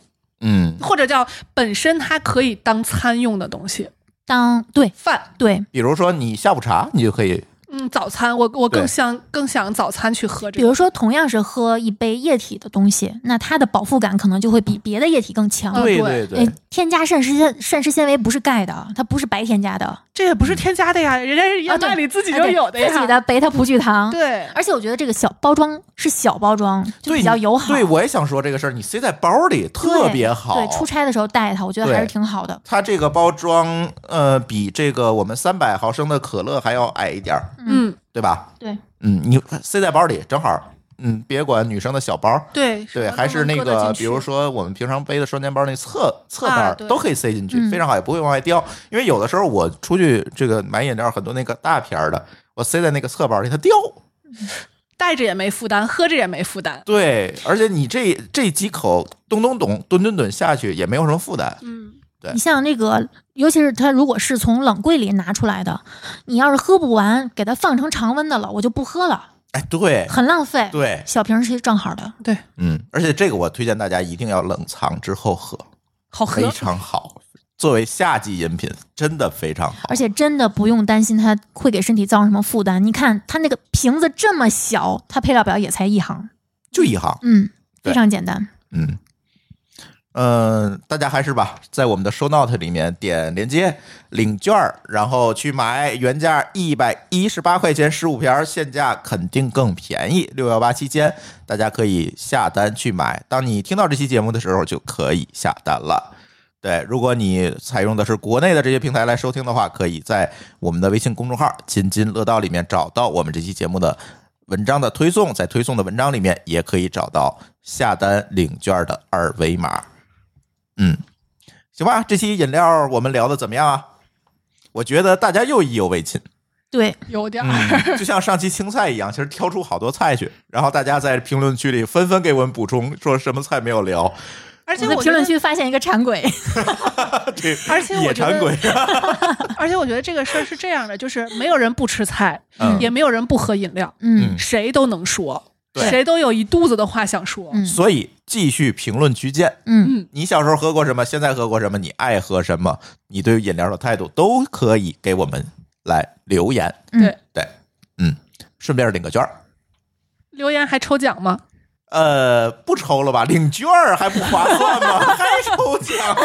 [SPEAKER 2] 嗯，
[SPEAKER 4] 或者叫本身它可以当餐用的东西，
[SPEAKER 3] 当对
[SPEAKER 4] 饭。
[SPEAKER 3] 对，
[SPEAKER 2] 比如说你下午茶，你就可以
[SPEAKER 4] 嗯，早餐我我更
[SPEAKER 2] 对
[SPEAKER 4] 想更想早餐去喝这
[SPEAKER 3] 比
[SPEAKER 4] 个，
[SPEAKER 3] 如说同样是喝一杯液体的东西，那它的饱腹感可能就会比别的液体更强。
[SPEAKER 4] 嗯
[SPEAKER 2] 对
[SPEAKER 4] 对
[SPEAKER 2] 对
[SPEAKER 3] 哎，添加膳食纤膳食纤维不是钙的，它不是白添加的，
[SPEAKER 4] 这也
[SPEAKER 2] 嗯
[SPEAKER 4] 不是添加的呀，人家是
[SPEAKER 3] 啊
[SPEAKER 4] 燕
[SPEAKER 3] 对
[SPEAKER 4] 麦里自己
[SPEAKER 3] 哎
[SPEAKER 4] 就
[SPEAKER 3] 对
[SPEAKER 4] 有的呀，
[SPEAKER 3] 自己的贝塔葡聚糖。
[SPEAKER 4] 对，
[SPEAKER 3] 而且我觉得这个小包装是小包装，就
[SPEAKER 2] 对
[SPEAKER 3] 比较
[SPEAKER 2] 你
[SPEAKER 3] 友好。
[SPEAKER 2] 对，我也想说这个事儿，你塞在包里特别好。
[SPEAKER 3] 对，出差的时候带它，我觉得还是挺好的。
[SPEAKER 2] 它这个包装，呃，比这个我们三百毫升的可乐还要矮一点儿，
[SPEAKER 4] 嗯，
[SPEAKER 2] 对吧？
[SPEAKER 3] 对，
[SPEAKER 2] 嗯，你塞在包里正好，嗯，别管女生的小包，
[SPEAKER 4] 对
[SPEAKER 2] 对，还是那个，比如
[SPEAKER 4] 说
[SPEAKER 2] 说我们平常背的双肩包那侧侧袋
[SPEAKER 4] 啊
[SPEAKER 2] 儿
[SPEAKER 4] 对
[SPEAKER 2] 都可以塞进去，
[SPEAKER 3] 嗯
[SPEAKER 2] 非常好，也不会往外掉。因为有的时候我出去这个买饮料，很多那个大瓶儿的，我塞在那个侧包里，它掉。
[SPEAKER 4] 带着也没负担，喝着也没负担，
[SPEAKER 2] 对，而且你这这几口咚咚咚、吨吨吨下去也没有什么负担。
[SPEAKER 4] 嗯，
[SPEAKER 2] 对
[SPEAKER 3] 你像那个，尤其是它如果是从冷柜里拿出来的，你要是喝不完，给它放成常温的了，我就不喝了，
[SPEAKER 2] 哎， 对
[SPEAKER 3] 很浪费。，
[SPEAKER 2] 对，
[SPEAKER 3] 小瓶儿是正好的。
[SPEAKER 4] 对，
[SPEAKER 2] 嗯，而且这个我推荐大家一定要冷藏之后喝，
[SPEAKER 4] 好喝
[SPEAKER 2] 非，常好，作为夏季饮品，真的非常好。
[SPEAKER 3] 而且真的不用担心它会给身体造成什么负担。你看它那个瓶子这么小，它配料表也才一行，
[SPEAKER 2] 就一行，
[SPEAKER 3] 嗯，
[SPEAKER 2] 对
[SPEAKER 3] 非常简单。
[SPEAKER 2] 嗯，呃，大家还是吧，在我们的 show note 里面点链接领券儿，然后去买原价一百一十八块钱十五瓶儿，现价肯定更便宜。六幺八期间，大家可以下单去买。当你听到这期节目的时候，就可以下单了。对，如果你采用的是国内的这些平台来收听的话，可以在我们的微信公众号“津津乐道”里面找到我们这期节目的文章的推送，在推送的文章里面也可以找到下单领券的二维码。嗯，行吧，这期饮料我们聊的怎么样啊？我觉得大家又意犹未 尽，
[SPEAKER 3] 对，
[SPEAKER 4] 有
[SPEAKER 2] 嗯
[SPEAKER 4] 点儿、
[SPEAKER 2] 就像上期青菜一样，其实挑出好多菜去，然后大家在评论区里纷纷给我们补充，说什么菜没有 聊，
[SPEAKER 4] 而且
[SPEAKER 3] 我在
[SPEAKER 4] 我
[SPEAKER 3] 评
[SPEAKER 4] 觉
[SPEAKER 3] 论
[SPEAKER 4] 得，
[SPEAKER 3] 区发现一个馋鬼，
[SPEAKER 2] 这
[SPEAKER 4] 而且
[SPEAKER 2] 野
[SPEAKER 4] 我觉
[SPEAKER 2] 馋鬼
[SPEAKER 4] 得，，而且我觉得这个事儿是这样的，就是没有人不吃菜，
[SPEAKER 2] 嗯
[SPEAKER 4] 也没有人不喝饮料，
[SPEAKER 3] 嗯
[SPEAKER 2] 嗯
[SPEAKER 4] 谁都能说，
[SPEAKER 2] 对
[SPEAKER 4] 谁都有一肚子的话想说。
[SPEAKER 3] 嗯
[SPEAKER 2] 所以继续评论区见。
[SPEAKER 3] 嗯，
[SPEAKER 2] 你小时候喝过什么？现在喝过什么？你爱喝什么？你对饮料的态度都可以给我们来留言。
[SPEAKER 3] 嗯
[SPEAKER 4] 对
[SPEAKER 2] 对，嗯，顺便领个券儿。
[SPEAKER 4] 留言还抽奖吗？
[SPEAKER 2] 呃，不抽了吧，领券儿还不划算吗？ 还抽奖？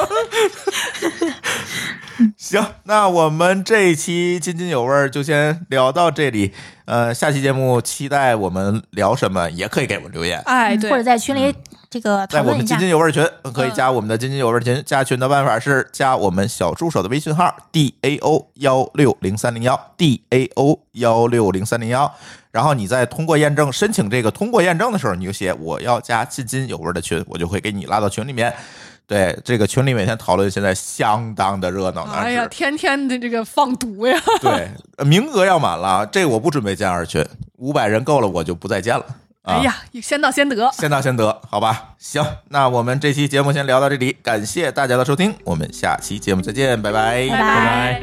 [SPEAKER 2] 行，那我们这一期津津有味儿就先聊到这里。呃，下期节目期待我们聊什么，也可以给我们留言。
[SPEAKER 4] 哎，对，
[SPEAKER 3] 或者在群里这个
[SPEAKER 2] 嗯在
[SPEAKER 3] 讨
[SPEAKER 2] 我
[SPEAKER 3] 论
[SPEAKER 2] 们
[SPEAKER 3] 一下
[SPEAKER 2] 津。津有味群可
[SPEAKER 4] 嗯
[SPEAKER 2] 以加我们的津津有味群，加群的办法是加我们小助手的微信号 d a o 幺六零三零幺 d a o 幺六零三零幺，然后你在通过验证申请这个通过验证的时候，你就写我要加津津有味的群，我就会给你拉到群里面。对，这个群里每天讨论现在相当的热闹，
[SPEAKER 4] 哎
[SPEAKER 2] 那
[SPEAKER 4] 呀，
[SPEAKER 2] 是
[SPEAKER 4] 天天的这个放毒呀！
[SPEAKER 2] 对，呃名额要满了啊，这我不准备建二群，五百人够了我就不再建了。啊、
[SPEAKER 4] 哎呀，先到先得，
[SPEAKER 2] 先到先得，好吧？行，那我们这期节目先聊到这里，感谢大家的收听，我们下期节目再见，拜拜。
[SPEAKER 3] 拜
[SPEAKER 5] 拜拜